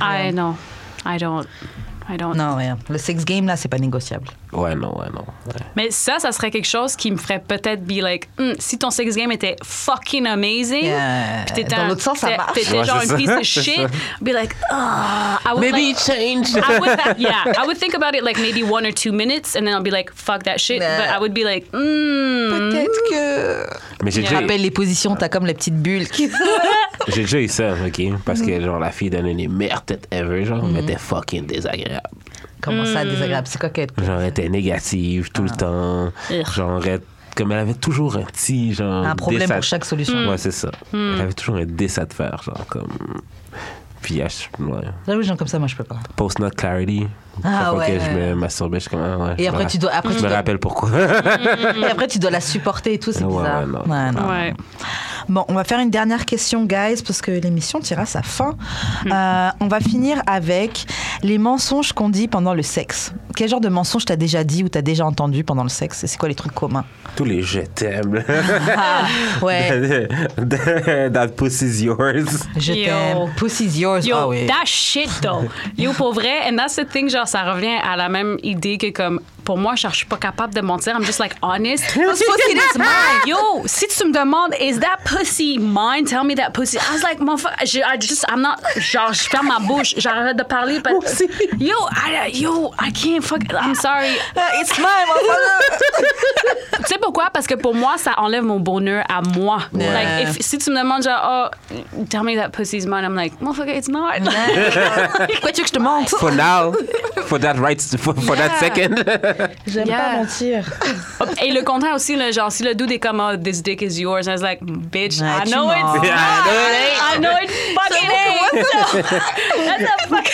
S3: I know, I don't, I don't.
S2: Non, rien. Le sex game, là, c'est pas négociable.
S1: Ouais, non, ouais, non. ouais.
S3: Mais ça, ça serait quelque chose qui me ferait peut-être be like, Hmm, si ton sex game était fucking amazing,
S2: Yeah.
S3: puis t'étais
S2: Dans
S3: un-
S2: l'autre sens, ça
S3: t'étais-
S2: marche.
S3: T'étais
S1: Ouais,
S3: genre
S1: c'est
S3: une
S1: ça,
S3: piece of
S1: c'est
S3: shit,
S1: ça.
S3: be like, ah, I would like-
S1: change.
S3: I would, th- yeah, I would think about it like maybe one or two minutes, and then I'll be like, "Fuck that shit."
S2: Nah.
S3: But I would be like, "Hmm."
S2: Peut-être que.
S1: Mais j'ai
S2: Je
S1: déjà,
S2: rappelle les positions, t'as comme les petites bulles qui.
S1: j'ai déjà eu ça, ok? Parce que genre la fille donnait les meilleures têtes ever, genre, mais elle était fucking désagréable.
S2: Comment ça, désagréable C'est quoi qu'être
S1: Genre elle était négative tout le temps.
S3: Ugh.
S1: Genre elle- comme elle avait toujours un petit genre
S2: Un problème
S1: diss à-
S2: pour chaque solution.
S1: Ouais, c'est ça. Elle avait toujours un diss à te faire, genre comme. Puis elle- ouais.
S2: Là, les gens comme ça, moi, je peux pas.
S1: Post Not Clarity.
S2: Ah,
S1: Chaque fois
S2: ouais.
S1: que je me masturbais, je suis comme. ah, ouais, je
S2: Et
S1: me
S2: après,
S1: ra-
S2: tu dois- après,
S1: je
S2: tu
S1: me
S2: dois-
S1: rappelle pourquoi.
S2: Et après, tu dois la supporter et tout, c'est
S1: Ouais,
S2: bizarre.
S1: ouais, non.
S3: Ouais.
S2: Bon, on va faire une dernière question, guys, parce que l'émission tira sa fin.
S3: Mm.
S2: Euh, on va finir avec les mensonges qu'on dit pendant le sexe. Quel genre de mensonges t'as déjà dit ou t'as déjà entendu pendant le sexe Et c'est quoi les trucs communs
S1: Tous les je t'aime. là.
S2: Ah, Ouais,
S1: That pussy's yours.
S2: je
S3: Yo.
S2: t'aime. Pussy is yours.
S3: Yo,
S2: Ah oui.
S3: that shit though. Yo, pour vrai, and that's the thing, genre, ça revient à la même idée que comme, pour moi, genre, je suis pas capable de mentir. I'm just like honest.
S2: This pussy is mine.
S3: Yo, si tu me demandes, is that pussy mine? Tell me that pussy. I was like, motherfucker, je- I just, I'm not, genre, je ferme ma bouche, j'arrête de parler. but- yo, I, yo, I can't fuck, I'm sorry.
S2: Ah, It's mine, motherfucker.
S3: Tu sais pourquoi? Parce que pour moi, ça enlève mon bonheur à moi.
S2: Ouais.
S3: Like, if- si tu me demandes genre, oh, tell me that pussy's mine, I'm like, motherfucker, it's not.
S2: Pourquoi tu veux que je te mente
S1: For now. For that right. For, for that
S3: Yeah.
S1: second.
S2: J'aime
S3: Yeah.
S2: pas mentir.
S3: Et le contraire aussi, là, genre, si le dude est comme, oh, this dick is yours, I was like, bitch,
S2: Ouais,
S3: I
S2: tu
S3: know
S2: mens.
S3: it's
S1: Yeah, I know it
S3: I know it fucking ain't. That's a fucking-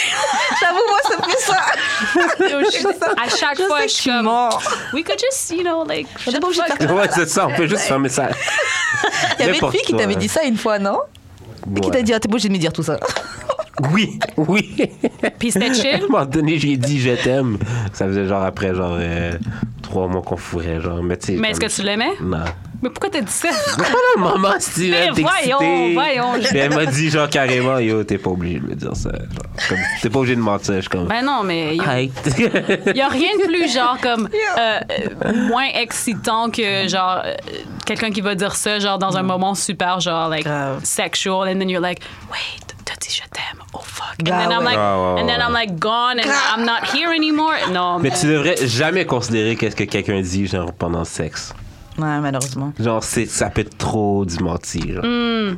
S2: J'avoue, moi, c'est
S3: à chaque fois, je suis comme.
S2: mort.
S3: We could just, you know, like.
S2: On est pas obligé de
S3: shut the
S2: faire-
S1: Ouais, c'est ça, on peut juste fermer ça.
S2: Il y avait une
S1: N'importe
S2: fille qui
S1: quoi.
S2: t'avait dit ça une fois, non Et qui
S1: Ouais.
S2: t'a dit, ah, t'es obligé de me dire tout ça.
S1: Oui, oui.
S3: fuck- Puis c'était
S1: À un
S3: chill.
S1: moment donné, j'ai dit je t'aime. Ça faisait genre après, genre, euh, trois mois qu'on fourrait, genre. Mais, tu sais,
S3: Mais est-ce
S1: comme-
S3: que tu l'aimais?
S1: Non.
S3: Mais pourquoi t'as dit ça?
S1: Mais pas dans le moment, si
S3: Mais voyons, voyons.
S1: elle m'a dit, genre, carrément, yo, t'es pas obligé de me dire ça. Genre, comme, t'es pas obligé de mentir. Je suis comme.
S3: Ben non, mais il
S1: Hey.
S3: n'y a rien de plus, genre, comme. euh, euh, moins excitant que, genre, euh, quelqu'un qui va dire ça, genre, dans un moment super, genre, like,
S2: Mm. Grave.
S3: sexual, and then you're like, wait, t'as dit je t'aime, oh fuck. And
S2: Bah
S3: then I'm
S2: ouais.
S3: like,
S1: Ah, ouais, ouais,
S3: and then I'm like gone, and I'm not here anymore. Non,
S1: Mais tu devrais jamais considérer qu'est-ce que quelqu'un dit, genre, pendant le sexe.
S2: Ouais, malheureusement.
S1: Genre, c'est, ça peut être trop du mentir. genre.
S3: Mm.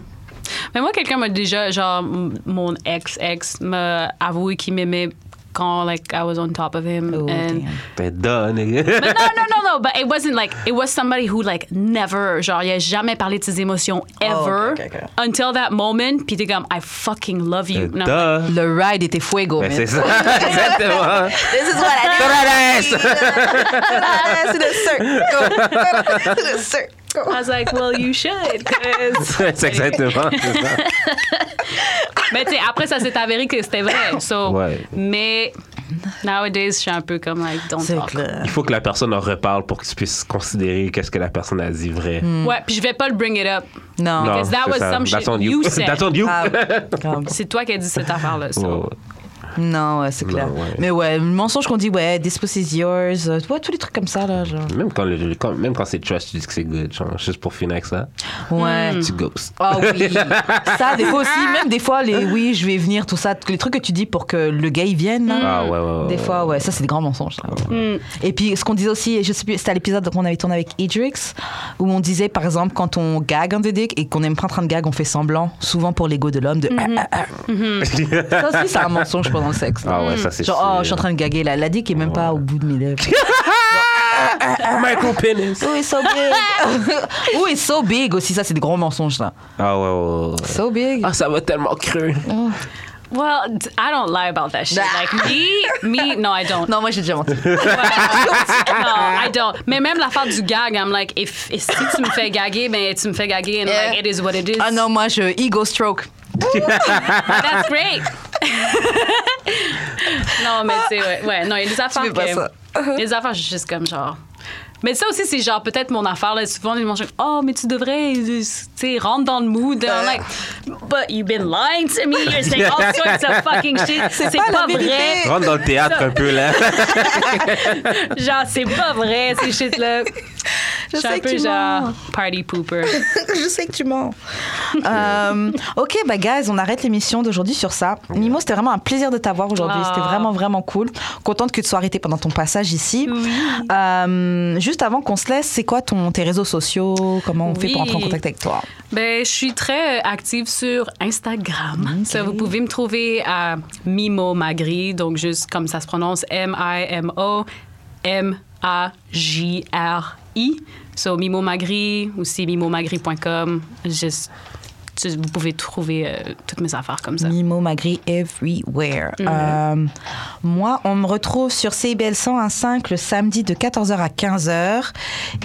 S3: Mais moi, quelqu'un m'a déjà, genre, m- mon ex-ex m'a avoué qu'il m'aimait quand, like, I was on top of him.
S2: Oh,
S3: and-
S2: damn.
S1: Ben, donne, nigga.
S3: But no, no, no, no. But it wasn't like, it was somebody who, like, never, genre, il a jamais parlé de ses émotions ever.
S2: ok, ok, ok.
S3: Until that moment. Puis t'es comme, I fucking love you. And I'm like,
S1: Duh.
S2: Le ride était fuego,
S1: Ben,
S2: man.
S1: c'est ça, exactement.
S2: This is what I do. Ah, C'est le circle. C'est le circle.
S3: I was like, well, you should. 'cause-
S1: c'est exactement c'est ça.
S3: mais tu sais, après, ça s'est avéré que c'était vrai. So,
S1: Ouais.
S3: Mais nowadays, je suis un peu comme, like, don't
S2: C'est
S3: talk.
S2: clair.
S1: Il faut que la personne en reparle pour que tu puisses considérer qu'est-ce que la personne a dit vrai.
S2: Hmm.
S3: Ouais, puis je vais pas le bring it up.
S2: Non.
S1: Non,
S3: Because that
S1: c'est
S3: was
S1: ça.
S3: some
S1: That's
S3: shit
S1: on you.
S3: you said.
S1: That's on you. Oh,
S2: Ah, grave.
S3: C'est toi qui as dit cette affaire-là. so.
S1: Ouais, ouais.
S2: Non, ouais, c'est
S1: Non,
S2: clair.
S1: ouais.
S2: Mais ouais, le mensonge qu'on dit, ouais, this pussy is yours, euh, ouais, tous les trucs comme ça, là, genre.
S1: Même quand, le- quand- même quand c'est trash, tu dis que c'est good. Genre, juste pour finir avec ça,
S2: Ouais.
S1: tu ghost.
S2: Ah oui. ça, des fois aussi, même des fois, les oui, je vais venir, tout ça, les trucs que tu dis pour que le gars il vienne. là.
S1: Ah ouais, ouais, ouais.
S2: Hmm. Des
S1: ouais.
S2: fois, ouais, ça c'est des grands mensonges. là.
S3: Hmm.
S2: Et puis, ce qu'on disait aussi, je sais plus, c'était à l'épisode qu'on avait tourné avec Idrix, où on disait, par exemple, quand on gag un des dicks et qu'on est pas en train de gag, on fait semblant, souvent pour l'ego de l'homme, de Ah, ah, ah. Ça aussi, c'est un mensonge pendant le sexe. là.
S1: Mhm. Ah ouais, ça c'est
S2: Genre, oh, je suis en train de gaguer là. La dick est même pas au bout de mes lèvres.
S1: de. Micro penis.
S2: Oh, it's so big. oh, it's so big aussi. Ça, c'est des grands mensonges, là.
S1: Ah ouais, ouais, ouais.
S2: So big.
S1: Ah, ça va tellement creux.
S3: Well, d- I don't lie about that shit. Like me, me, no, I don't.
S2: Non, moi, j'ai déjà menti.
S3: Ouais. no, I don't. Mais même l'affaire du gag, I'm like, if, if- si tu me fais gaguer, ben tu me fais gaguer, and
S2: Yeah.
S3: like it is what it is.
S2: Ah non, moi, je ego stroke.
S3: that's great. non, mais tu sais, ouais, ouais, non, il y a des affaires
S2: fais pas
S3: que-
S2: ça.
S3: il y a des affaires, je suis juste comme genre. Mais ça aussi, c'est genre peut-être mon affaire. Là, souvent, les gens sont comme, oh, mais tu devrais, euh, tu sais, rentre dans le mood. I'm like, but you've been lying to me. You're saying all sorts of fucking shit. C'est
S2: pas la
S3: pas
S2: vérité.
S3: vrai.
S1: Rentre dans le théâtre un peu là.
S3: Genre, c'est pas vrai, ces shit-là. Je suis
S2: sais
S3: un
S2: que
S3: peu
S2: tu
S3: genre
S2: mens.
S3: party pooper.
S2: je sais que tu mens. Euh, ok, bah, guys, on arrête l'émission d'aujourd'hui sur ça. Mimo, c'était vraiment un plaisir de t'avoir aujourd'hui.
S3: Ah.
S2: C'était vraiment, vraiment cool. Contente que tu sois arrêtée pendant ton passage ici. Euh, juste avant qu'on se laisse, c'est quoi ton, tes réseaux sociaux Comment on fait pour
S3: Oui.
S2: entrer en contact avec toi
S3: Ben, je suis très euh, active sur Instagram. Ça, vous pouvez me trouver à Mimo Magri, donc juste comme ça se prononce, M-I-M-O, M-A-J-R-I. So, Mimo Magri, aussi mimomagri.com. Juste, tu- vous pouvez trouver euh, toutes mes affaires comme ça.
S2: Mimo Magri everywhere. Euh, moi, on me retrouve sur CIBL 101.5 le samedi de 14h à 15h.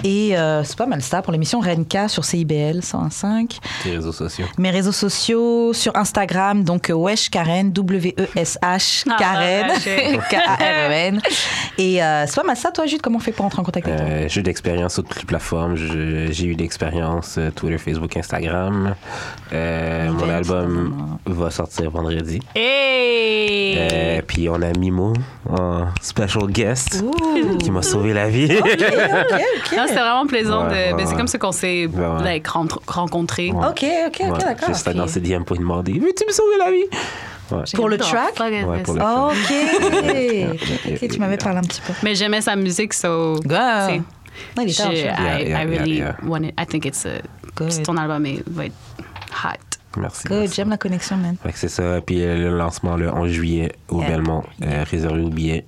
S2: Et euh, c'est pas mal ça pour l'émission Renka sur CIBL 101.5.
S1: Tes réseaux sociaux.
S2: Mes réseaux sociaux sur Instagram, donc euh, Wesh Karen, W-E-S-H
S3: Ah,
S2: Karen,
S3: ouais,
S2: K-A-R-E-N. E Et euh, c'est pas mal ça, toi, Jude, comment on fait pour entrer en contact avec toi
S1: Euh, j'ai eu de l'expérience sur toutes les plateformes. Je- J'ai eu de l'expérience euh, Twitter, Facebook, Instagram. Euh, mon
S2: Nouvelle,
S1: album va sortir vendredi.
S3: Hey!
S1: Euh, puis on a Mimo en special guest qui m'a sauvé la vie.
S2: Oh,
S3: Non, c'était vraiment plaisant.
S1: Euh. Ouais,
S3: de-
S1: ouais,
S3: ben, c'est
S1: ouais.
S3: comme ça qu'on s'est
S1: Ouais, ouais.
S3: like, rentre- rencontrés.
S1: Ouais.
S2: Ok, ok, ok,
S1: Ouais,
S2: d'accord.
S1: J'étais dans ses DM pour lui demander Veux-tu me sauver la vie Ouais.
S2: Pour le track
S1: Ouais, pour le
S2: Ok,
S1: track.
S2: Ok, ok, tu m'avais parlé un petit peu.
S3: Mais j'aimais sa musique, so.
S2: Girl.
S3: tu
S2: Non, il est
S3: sais,
S2: tard,
S3: j'ai-
S2: tu vois.
S1: Yeah,
S3: I,
S1: yeah,
S3: I really
S1: yeah, yeah.
S3: wanted- I think it's a.
S2: Good.
S3: c'est Ton album est- va être hot.
S1: Merci.
S2: Good,
S1: merci.
S2: j'aime la connexion, man.
S1: Fait que c'est ça. Puis euh, le lancement le 11 juillet au
S2: Yeah.
S1: Belmont. Euh, Réservez vos billets.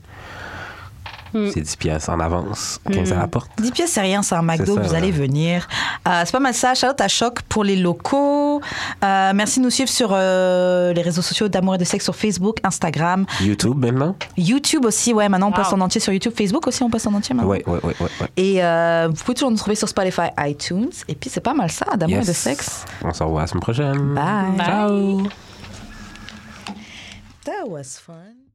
S2: Hmm.
S1: C'est 10 pièces en avance, 15 à la porte.
S2: 10 pièces, c'est rien, c'est un McDo,
S1: C'est ça,
S2: vous
S1: ouais.
S2: allez venir. Euh, c'est pas mal ça. Charlotte à Choc pour les locaux. Euh, merci de nous suivre sur euh, les réseaux sociaux d'Amour et de Sexe sur Facebook, Instagram,
S1: YouTube maintenant?
S2: YouTube aussi. Ouais, maintenant on
S3: Wow.
S2: poste en entier sur YouTube. Facebook aussi, on poste en entier maintenant.
S1: Ouais, ouais, ouais, ouais. ouais.
S2: Et euh, vous pouvez toujours nous trouver sur Spotify, iTunes. Et puis c'est pas mal ça, d'amour
S1: Yes.
S2: et de sexe.
S1: On se revoit la semaine prochaine.
S2: Bye.
S3: Bye.
S1: Ciao.
S2: That was fun.